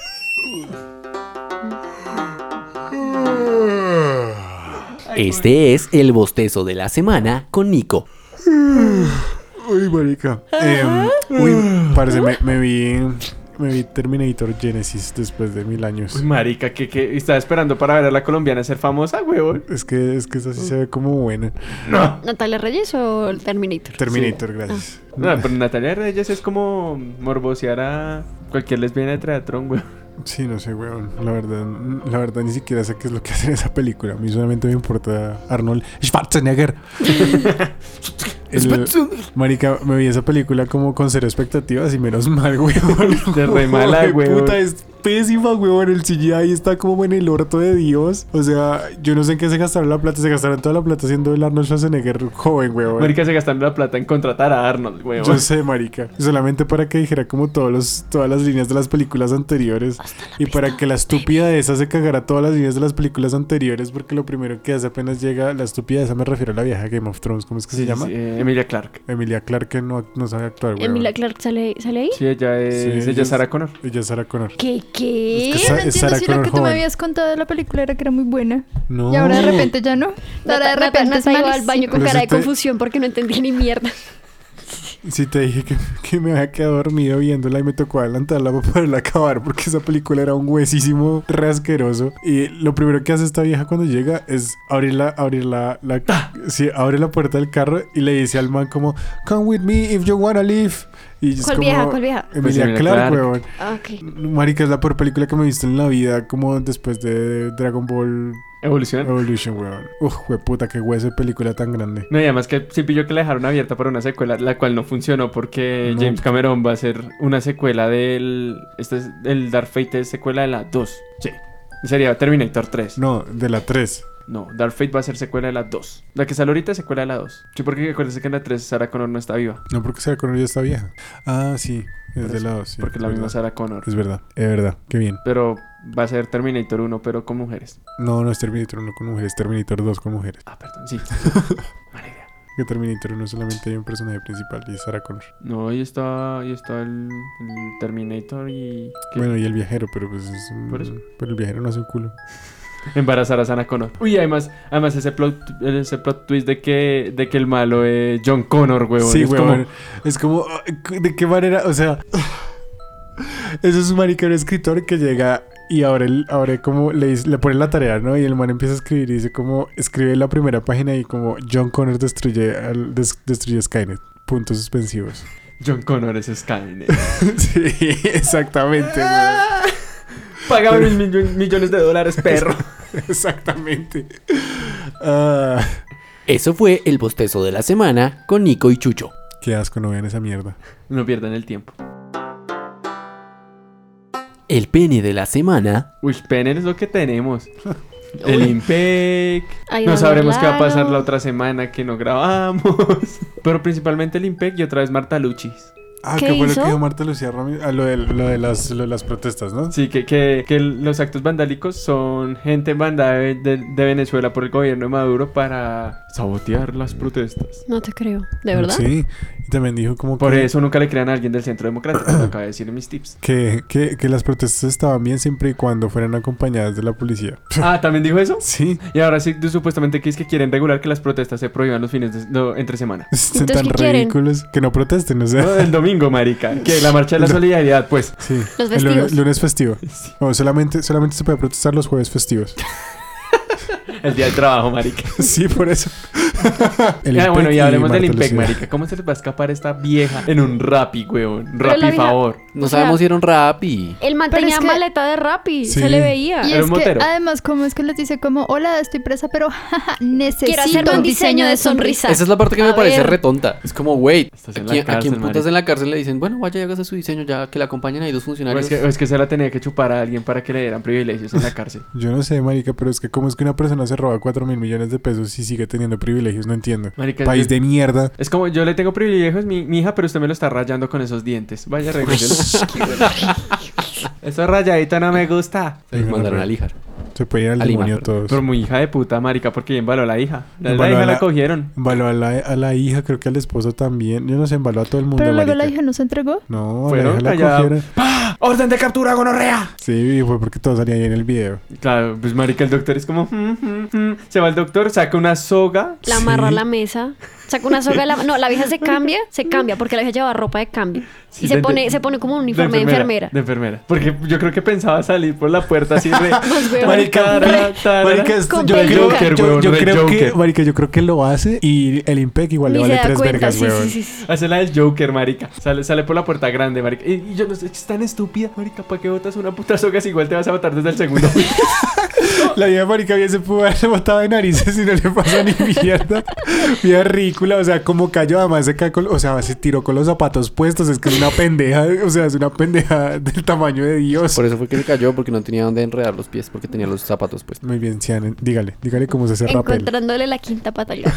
Speaker 4: Este es el bostezo de la semana con Nico.
Speaker 5: Uy, marica. Em, uy, parece, me, me vi. Me vi Terminator Genesis después de mil años.
Speaker 6: Uy, marica, que, que estaba esperando para ver a la colombiana ser famosa, huevón.
Speaker 5: Es que, es que esa sí se ve como buena.
Speaker 9: ¿Natalia Reyes o el Terminator?
Speaker 5: Terminator, gracias.
Speaker 6: No, Ah. pero Natalia Reyes es como morbosear a cualquier lesbiana de Teatrón, güey.
Speaker 5: [LAUGHS] Sí, no sé, weón. La verdad, la verdad ni siquiera sé qué es lo que [LAUGHS] hace en esa película. A mí solamente me importa Arnold
Speaker 6: [LAUGHS]
Speaker 5: Schwarzenegger. El- marica, me vi esa película como con cero expectativas y menos mal, [LAUGHS] weón.
Speaker 6: De re mala,
Speaker 5: Hijo de
Speaker 6: weón.
Speaker 5: Puta, es pésima, weón. El CGI está como en el orto de Dios. O sea, yo no sé en qué se gastaron la plata. Se gastaron toda la plata haciendo el Arnold Schwarzenegger joven, weón.
Speaker 6: Marica se gastaron la plata en contratar a Arnold, güey.
Speaker 5: Yo sé, marica. Solamente para que dijera como todos los, todas las líneas de las películas anteriores. Y para que la estúpida de esa se cagara todas las líneas de las películas anteriores. Porque lo primero que hace apenas llega, la estúpida de esa me refiero a la vieja Game of Thrones. ¿Cómo es que
Speaker 6: Sí,
Speaker 5: se llama?
Speaker 6: sí, eh, Emilia Clark.
Speaker 5: Emilia Clarke no, no sabe actuar, güey.
Speaker 9: Emilia Eh, Clark sale, sale ahí.
Speaker 6: Sí, ella es,
Speaker 5: Sí,
Speaker 6: ella
Speaker 5: ella
Speaker 6: es
Speaker 5: es-
Speaker 6: Sarah Connor.
Speaker 5: Ella es Sarah Connor.
Speaker 9: ¿Qué? ¿Qué?
Speaker 5: Es que
Speaker 3: Yo no
Speaker 5: Sa- es
Speaker 3: entiendo
Speaker 5: Sarah
Speaker 3: si lo
Speaker 5: Connor
Speaker 3: que tú me
Speaker 5: joven.
Speaker 3: habías contado de la película era que era muy buena.
Speaker 5: No.
Speaker 3: Y ahora de repente ya no. Ahora de
Speaker 9: Nata-
Speaker 3: repente
Speaker 9: Nata
Speaker 3: es
Speaker 9: iba al
Speaker 3: malísima.
Speaker 9: baño con
Speaker 6: Pues
Speaker 5: Pero
Speaker 9: cara
Speaker 5: si
Speaker 9: de
Speaker 6: este-
Speaker 5: te-
Speaker 9: confusión porque no entendía ni mierda.
Speaker 5: Si te dije que, que me había quedado dormido viéndola y me tocó adelantarla para poderla acabar porque esa película era un huesísimo rasqueroso. Y lo primero que hace esta vieja cuando llega es abrir la, abrir la, la- sí, abre la puerta del carro y le dice al man como, come with me if you wanna leave. Y es
Speaker 9: ¿Cuál
Speaker 5: como,
Speaker 9: vieja? ¿Cuál vieja?
Speaker 5: Emilia
Speaker 6: Pues Emilia
Speaker 5: Clarke,
Speaker 6: Clarke.
Speaker 5: weón.
Speaker 9: Ah, ok.
Speaker 5: Marica, es la peor película que me he visto en la vida, como después de Dragon Ball
Speaker 6: Evolución.
Speaker 5: Evolution, weón. Uf, weputa, qué hueso de película tan grande.
Speaker 6: No, y además que sí pilló que la dejaron abierta para una secuela, la cual no funcionó porque
Speaker 5: No.
Speaker 6: James Cameron va a hacer una secuela del. Este es el Dark Fate, es secuela de la 2. Sí. Sería Terminator 3.
Speaker 5: No, de la 3.
Speaker 6: No, Dark Fate va a ser secuela de la 2. La que sale ahorita es secuela de la 2. Sí, porque acuérdense que en la 3 Sarah Connor no está viva.
Speaker 5: No, porque Sarah Connor ya está vieja. Ah, sí, es de lado, sí.
Speaker 6: Porque es la
Speaker 5: verdad.
Speaker 6: misma Sarah Connor.
Speaker 5: Es verdad, es verdad, qué bien.
Speaker 6: Pero va a ser Terminator 1, pero con mujeres.
Speaker 5: [LAUGHS] No, no es Terminator 1 con mujeres, Terminator 2 con mujeres.
Speaker 6: Ah, perdón, sí. Mala idea.
Speaker 5: que Terminator 1 solamente hay un personaje principal y es Sarah Connor.
Speaker 6: No, ahí está, ahí está el, el Terminator y... ¿qué?
Speaker 5: Bueno, y el viajero, pero pues es un-
Speaker 6: Por eso.
Speaker 5: Pero el viajero no hace un culo.
Speaker 6: Embarazar a Sarah Connor. Uy, además, además ese plot, ese plot twist de que, de que el malo es John Connor, huevón.
Speaker 5: sí,
Speaker 6: es
Speaker 5: güey.
Speaker 6: como-
Speaker 5: Es como, ah, ¿de qué manera? O sea, [SIGHS] eso es un maricón escritor que llega y ahora, el, ahora como le, dice- le pone la tarea, ¿no? Y el man empieza a escribir y dice como, escribe la primera página y como John Connor destruye, al- des- destruye Skynet. Puntos suspensivos. [LAUGHS]
Speaker 6: John Connor es Skynet.
Speaker 5: sí, exactamente, güey.
Speaker 6: [LAUGHS] Págame mil millo- millones de
Speaker 5: [LAUGHS]
Speaker 6: dólares, perro.
Speaker 5: Exactamente. Ah,
Speaker 4: Eso fue el bostezo de la semana con Nico y Chucho.
Speaker 5: qué asco, no vean esa mierda.
Speaker 6: No pierdan el tiempo.
Speaker 4: El pene de la semana.
Speaker 6: Uy, Penner es lo que tenemos. El Impec.
Speaker 9: Ay,
Speaker 6: No
Speaker 9: Daniel
Speaker 6: sabremos qué va a pasar
Speaker 9: Lano.
Speaker 6: la otra semana que no grabamos. [LAUGHS] Pero principalmente el Impec y otra vez Marta Luchis.
Speaker 5: Ah,
Speaker 9: ¿Qué
Speaker 5: ¿qué, fue lo
Speaker 9: hizo?
Speaker 5: que dijo Marta Lucía Ramírez? Ah, lo de, lo de las, lo de las protestas, ¿no?
Speaker 6: Sí, que, que, que los actos vandálicos son gente mandada de, de- de Venezuela por el gobierno de Maduro para sabotear las protestas.
Speaker 9: No te creo. ¿De verdad?
Speaker 5: Sí. Y también dijo como
Speaker 6: Por
Speaker 5: que,
Speaker 6: eso nunca le crean a alguien del Centro Democrático, lo acabo de decir en mis
Speaker 5: [LAUGHS]
Speaker 6: tips.
Speaker 5: Que, que, que las protestas estaban bien siempre y cuando fueran acompañadas de la policía. [LAUGHS]
Speaker 6: Ah, ¿también dijo eso?
Speaker 5: Sí.
Speaker 6: Y ahora sí, supuestamente que es que quieren regular que las protestas se prohíban los fines de, no, entre
Speaker 5: [LAUGHS]
Speaker 6: semana.
Speaker 5: Están
Speaker 9: Entonces,
Speaker 5: tan
Speaker 9: ¿qué quieren?
Speaker 5: ridículos que no protesten, o sea.
Speaker 6: No, El domingo, marica. Que la marcha de la solidaridad, pues.
Speaker 5: [LAUGHS] Sí.
Speaker 9: Los
Speaker 5: El lunes,
Speaker 9: vestidos.
Speaker 5: lunes festivo. O solamente, solamente se puede protestar los jueves festivos. [LAUGHS]
Speaker 6: El día del trabajo, marica.
Speaker 5: sí, por
Speaker 6: [LAUGHS]
Speaker 5: eso. El
Speaker 6: Ah, bueno,
Speaker 5: IMPEC
Speaker 6: y hablemos del
Speaker 5: Marta
Speaker 6: Impec,
Speaker 5: Lucía.
Speaker 6: marica. ¿Cómo se les va a escapar esta vieja en un rapi, weón?
Speaker 9: Pero la
Speaker 6: Rapi,
Speaker 9: vieja-
Speaker 6: favor.
Speaker 4: No
Speaker 9: O sea,
Speaker 4: sabemos si era un rap y.
Speaker 9: Él
Speaker 3: Pero
Speaker 9: mantenía
Speaker 3: es que-
Speaker 9: maleta de Rappi.
Speaker 5: Sí.
Speaker 9: Se le veía.
Speaker 3: Y
Speaker 6: Era
Speaker 3: es
Speaker 6: un
Speaker 3: que
Speaker 6: motero.
Speaker 3: además, como es que les dice como, hola, estoy presa, pero jaja, necesito
Speaker 9: hacerme un diseño de sonrisa.
Speaker 4: Esa es la parte que
Speaker 9: A
Speaker 4: me parece
Speaker 9: ver.
Speaker 4: retonta. Es como, wait,
Speaker 6: Estás
Speaker 4: ¿a
Speaker 6: en la
Speaker 4: quién, a
Speaker 6: cárcel,
Speaker 4: quién putas
Speaker 6: marica.
Speaker 4: en la cárcel le dicen, bueno, vaya y hágase su diseño ya que la acompañan ahí dos
Speaker 6: O es,
Speaker 4: funcionarios?
Speaker 6: Pues que, o es que se la tenía que chupar a alguien para que le dieran privilegios en la cárcel.
Speaker 5: Yo no sé, marica, pero es que cómo es que una persona se roba 4 mil millones de pesos y sigue teniendo privilegios, no entiendo.
Speaker 6: Marica, es
Speaker 5: País
Speaker 6: que-
Speaker 5: de mierda.
Speaker 6: Es como yo le tengo privilegios, mi, mi hija, pero usted me lo está rayando con esos dientes. Vaya, regréselo. Eso rayadito no me gusta.
Speaker 4: Se los mandaron a lijar.
Speaker 5: Se puede ir al
Speaker 4: Alima,
Speaker 5: demonio todos.
Speaker 6: Pero muy hija de puta, marica, porque bien való a la hija. La, la
Speaker 5: Embaló
Speaker 6: hija
Speaker 5: a
Speaker 6: la...
Speaker 5: la-
Speaker 6: cogieron.
Speaker 5: Embaló a la, a la hija, creo que al esposo también. Yo no sé, embaló a todo el mundo.
Speaker 3: Pero luego
Speaker 5: marica.
Speaker 3: la hija no se entregó.
Speaker 5: No, la
Speaker 6: Fueron
Speaker 5: hija la
Speaker 6: allá.
Speaker 5: cogieron.
Speaker 6: ¡Orden de captura, gonorrea!
Speaker 5: Sí, fue porque todo salía ahí en el video.
Speaker 6: Claro, pues marica, el doctor es como... "Mm, mm, mm". Se va el doctor, saca una soga.
Speaker 9: La amarra a la mesa, saca una soga de la No, la vieja se cambia, se cambia, porque la vieja lleva ropa de cambio.
Speaker 6: Sí,
Speaker 9: y se
Speaker 6: de-
Speaker 9: pone,
Speaker 6: de-
Speaker 9: se pone como un uniforme de enfermera.
Speaker 6: De enfermera. Porque yo creo que pensaba salir por la puerta
Speaker 9: [LAUGHS]
Speaker 6: así re...
Speaker 9: Pues, weón.
Speaker 6: marica, ra, ta, ra.
Speaker 5: Marica, esto-
Speaker 9: Con
Speaker 5: yo
Speaker 9: peluca.
Speaker 5: creo,
Speaker 6: Joker,
Speaker 5: yo,
Speaker 6: weón,
Speaker 5: yo
Speaker 6: re
Speaker 5: creo que,
Speaker 6: Joker.
Speaker 5: marica, yo creo que lo hace y el Impec igual le
Speaker 9: Ni se
Speaker 5: vale
Speaker 9: da
Speaker 5: tres
Speaker 9: cuenta,
Speaker 5: vergas,
Speaker 9: sí,
Speaker 5: weón.
Speaker 9: sí, sí, sí.
Speaker 6: Hace la del Joker, marica. Sale, sale por la puerta grande, marica. Y, y yo no sé, es tan estúpida, marica. ¿Para qué botas una puta soga si igual te vas a botar desde el segundo?
Speaker 5: [LAUGHS]
Speaker 6: [LAUGHS]
Speaker 5: La vida de marica bien se pudo haber botado de narices y no le pasó ni [LAUGHS] mierda. Vida ridícula, o sea, como cayó, además se cae con- o sea, se tiró con los zapatos puestos, es que es una pendeja, o sea, es una pendeja del tamaño de Dios.
Speaker 4: Por eso fue que se cayó, porque no tenía dónde enredar los pies, porque tenía los zapatos puestos.
Speaker 5: Muy bien, Cian, dígale, dígale cómo se hace rapel.
Speaker 9: Encontrándole la quinta pata al gato.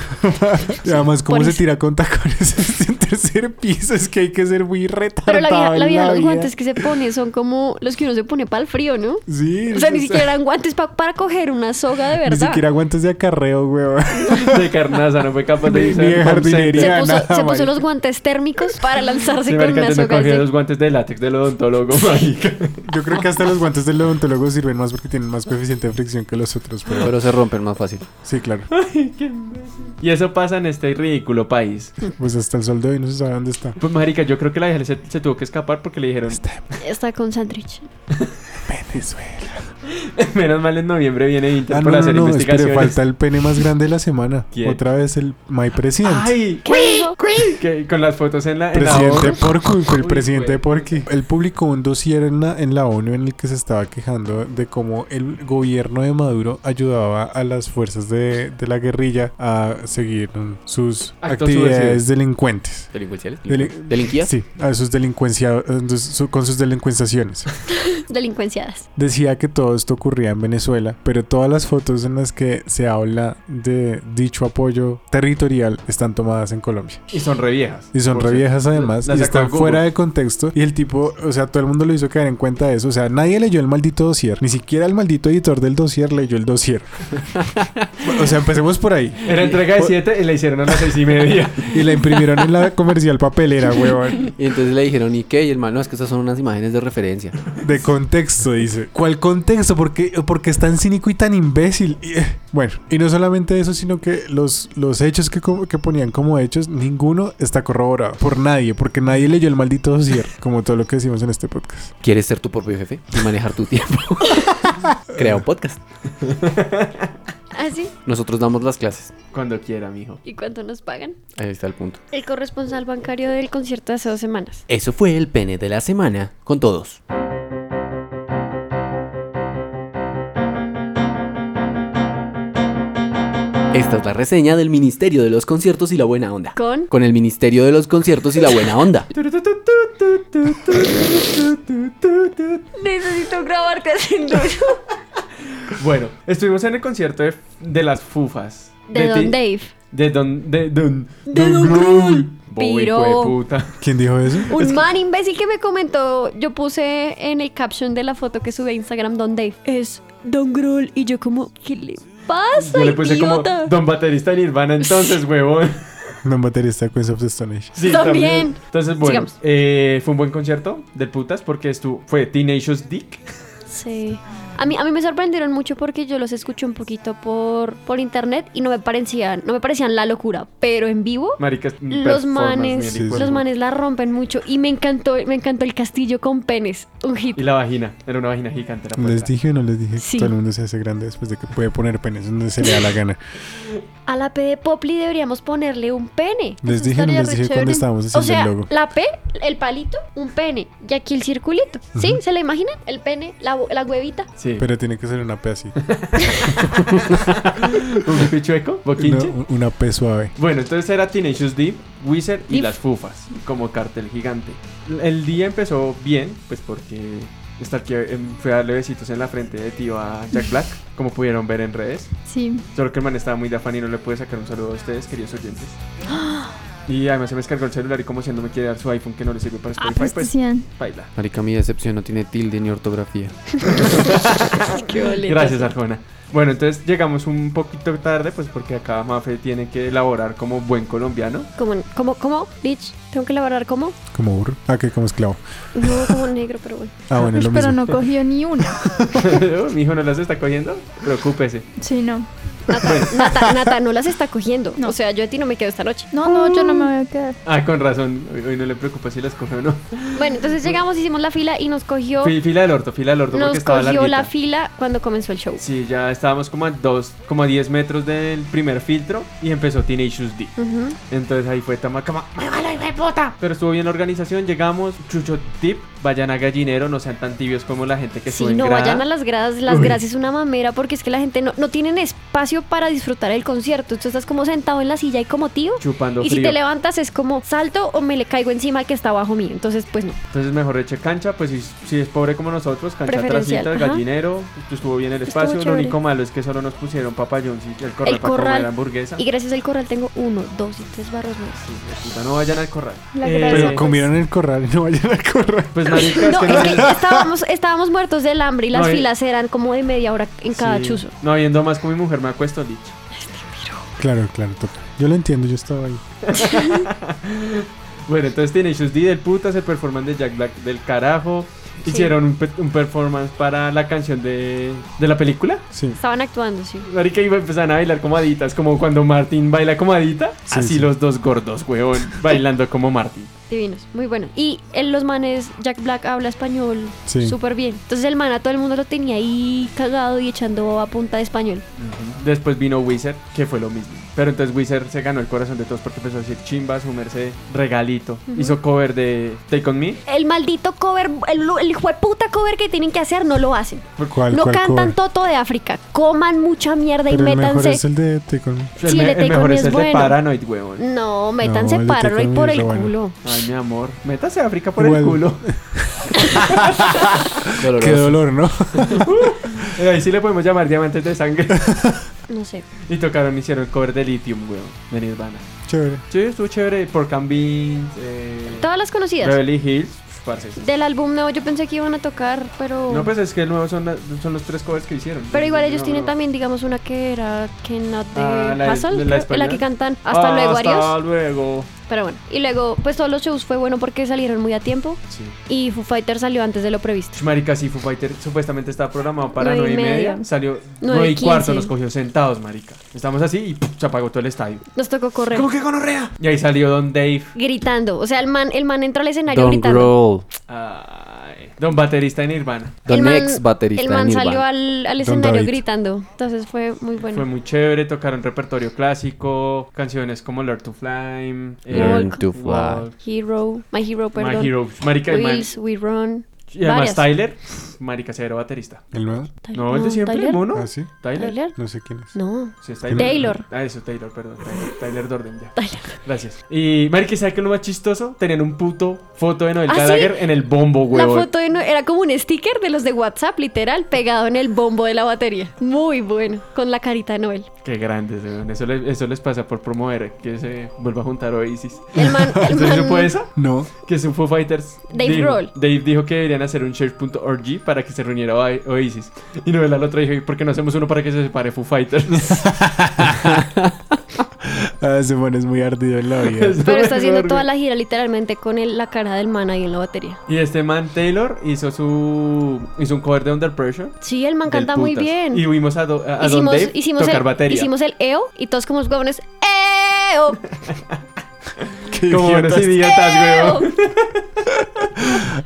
Speaker 5: [LAUGHS] Y además, cómo
Speaker 9: por
Speaker 5: se
Speaker 9: eso.
Speaker 5: tira con tacones [LAUGHS] desde el tercer piso, es que hay que ser muy retardado.
Speaker 9: Pero la vieja, la
Speaker 5: en
Speaker 9: vieja, los
Speaker 5: vida.
Speaker 9: guantes que se pone son como los que uno se pone para el frío, ¿no?
Speaker 5: Sí.
Speaker 9: O sea, ni siquiera eran guantes pa- para coger una soga de
Speaker 5: ni
Speaker 9: verdad.
Speaker 5: siquiera guantes de acarreo, weón. [LAUGHS]
Speaker 6: de carnaza, no fue capaz de
Speaker 5: Ni-
Speaker 6: irse
Speaker 5: ni
Speaker 6: al
Speaker 5: de
Speaker 6: home
Speaker 5: jardinería.
Speaker 9: Se
Speaker 6: center.
Speaker 9: puso,
Speaker 5: nada,
Speaker 9: se puso
Speaker 5: marica.
Speaker 9: los guantes térmicos para lanzarse
Speaker 6: Sí,
Speaker 9: con
Speaker 6: marica,
Speaker 9: una
Speaker 6: te me
Speaker 9: soga.
Speaker 6: cogió
Speaker 9: así.
Speaker 6: los guantes de látex del
Speaker 5: [LAUGHS]
Speaker 6: odontólogo, marica.
Speaker 5: Yo creo que hasta los guantes del odontólogo sirven más porque tienen más coeficiente de fricción que los otros, pero
Speaker 4: Pero se rompen más fácil.
Speaker 5: sí, claro.
Speaker 6: Y eso pasa en este ridículo país.
Speaker 5: Pues hasta el sol de hoy no se sabe dónde está.
Speaker 6: Pues, marica, yo creo que la vieja se, se tuvo que escapar porque le dijeron...
Speaker 9: Está con sándwich.
Speaker 5: Venezuela.
Speaker 6: Menos mal en noviembre viene Inter
Speaker 5: Ah, no,
Speaker 6: por
Speaker 5: no,
Speaker 6: hacer
Speaker 5: no,
Speaker 6: investigaciones.
Speaker 5: espere, falta el pene más grande de la semana.
Speaker 6: ¿Quién?
Speaker 5: Otra vez el My President.
Speaker 6: ¡Ay!
Speaker 9: ¿Qué dijo?
Speaker 6: Que, con las fotos en la... en la
Speaker 5: Presidente
Speaker 6: hoja.
Speaker 5: Porco, fue el
Speaker 6: Uy,
Speaker 5: presidente
Speaker 6: güey.
Speaker 5: Porky. Él publicó un dossier en la, en la ONU en el que se estaba quejando de cómo el gobierno de Maduro ayudaba a las fuerzas de, de la guerrilla a seguir mm, sus
Speaker 6: Actos
Speaker 5: actividades
Speaker 6: subversivos.
Speaker 5: delincuenciales.
Speaker 4: ¿Delincuenciales?
Speaker 5: Deli-
Speaker 4: ¿Delinquías?
Speaker 5: Sí, a sus
Speaker 6: [LAUGHS]
Speaker 5: delincuencia, con sus delincuenciaciones.
Speaker 9: Delincuenciadas.
Speaker 5: Decía que todo esto ocurría en Venezuela, pero todas las fotos en las que se habla de dicho apoyo territorial están tomadas en Colombia.
Speaker 6: Y son re viejas.
Speaker 5: Y son
Speaker 6: por
Speaker 5: re
Speaker 6: cierto.
Speaker 5: viejas además,
Speaker 6: Las
Speaker 5: y
Speaker 6: sacó
Speaker 5: están
Speaker 6: Google.
Speaker 5: fuera de contexto. Y el tipo, o sea, todo el mundo lo hizo caer en cuenta de eso. O sea, nadie leyó el maldito dossier, ni siquiera el maldito editor del dossier leyó el [LAUGHS] dossier. o sea, empecemos por ahí.
Speaker 6: Era entrega de 7 y la hicieron a las 6 y
Speaker 5: [LAUGHS]
Speaker 6: media.
Speaker 5: Y la imprimieron en la comercial papelera, huevón.
Speaker 4: Y entonces le dijeron, ¿y qué? Y el man, no, es que estas son unas imágenes de referencia.
Speaker 5: De contexto, dice. ¿Cuál contexto? ¿Por qué, porque es tan cínico y tan imbécil? Y, eh, bueno, y no solamente eso, sino que los, los hechos que, co- que ponían como hechos, ninguno está corroborado por nadie, porque nadie leyó el maldito dossier, como todo lo que decimos en este podcast.
Speaker 4: ¿Quieres ser tu propio jefe y manejar tu tiempo? [LAUGHS] Crea un podcast.
Speaker 9: ¿Así?
Speaker 4: Nosotros damos las clases.
Speaker 6: Cuando quiera, mijo. [LAUGHS]
Speaker 9: ¿Y cuánto nos pagan?
Speaker 4: Ahí está el punto.
Speaker 9: El corresponsal bancario del concierto de hace dos semanas.
Speaker 4: Eso fue el pene de la semana con todos. Esta es la reseña del Ministerio de los Conciertos y la Buena Onda.
Speaker 9: Con
Speaker 4: Con el Ministerio de los Conciertos y la Buena
Speaker 9: [LAUGHS]
Speaker 4: Onda.
Speaker 9: Necesito grabarte haciendo
Speaker 6: Bueno, estuvimos en el concierto de, de las Fufas.
Speaker 9: [LAUGHS] De Don
Speaker 6: ti-
Speaker 9: Dave.
Speaker 6: De Don... De Don...
Speaker 9: De Don Grohl.
Speaker 6: Bobo,
Speaker 9: Piro.
Speaker 6: hijo de puta.
Speaker 5: ¿Quién dijo eso?
Speaker 9: Un man imbécil que me comentó, yo puse en el caption de la foto que subí a Instagram Don Dave. Es Don Grohl y yo como, ¿qué le pasa,
Speaker 6: Yo le puse como
Speaker 9: idiota?
Speaker 6: Don Baterista Nirvana
Speaker 9: [LAUGHS]
Speaker 6: entonces, huevón.
Speaker 5: No en baterista de Queens of the Stone Age.
Speaker 6: Sí,
Speaker 9: También.
Speaker 6: Entonces, bueno,
Speaker 9: Sigamos.
Speaker 6: eh, fue un buen concierto del putas porque estuvo, fue Teenage Dick.
Speaker 9: Sí. A mí, a mí me sorprendieron mucho porque yo los escuché un poquito por, por internet y no me parecían, no me parecían la locura, pero en vivo
Speaker 6: Maricas,
Speaker 9: los manes,
Speaker 5: sí,
Speaker 9: los manes la rompen mucho y me encantó, me encantó el castillo con penes, un hit.
Speaker 6: Y la vagina, era una vagina gigante. la
Speaker 5: ¿Les
Speaker 6: puerta.
Speaker 5: dije o no les dije que
Speaker 9: Sí.
Speaker 5: todo el mundo se hace grande después de que puede poner penes donde se le da
Speaker 9: [LAUGHS]
Speaker 5: la gana?
Speaker 9: A la P de Popli deberíamos ponerle un pene.
Speaker 5: ¿Les
Speaker 9: Eso
Speaker 5: dije o no
Speaker 9: estaría
Speaker 5: les
Speaker 9: re
Speaker 5: dije
Speaker 9: chévere.
Speaker 5: cuando estábamos haciendo
Speaker 9: O sea,
Speaker 5: el logo?
Speaker 9: la P, el palito, un pene. Y aquí el circulito. ¿Sí? ¿Se la imaginan? El pene, la, bo- la huevita.
Speaker 6: Sí.
Speaker 5: Pero tiene que ser una P así.
Speaker 6: ¿Un pichueco? ¿Boquinche?
Speaker 5: No, una P suave.
Speaker 6: Bueno, entonces era Teenage Deep, Wizard y
Speaker 9: Deep.
Speaker 6: las Fufas como cartel gigante. El día empezó bien, pues porque estar que fue a darle besitos en la frente de tío a Jack Black, como pudieron ver en redes.
Speaker 3: Sí.
Speaker 6: Solo que el man estaba muy de afán y no le pude sacar un saludo a ustedes, queridos oyentes. Y además se me descargó el celular y como si no me quiere dar su iPhone que no le sirve para
Speaker 3: Ah,
Speaker 6: Spotify,
Speaker 3: pero es que
Speaker 6: pues
Speaker 3: sí,
Speaker 6: baila.
Speaker 4: Marica, mi decepción no tiene tilde ni ortografía.
Speaker 6: Gracias, Arjona. Bueno, entonces llegamos un poquito tarde, pues porque acá Mafe tiene que elaborar como buen colombiano. [LAUGHS]
Speaker 9: Como, como, como, Lich, tengo que elaborar como.
Speaker 5: Como burro. Ah, que como esclavo.
Speaker 9: No, como negro, pero bueno.
Speaker 5: Ah, bueno,
Speaker 3: Uy,
Speaker 5: es lo
Speaker 3: pero
Speaker 5: mismo.
Speaker 3: no cogió ni una.
Speaker 6: Oh, Mi hijo no las está cogiendo, preocúpese.
Speaker 3: Sí, no.
Speaker 9: Nata, Nata, Nata, no las está cogiendo.
Speaker 3: No.
Speaker 9: O sea, yo a ti no me quedo esta noche.
Speaker 3: No, no, yo no me voy a quedar.
Speaker 6: Ah, con razón. Hoy, hoy no le preocupa si las coge o no.
Speaker 9: Bueno, entonces llegamos, hicimos la fila y nos cogió.
Speaker 6: Fi- fila del orto, fila del orto porque
Speaker 9: Nos
Speaker 6: estaba
Speaker 9: cogió
Speaker 6: larguita.
Speaker 9: la fila cuando comenzó el show.
Speaker 6: Sí, ya estábamos como a dos, como a 10 metros del primer filtro y empezó Teenage D.
Speaker 9: Ujú.
Speaker 6: Entonces ahí fue Tamacama. Pero estuvo bien la organización, llegamos. Chucho tip, vayan a gallinero, no sean tan tibios como la gente que
Speaker 9: Sí,
Speaker 6: sube en
Speaker 9: no
Speaker 6: grada.
Speaker 9: vayan a las gradas, las gradas es una mamera porque es que la gente no, no tienen espacio para disfrutar el concierto. Tú estás como sentado en la silla y como tío.
Speaker 6: Chupando
Speaker 9: y si
Speaker 6: frío.
Speaker 9: te levantas es como salto o me le caigo encima al que está abajo mío. Entonces, pues no.
Speaker 6: Entonces mejor eche cancha, pues si, si es pobre como nosotros, cancha
Speaker 9: Preferencial,
Speaker 6: trasita,
Speaker 9: ajá.
Speaker 6: gallinero, estuvo bien el
Speaker 9: Estuvo
Speaker 6: espacio, lo
Speaker 9: chévere.
Speaker 6: único malo es que solo nos pusieron papayón y el corral
Speaker 9: El
Speaker 6: para
Speaker 9: corral.
Speaker 6: comer hamburguesa.
Speaker 9: Y gracias al corral tengo uno, dos y tres barros más.
Speaker 6: Sí, de puta, no vayan al corral.
Speaker 3: La
Speaker 6: Eh,
Speaker 3: gracia,
Speaker 5: Pero
Speaker 3: pues.
Speaker 5: comieron en el corral y no vayan al corral.
Speaker 6: Pues marica,
Speaker 9: No,
Speaker 6: es que no [LAUGHS]
Speaker 9: es que
Speaker 6: había-
Speaker 9: estábamos, estábamos muertos del hambre y las
Speaker 6: No, y-
Speaker 9: filas eran como de media hora en cada
Speaker 6: Sí,
Speaker 9: chuzo.
Speaker 6: No, viendo más con mi mujer me acuesto, Lich.
Speaker 5: Claro, claro, toca. Yo lo entiendo, yo estaba ahí.
Speaker 6: Bueno, entonces tiene Shoes D del putas, el performance de Jack Black del carajo.
Speaker 9: Sí.
Speaker 6: Hicieron un, pe- un performance para la canción de, de la película.
Speaker 5: Sí.
Speaker 9: Estaban actuando, sí.
Speaker 6: Marica iba empezaron a bailar como aditas, como cuando Martin baila como adita.
Speaker 5: Sí,
Speaker 6: así
Speaker 5: sí.
Speaker 6: los dos gordos, huevón, bailando como Martin.
Speaker 9: Divinos, muy bueno. Y en los manes, Jack Black habla español
Speaker 5: Sí.
Speaker 9: súper bien. Entonces el man a todo el mundo lo tenía ahí cagado y echando a punta de español.
Speaker 6: Después vino Wizard, que fue lo mismo. Pero entonces Wizard se ganó el corazón de todos porque empezó a decir chimba, su merced, regalito. Hizo cover de Take On Me.
Speaker 9: El maldito cover, el, el hijo de puta cover que tienen que hacer, no lo hacen.
Speaker 5: ¿Cuál,
Speaker 9: no
Speaker 5: cuál
Speaker 9: cantan
Speaker 5: cover?
Speaker 9: Toto de África. Coman mucha mierda
Speaker 5: Pero
Speaker 9: y
Speaker 5: el mejor
Speaker 9: métanse.
Speaker 5: es el de Take On Me.
Speaker 6: El,
Speaker 9: Sí,
Speaker 6: me-
Speaker 9: el de
Speaker 6: el
Speaker 9: Take On
Speaker 6: mejor
Speaker 9: Me
Speaker 6: es,
Speaker 9: es
Speaker 6: el de
Speaker 9: bueno.
Speaker 6: Paranoid, huevón.
Speaker 9: No, métanse
Speaker 5: el de
Speaker 9: paranoid
Speaker 5: Take On Me
Speaker 9: por
Speaker 5: es
Speaker 9: el
Speaker 5: re bueno.
Speaker 9: culo.
Speaker 6: Ay, mi amor, métase a África por
Speaker 5: Igual.
Speaker 6: el culo. [LAUGHS]
Speaker 5: Qué dolor, ¿no? [LAUGHS]
Speaker 6: Eh, Ahí sí le podemos llamar diamantes de sangre. [LAUGHS]
Speaker 9: No sé.
Speaker 6: y tocaron, hicieron el cover de Lithium, weón, de Nirvana.
Speaker 5: Chévere.
Speaker 6: Sí, estuvo chévere. Por Beans, eh,
Speaker 9: Todas las conocidas.
Speaker 6: Beverly Hills. pues, parce, sí.
Speaker 9: Del álbum nuevo yo pensé que iban a tocar, pero...
Speaker 6: No, pues es que el nuevo son, la- son los tres covers que hicieron.
Speaker 9: Oh. Pero igual ellos
Speaker 6: No,
Speaker 9: tienen
Speaker 6: no.
Speaker 9: también, digamos, una que era que not de
Speaker 6: Ah, la-
Speaker 9: Hassle,
Speaker 6: la
Speaker 9: creo, la,
Speaker 6: española. Ah,
Speaker 9: que cantan Hasta luego,
Speaker 6: Hasta
Speaker 9: Arios.
Speaker 6: luego.
Speaker 9: Pero bueno, y luego, pues todos los shows fue bueno porque salieron muy a tiempo
Speaker 6: Sí.
Speaker 9: y Foo Fighter salió antes de lo previsto.
Speaker 6: Ch, Marica, sí, Foo Fighter supuestamente estaba programado para
Speaker 9: Nueve y
Speaker 6: 9 y media.
Speaker 9: media.
Speaker 6: Salió
Speaker 9: Nueve
Speaker 6: 9 y
Speaker 9: quince.
Speaker 6: cuarto, nos cogió sentados, Marica. Estamos así y ¡pum! se apagó todo el estadio.
Speaker 9: Nos tocó correr
Speaker 6: ¿Cómo que gonorrea? Y ahí salió Don Dave,
Speaker 9: gritando, o sea, el man, el man entra al escenario
Speaker 4: Don
Speaker 9: gritando.
Speaker 4: Grohl,
Speaker 6: ay, Don Baterista de Nirvana.
Speaker 4: Don
Speaker 9: man-
Speaker 4: ex baterista
Speaker 9: El
Speaker 4: de
Speaker 9: man
Speaker 4: Nirvana.
Speaker 9: salió al, al
Speaker 5: Don
Speaker 9: escenario
Speaker 5: David.
Speaker 9: gritando, entonces fue muy bueno.
Speaker 6: Fue muy chévere, tocaron repertorio clásico, canciones como Learn to Fly, em, eh,
Speaker 4: Learn to Fly.
Speaker 9: Hero, My Hero,
Speaker 6: My
Speaker 9: perdón.
Speaker 6: Hero, Marica y man-
Speaker 9: Wheels, We Run.
Speaker 6: Y
Speaker 9: varias.
Speaker 6: además Tyler, pf, Marica cero baterista.
Speaker 5: ¿El nuevo?
Speaker 6: No, el de siempre,
Speaker 9: Tyler.
Speaker 6: el mono.
Speaker 5: Ah, sí.
Speaker 6: Tyler.
Speaker 9: Tyler.
Speaker 5: No sé quién es.
Speaker 9: No.
Speaker 6: Sí, es Tyler.
Speaker 9: Taylor.
Speaker 6: Ah, eso, Taylor, perdón. Tyler, Tyler Dorden, ya. Gracias. Y, Marica, ¿sabes qué es lo más chistoso? Tenían un puto foto de Noel
Speaker 9: ¿Ah, sí?
Speaker 6: Gallagher en el bombo,
Speaker 9: La
Speaker 6: huevón.
Speaker 9: foto de no- era como un sticker de los de WhatsApp, literal, pegado en el bombo de la batería. Muy bueno, con la carita de Noel.
Speaker 6: Qué grandes, weón. Eso, le- eso les pasa por promover que se vuelva a juntar Oasis.
Speaker 9: El
Speaker 6: [LAUGHS]
Speaker 9: man, el
Speaker 6: ¿Entonces
Speaker 9: man-
Speaker 6: se puede eso?
Speaker 5: No.
Speaker 6: Que su Foo Fighters.
Speaker 9: Dave
Speaker 6: dijo,
Speaker 9: Grohl.
Speaker 6: Dave dijo que deberían hacer un share.org para que se reuniera Oa- Oasis. Y Noel al otro dijo, ¿y por qué no hacemos uno para que se separe Foo Fighters?
Speaker 5: Ah, ese man es muy ardido en la [LAUGHS] vida.
Speaker 6: [LAUGHS] Eso
Speaker 9: [LAUGHS] Pero
Speaker 6: es
Speaker 9: está haciendo
Speaker 6: enorme.
Speaker 9: toda la gira literalmente con el- la cara del man ahí en la batería.
Speaker 6: Y este man Taylor hizo su hizo un cover de Under Pressure.
Speaker 9: Sí, el man
Speaker 6: del
Speaker 9: canta muy
Speaker 6: putas.
Speaker 9: bien.
Speaker 6: Y vimos a, Do- a- a Don
Speaker 9: hicimos,
Speaker 6: Dave
Speaker 9: hicimos
Speaker 6: tocar
Speaker 9: el,
Speaker 6: batería.
Speaker 9: Hicimos el EO y todos como los huevones,
Speaker 6: [LAUGHS]
Speaker 9: ¡EO!
Speaker 5: Qué
Speaker 6: Como unos
Speaker 5: idiotas.
Speaker 6: idiotas,
Speaker 9: ¡EO!
Speaker 6: weón.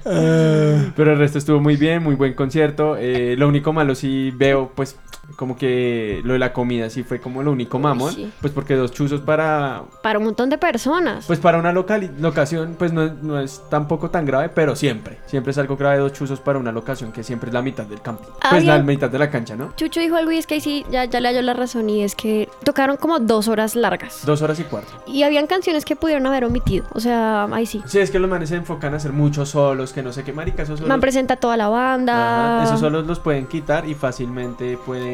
Speaker 6: Pero el resto estuvo muy bien, muy buen concierto. Eh, lo único malo sí veo, pues, como que lo de la comida sí fue como lo único mamón.
Speaker 9: sí.
Speaker 6: Pues porque dos chuzos para,
Speaker 9: Para un montón de personas.
Speaker 6: pues para una locali- locación, pues no, es- no es tampoco tan grave, pero siempre. Siempre es algo grave dos chuzos para una locación que siempre es la mitad del campo. Pues
Speaker 9: Había-
Speaker 6: la mitad de la cancha, ¿no?
Speaker 9: Chucho dijo algo y es que ahí sí, ya, ya le halló la razón y es que tocaron como dos horas largas.
Speaker 6: Dos horas y cuarto.
Speaker 9: Y habían canciones que pudieron haber omitido. O sea, ahí sí.
Speaker 6: Sí, es que los manes se enfocan a hacer muchos solos, que no sé qué marica, esos solos.
Speaker 9: Man presenta a toda la banda.
Speaker 6: Ajá, esos solos los pueden quitar y fácilmente pueden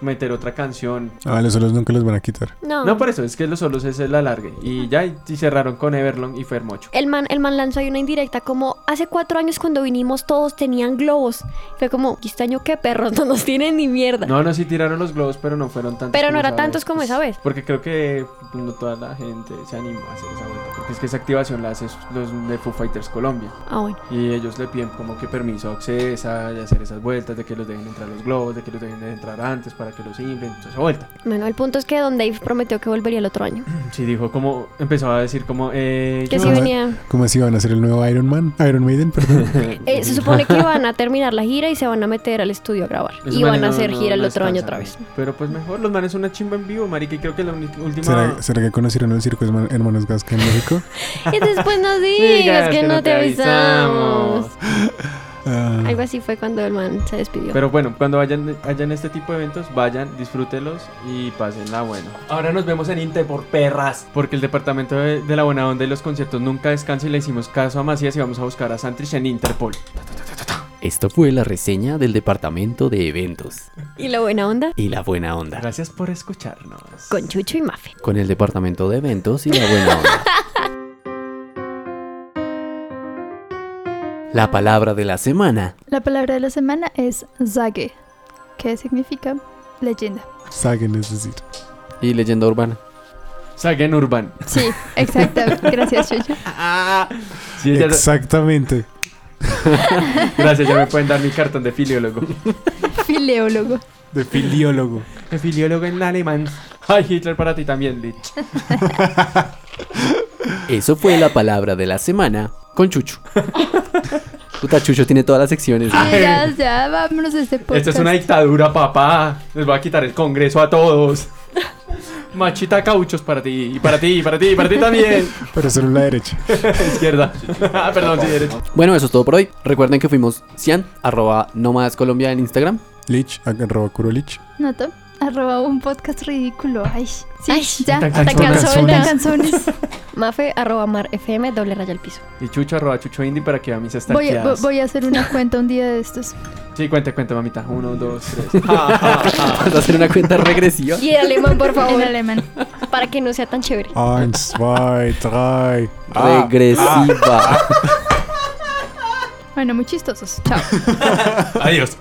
Speaker 6: meter otra canción.
Speaker 5: Ah, los solos nunca los van a quitar.
Speaker 9: No.
Speaker 6: No, por eso, es que los solos es el alargue. Y ya, y y cerraron con Everlong y fue hermoso.
Speaker 9: El man, el man lanzó ahí una indirecta como hace cuatro años cuando vinimos todos tenían globos. Fue como, este año qué perros, [LAUGHS] no nos tienen ni mierda.
Speaker 6: No, no, sí tiraron los globos, pero no fueron tantos.
Speaker 9: Pero no
Speaker 6: como
Speaker 9: era
Speaker 6: esa
Speaker 9: tantos
Speaker 6: vez.
Speaker 9: como esa vez.
Speaker 6: Porque creo que pues, no toda la gente se animó a hacer esa vuelta. Porque es que esa activación la hacen los de Foo Fighters Colombia.
Speaker 9: Ah, bueno.
Speaker 6: Y ellos le piden como que permiso a Oxesa de hacer esas vueltas, de que los dejen entrar los globos, de que los dejen entrar antes para que los inflen, toda esa vuelta.
Speaker 9: Bueno, el punto es que Don Dave prometió que volvería el otro año.
Speaker 6: Sí, dijo como, empezó a decir como, eh,
Speaker 9: Que
Speaker 6: yo-
Speaker 9: sí
Speaker 5: Ah.
Speaker 9: venía.
Speaker 5: ¿Cómo así van a hacer el nuevo Iron Man? Iron Maiden, perdón.
Speaker 9: [LAUGHS]
Speaker 6: [LAUGHS]
Speaker 9: Eh, se supone que van a terminar la gira y se van a meter al estudio a grabar.
Speaker 6: Esos
Speaker 9: y van
Speaker 6: manes
Speaker 9: a
Speaker 6: no-
Speaker 9: hacer
Speaker 6: no-
Speaker 9: gira el
Speaker 6: no
Speaker 9: otro año otra
Speaker 6: descansan.
Speaker 9: vez.
Speaker 6: Pero pues mejor, los manes son una chimba en vivo, marica, y creo que la uni- última...
Speaker 5: ¿Será, será que conocieron el circo Herman- Hermanos Gasca en México?
Speaker 9: Y después nos digas que, no te avisamos.
Speaker 5: Ah,
Speaker 9: Algo así fue cuando el man se despidió.
Speaker 6: Pero bueno, cuando vayan, hayan este tipo de eventos, vayan, disfrútelos y pasenla bueno. Ahora nos vemos en Inte por perras. Porque el departamento de, de la buena onda y los conciertos nunca descansa y le hicimos caso a Macías y vamos a buscar a Santrich en Interpol.
Speaker 4: Esto fue la reseña del departamento de eventos
Speaker 9: Y la buena onda
Speaker 4: y la buena onda.
Speaker 6: Gracias por escucharnos.
Speaker 9: con Chucho y Mafe.
Speaker 4: Con el departamento de eventos y la buena onda. La palabra de la semana.
Speaker 3: La palabra de la semana es Zage, que significa leyenda.
Speaker 5: Sagen, es decir.
Speaker 4: Y leyenda urbana.
Speaker 6: Sagen Urban. [LAUGHS]
Speaker 3: Sí, exacto. Gracias, Chucho.
Speaker 6: Sí, ya-
Speaker 5: Exactamente.
Speaker 6: [LAUGHS] gracias, ya me pueden dar mi cartón de filiólogo.
Speaker 3: Fileólogo.
Speaker 5: De filiólogo.
Speaker 6: El filiólogo en alemán. Ay, Hitler para ti también, Lich.
Speaker 4: Eso fue la palabra de la semana con Chucho. Puta, Chucho tiene todas las secciones.
Speaker 3: Sí, ya, ya, vámonos de este podcast.
Speaker 6: Esta es una dictadura, papá. Les voy a quitar el congreso a todos. [LAUGHS] Machita cauchos para ti, y para ti, y para ti, y para ti
Speaker 3: [LAUGHS]
Speaker 6: también.
Speaker 5: Pero solo la derecha.
Speaker 6: Izquierda. [LAUGHS] Ah, Perdón, sí, derecha.
Speaker 4: Bueno, eso es todo por hoy. Recuerden que fuimos Cian, arroba Nómadas Colombia en Instagram.
Speaker 5: Lich, arroba curo Lich.
Speaker 3: Nota, arroba un podcast ridículo. Ay, sí,
Speaker 9: Ay,
Speaker 3: ya.
Speaker 9: tan
Speaker 3: Tan
Speaker 9: cansones.
Speaker 3: cansones.
Speaker 9: Mafe, arroba mar FM, doble raya al piso.
Speaker 6: Y Chucho, arroba Chucho Indie para que a mí se está
Speaker 3: Voy a, vo- voy a hacer una cuenta un día de estos.
Speaker 6: Sí, cuente, cuente, mamita. Uno, dos, tres. Ja, ja, ja.
Speaker 4: Vas a hacer una cuenta regresiva.
Speaker 9: Y en alemán, [LAUGHS] por favor,
Speaker 3: En alemán.
Speaker 9: para que no sea tan chévere.
Speaker 5: Eins, zwei, drei.
Speaker 4: Regresiva.
Speaker 3: Bueno, muy chistosos. Chao.
Speaker 2: Adiós.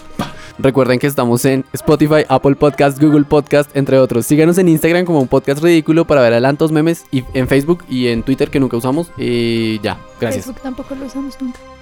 Speaker 4: Recuerden que estamos en Spotify, Apple Podcast, Google Podcast, entre otros. Síganos en Instagram como un podcast ridículo para ver adelantos, memes y en Facebook y en Twitter que nunca usamos. Y ya, gracias.
Speaker 3: Facebook tampoco lo usamos nunca.